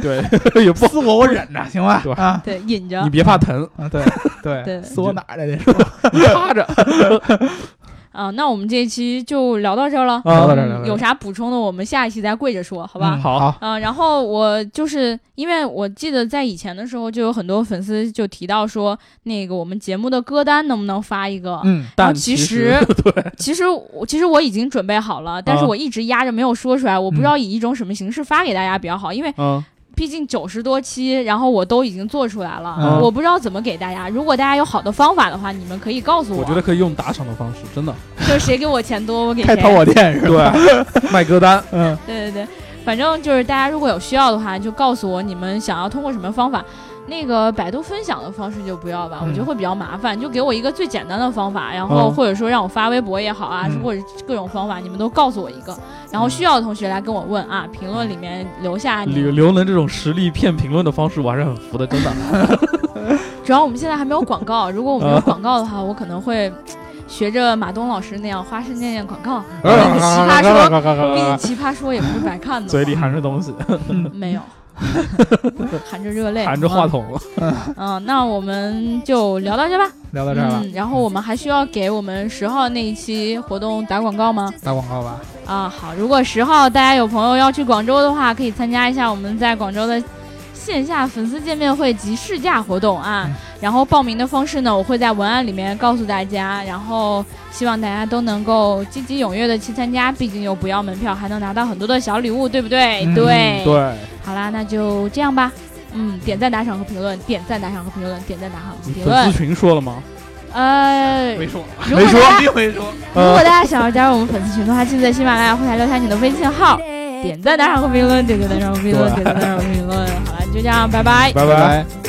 [SPEAKER 4] 对 也不好，
[SPEAKER 3] 撕我我忍着，行吧
[SPEAKER 4] 对？
[SPEAKER 3] 啊
[SPEAKER 2] 对，引着
[SPEAKER 4] 你。别怕疼，
[SPEAKER 3] 啊，对 对，
[SPEAKER 2] 嗯对
[SPEAKER 3] 撕我哪儿来的？是吧？
[SPEAKER 4] 你趴着。
[SPEAKER 2] 啊、那我们这一期就聊到这儿了。
[SPEAKER 3] 啊聊到这儿
[SPEAKER 2] 嗯
[SPEAKER 3] 聊到这儿
[SPEAKER 2] 有啥补充的，我们下一期再跪着说，好吧？
[SPEAKER 3] 嗯
[SPEAKER 4] 好，
[SPEAKER 2] 嗯、然后我就是因为我记得在以前的时候，就有很多粉丝就提到说，那个我们节目的歌单能不能发一个？
[SPEAKER 3] 嗯，
[SPEAKER 2] 然后
[SPEAKER 4] 但
[SPEAKER 2] 其
[SPEAKER 4] 实
[SPEAKER 2] 其实我其实我已经准备好了，但是
[SPEAKER 4] 啊
[SPEAKER 2] 我一直压着没有说出来，我不知道以一种什么形式发给大家比较好，因为
[SPEAKER 4] 嗯，
[SPEAKER 2] 毕竟九十多期，然后我都已经做出来了，
[SPEAKER 4] 啊
[SPEAKER 3] 嗯
[SPEAKER 2] 我不知道怎么给大家。如果大家有好的方法的话，你们可以告诉
[SPEAKER 4] 我觉得可以用打赏的方式，真的。
[SPEAKER 2] 就是谁给我钱多，我给
[SPEAKER 3] 开
[SPEAKER 2] 谁。
[SPEAKER 3] 淘宝店是吧？
[SPEAKER 4] 对，卖歌单，
[SPEAKER 3] 嗯，
[SPEAKER 2] 对对对，反正就是大家如果有需要的话，就告诉我你们想要通过什么方法。那个百度分享的方式就不要吧，
[SPEAKER 3] 嗯
[SPEAKER 2] 我觉得会比较麻烦。就给我一个最简单的方法，然后
[SPEAKER 4] 嗯
[SPEAKER 2] 或者说让我发微博也好啊，
[SPEAKER 3] 嗯
[SPEAKER 2] 或者各种方法，你们都告诉我一个。然后
[SPEAKER 4] 嗯
[SPEAKER 2] 需要的同学来跟我问啊，评论里面留下你
[SPEAKER 4] 刘
[SPEAKER 2] 们。
[SPEAKER 4] 刘能这种实力骗评论的方式，我还是很服的，真的。
[SPEAKER 2] 嗯主要我们现在还没有广告，如果我们有广告的话，我可能会学着马东老师那样花式念念广 告。毕竟奇葩说， 毕竟奇葩说也不是白看的嘛。
[SPEAKER 4] 嘴里含着东西，
[SPEAKER 2] 没有， 含着 热泪，
[SPEAKER 4] 含着话筒，
[SPEAKER 2] 嗯，那我们就聊到这吧。
[SPEAKER 3] 聊到这儿了
[SPEAKER 2] 嗯，，然后我们还需要给我们十号那一期活动打广告吗？
[SPEAKER 3] 打广告吧。
[SPEAKER 2] 啊，好，如果十号大家有朋友要去广州的话，可以参加一下我们在广州的线下粉丝见面会及试驾活动啊。
[SPEAKER 3] 嗯
[SPEAKER 2] 然后报名的方式呢，我会在文案里面告诉大家。然后希望大家都能够积极踊跃的去参加，毕竟又不要门票，还能拿到很多的小礼物，对不对？
[SPEAKER 3] 嗯
[SPEAKER 2] 对。
[SPEAKER 4] 对，
[SPEAKER 2] 好啦，那就这样吧。嗯，点赞、打赏和评论，点赞、打赏和评论，点赞、打赏和评
[SPEAKER 4] 粉
[SPEAKER 2] 论
[SPEAKER 4] 丝。群说了吗？
[SPEAKER 2] 呃，
[SPEAKER 3] 没说，
[SPEAKER 2] 如果大 家
[SPEAKER 3] 定没说。
[SPEAKER 4] 嗯
[SPEAKER 2] 如果大家想要加入我们粉丝群的话，记得在喜马拉雅后台留下你的微信号，点赞、打赏和评论，点赞、打赏和评论，点赞、打赏和评论。好了，就这样，拜拜。
[SPEAKER 4] 拜
[SPEAKER 3] 拜拜。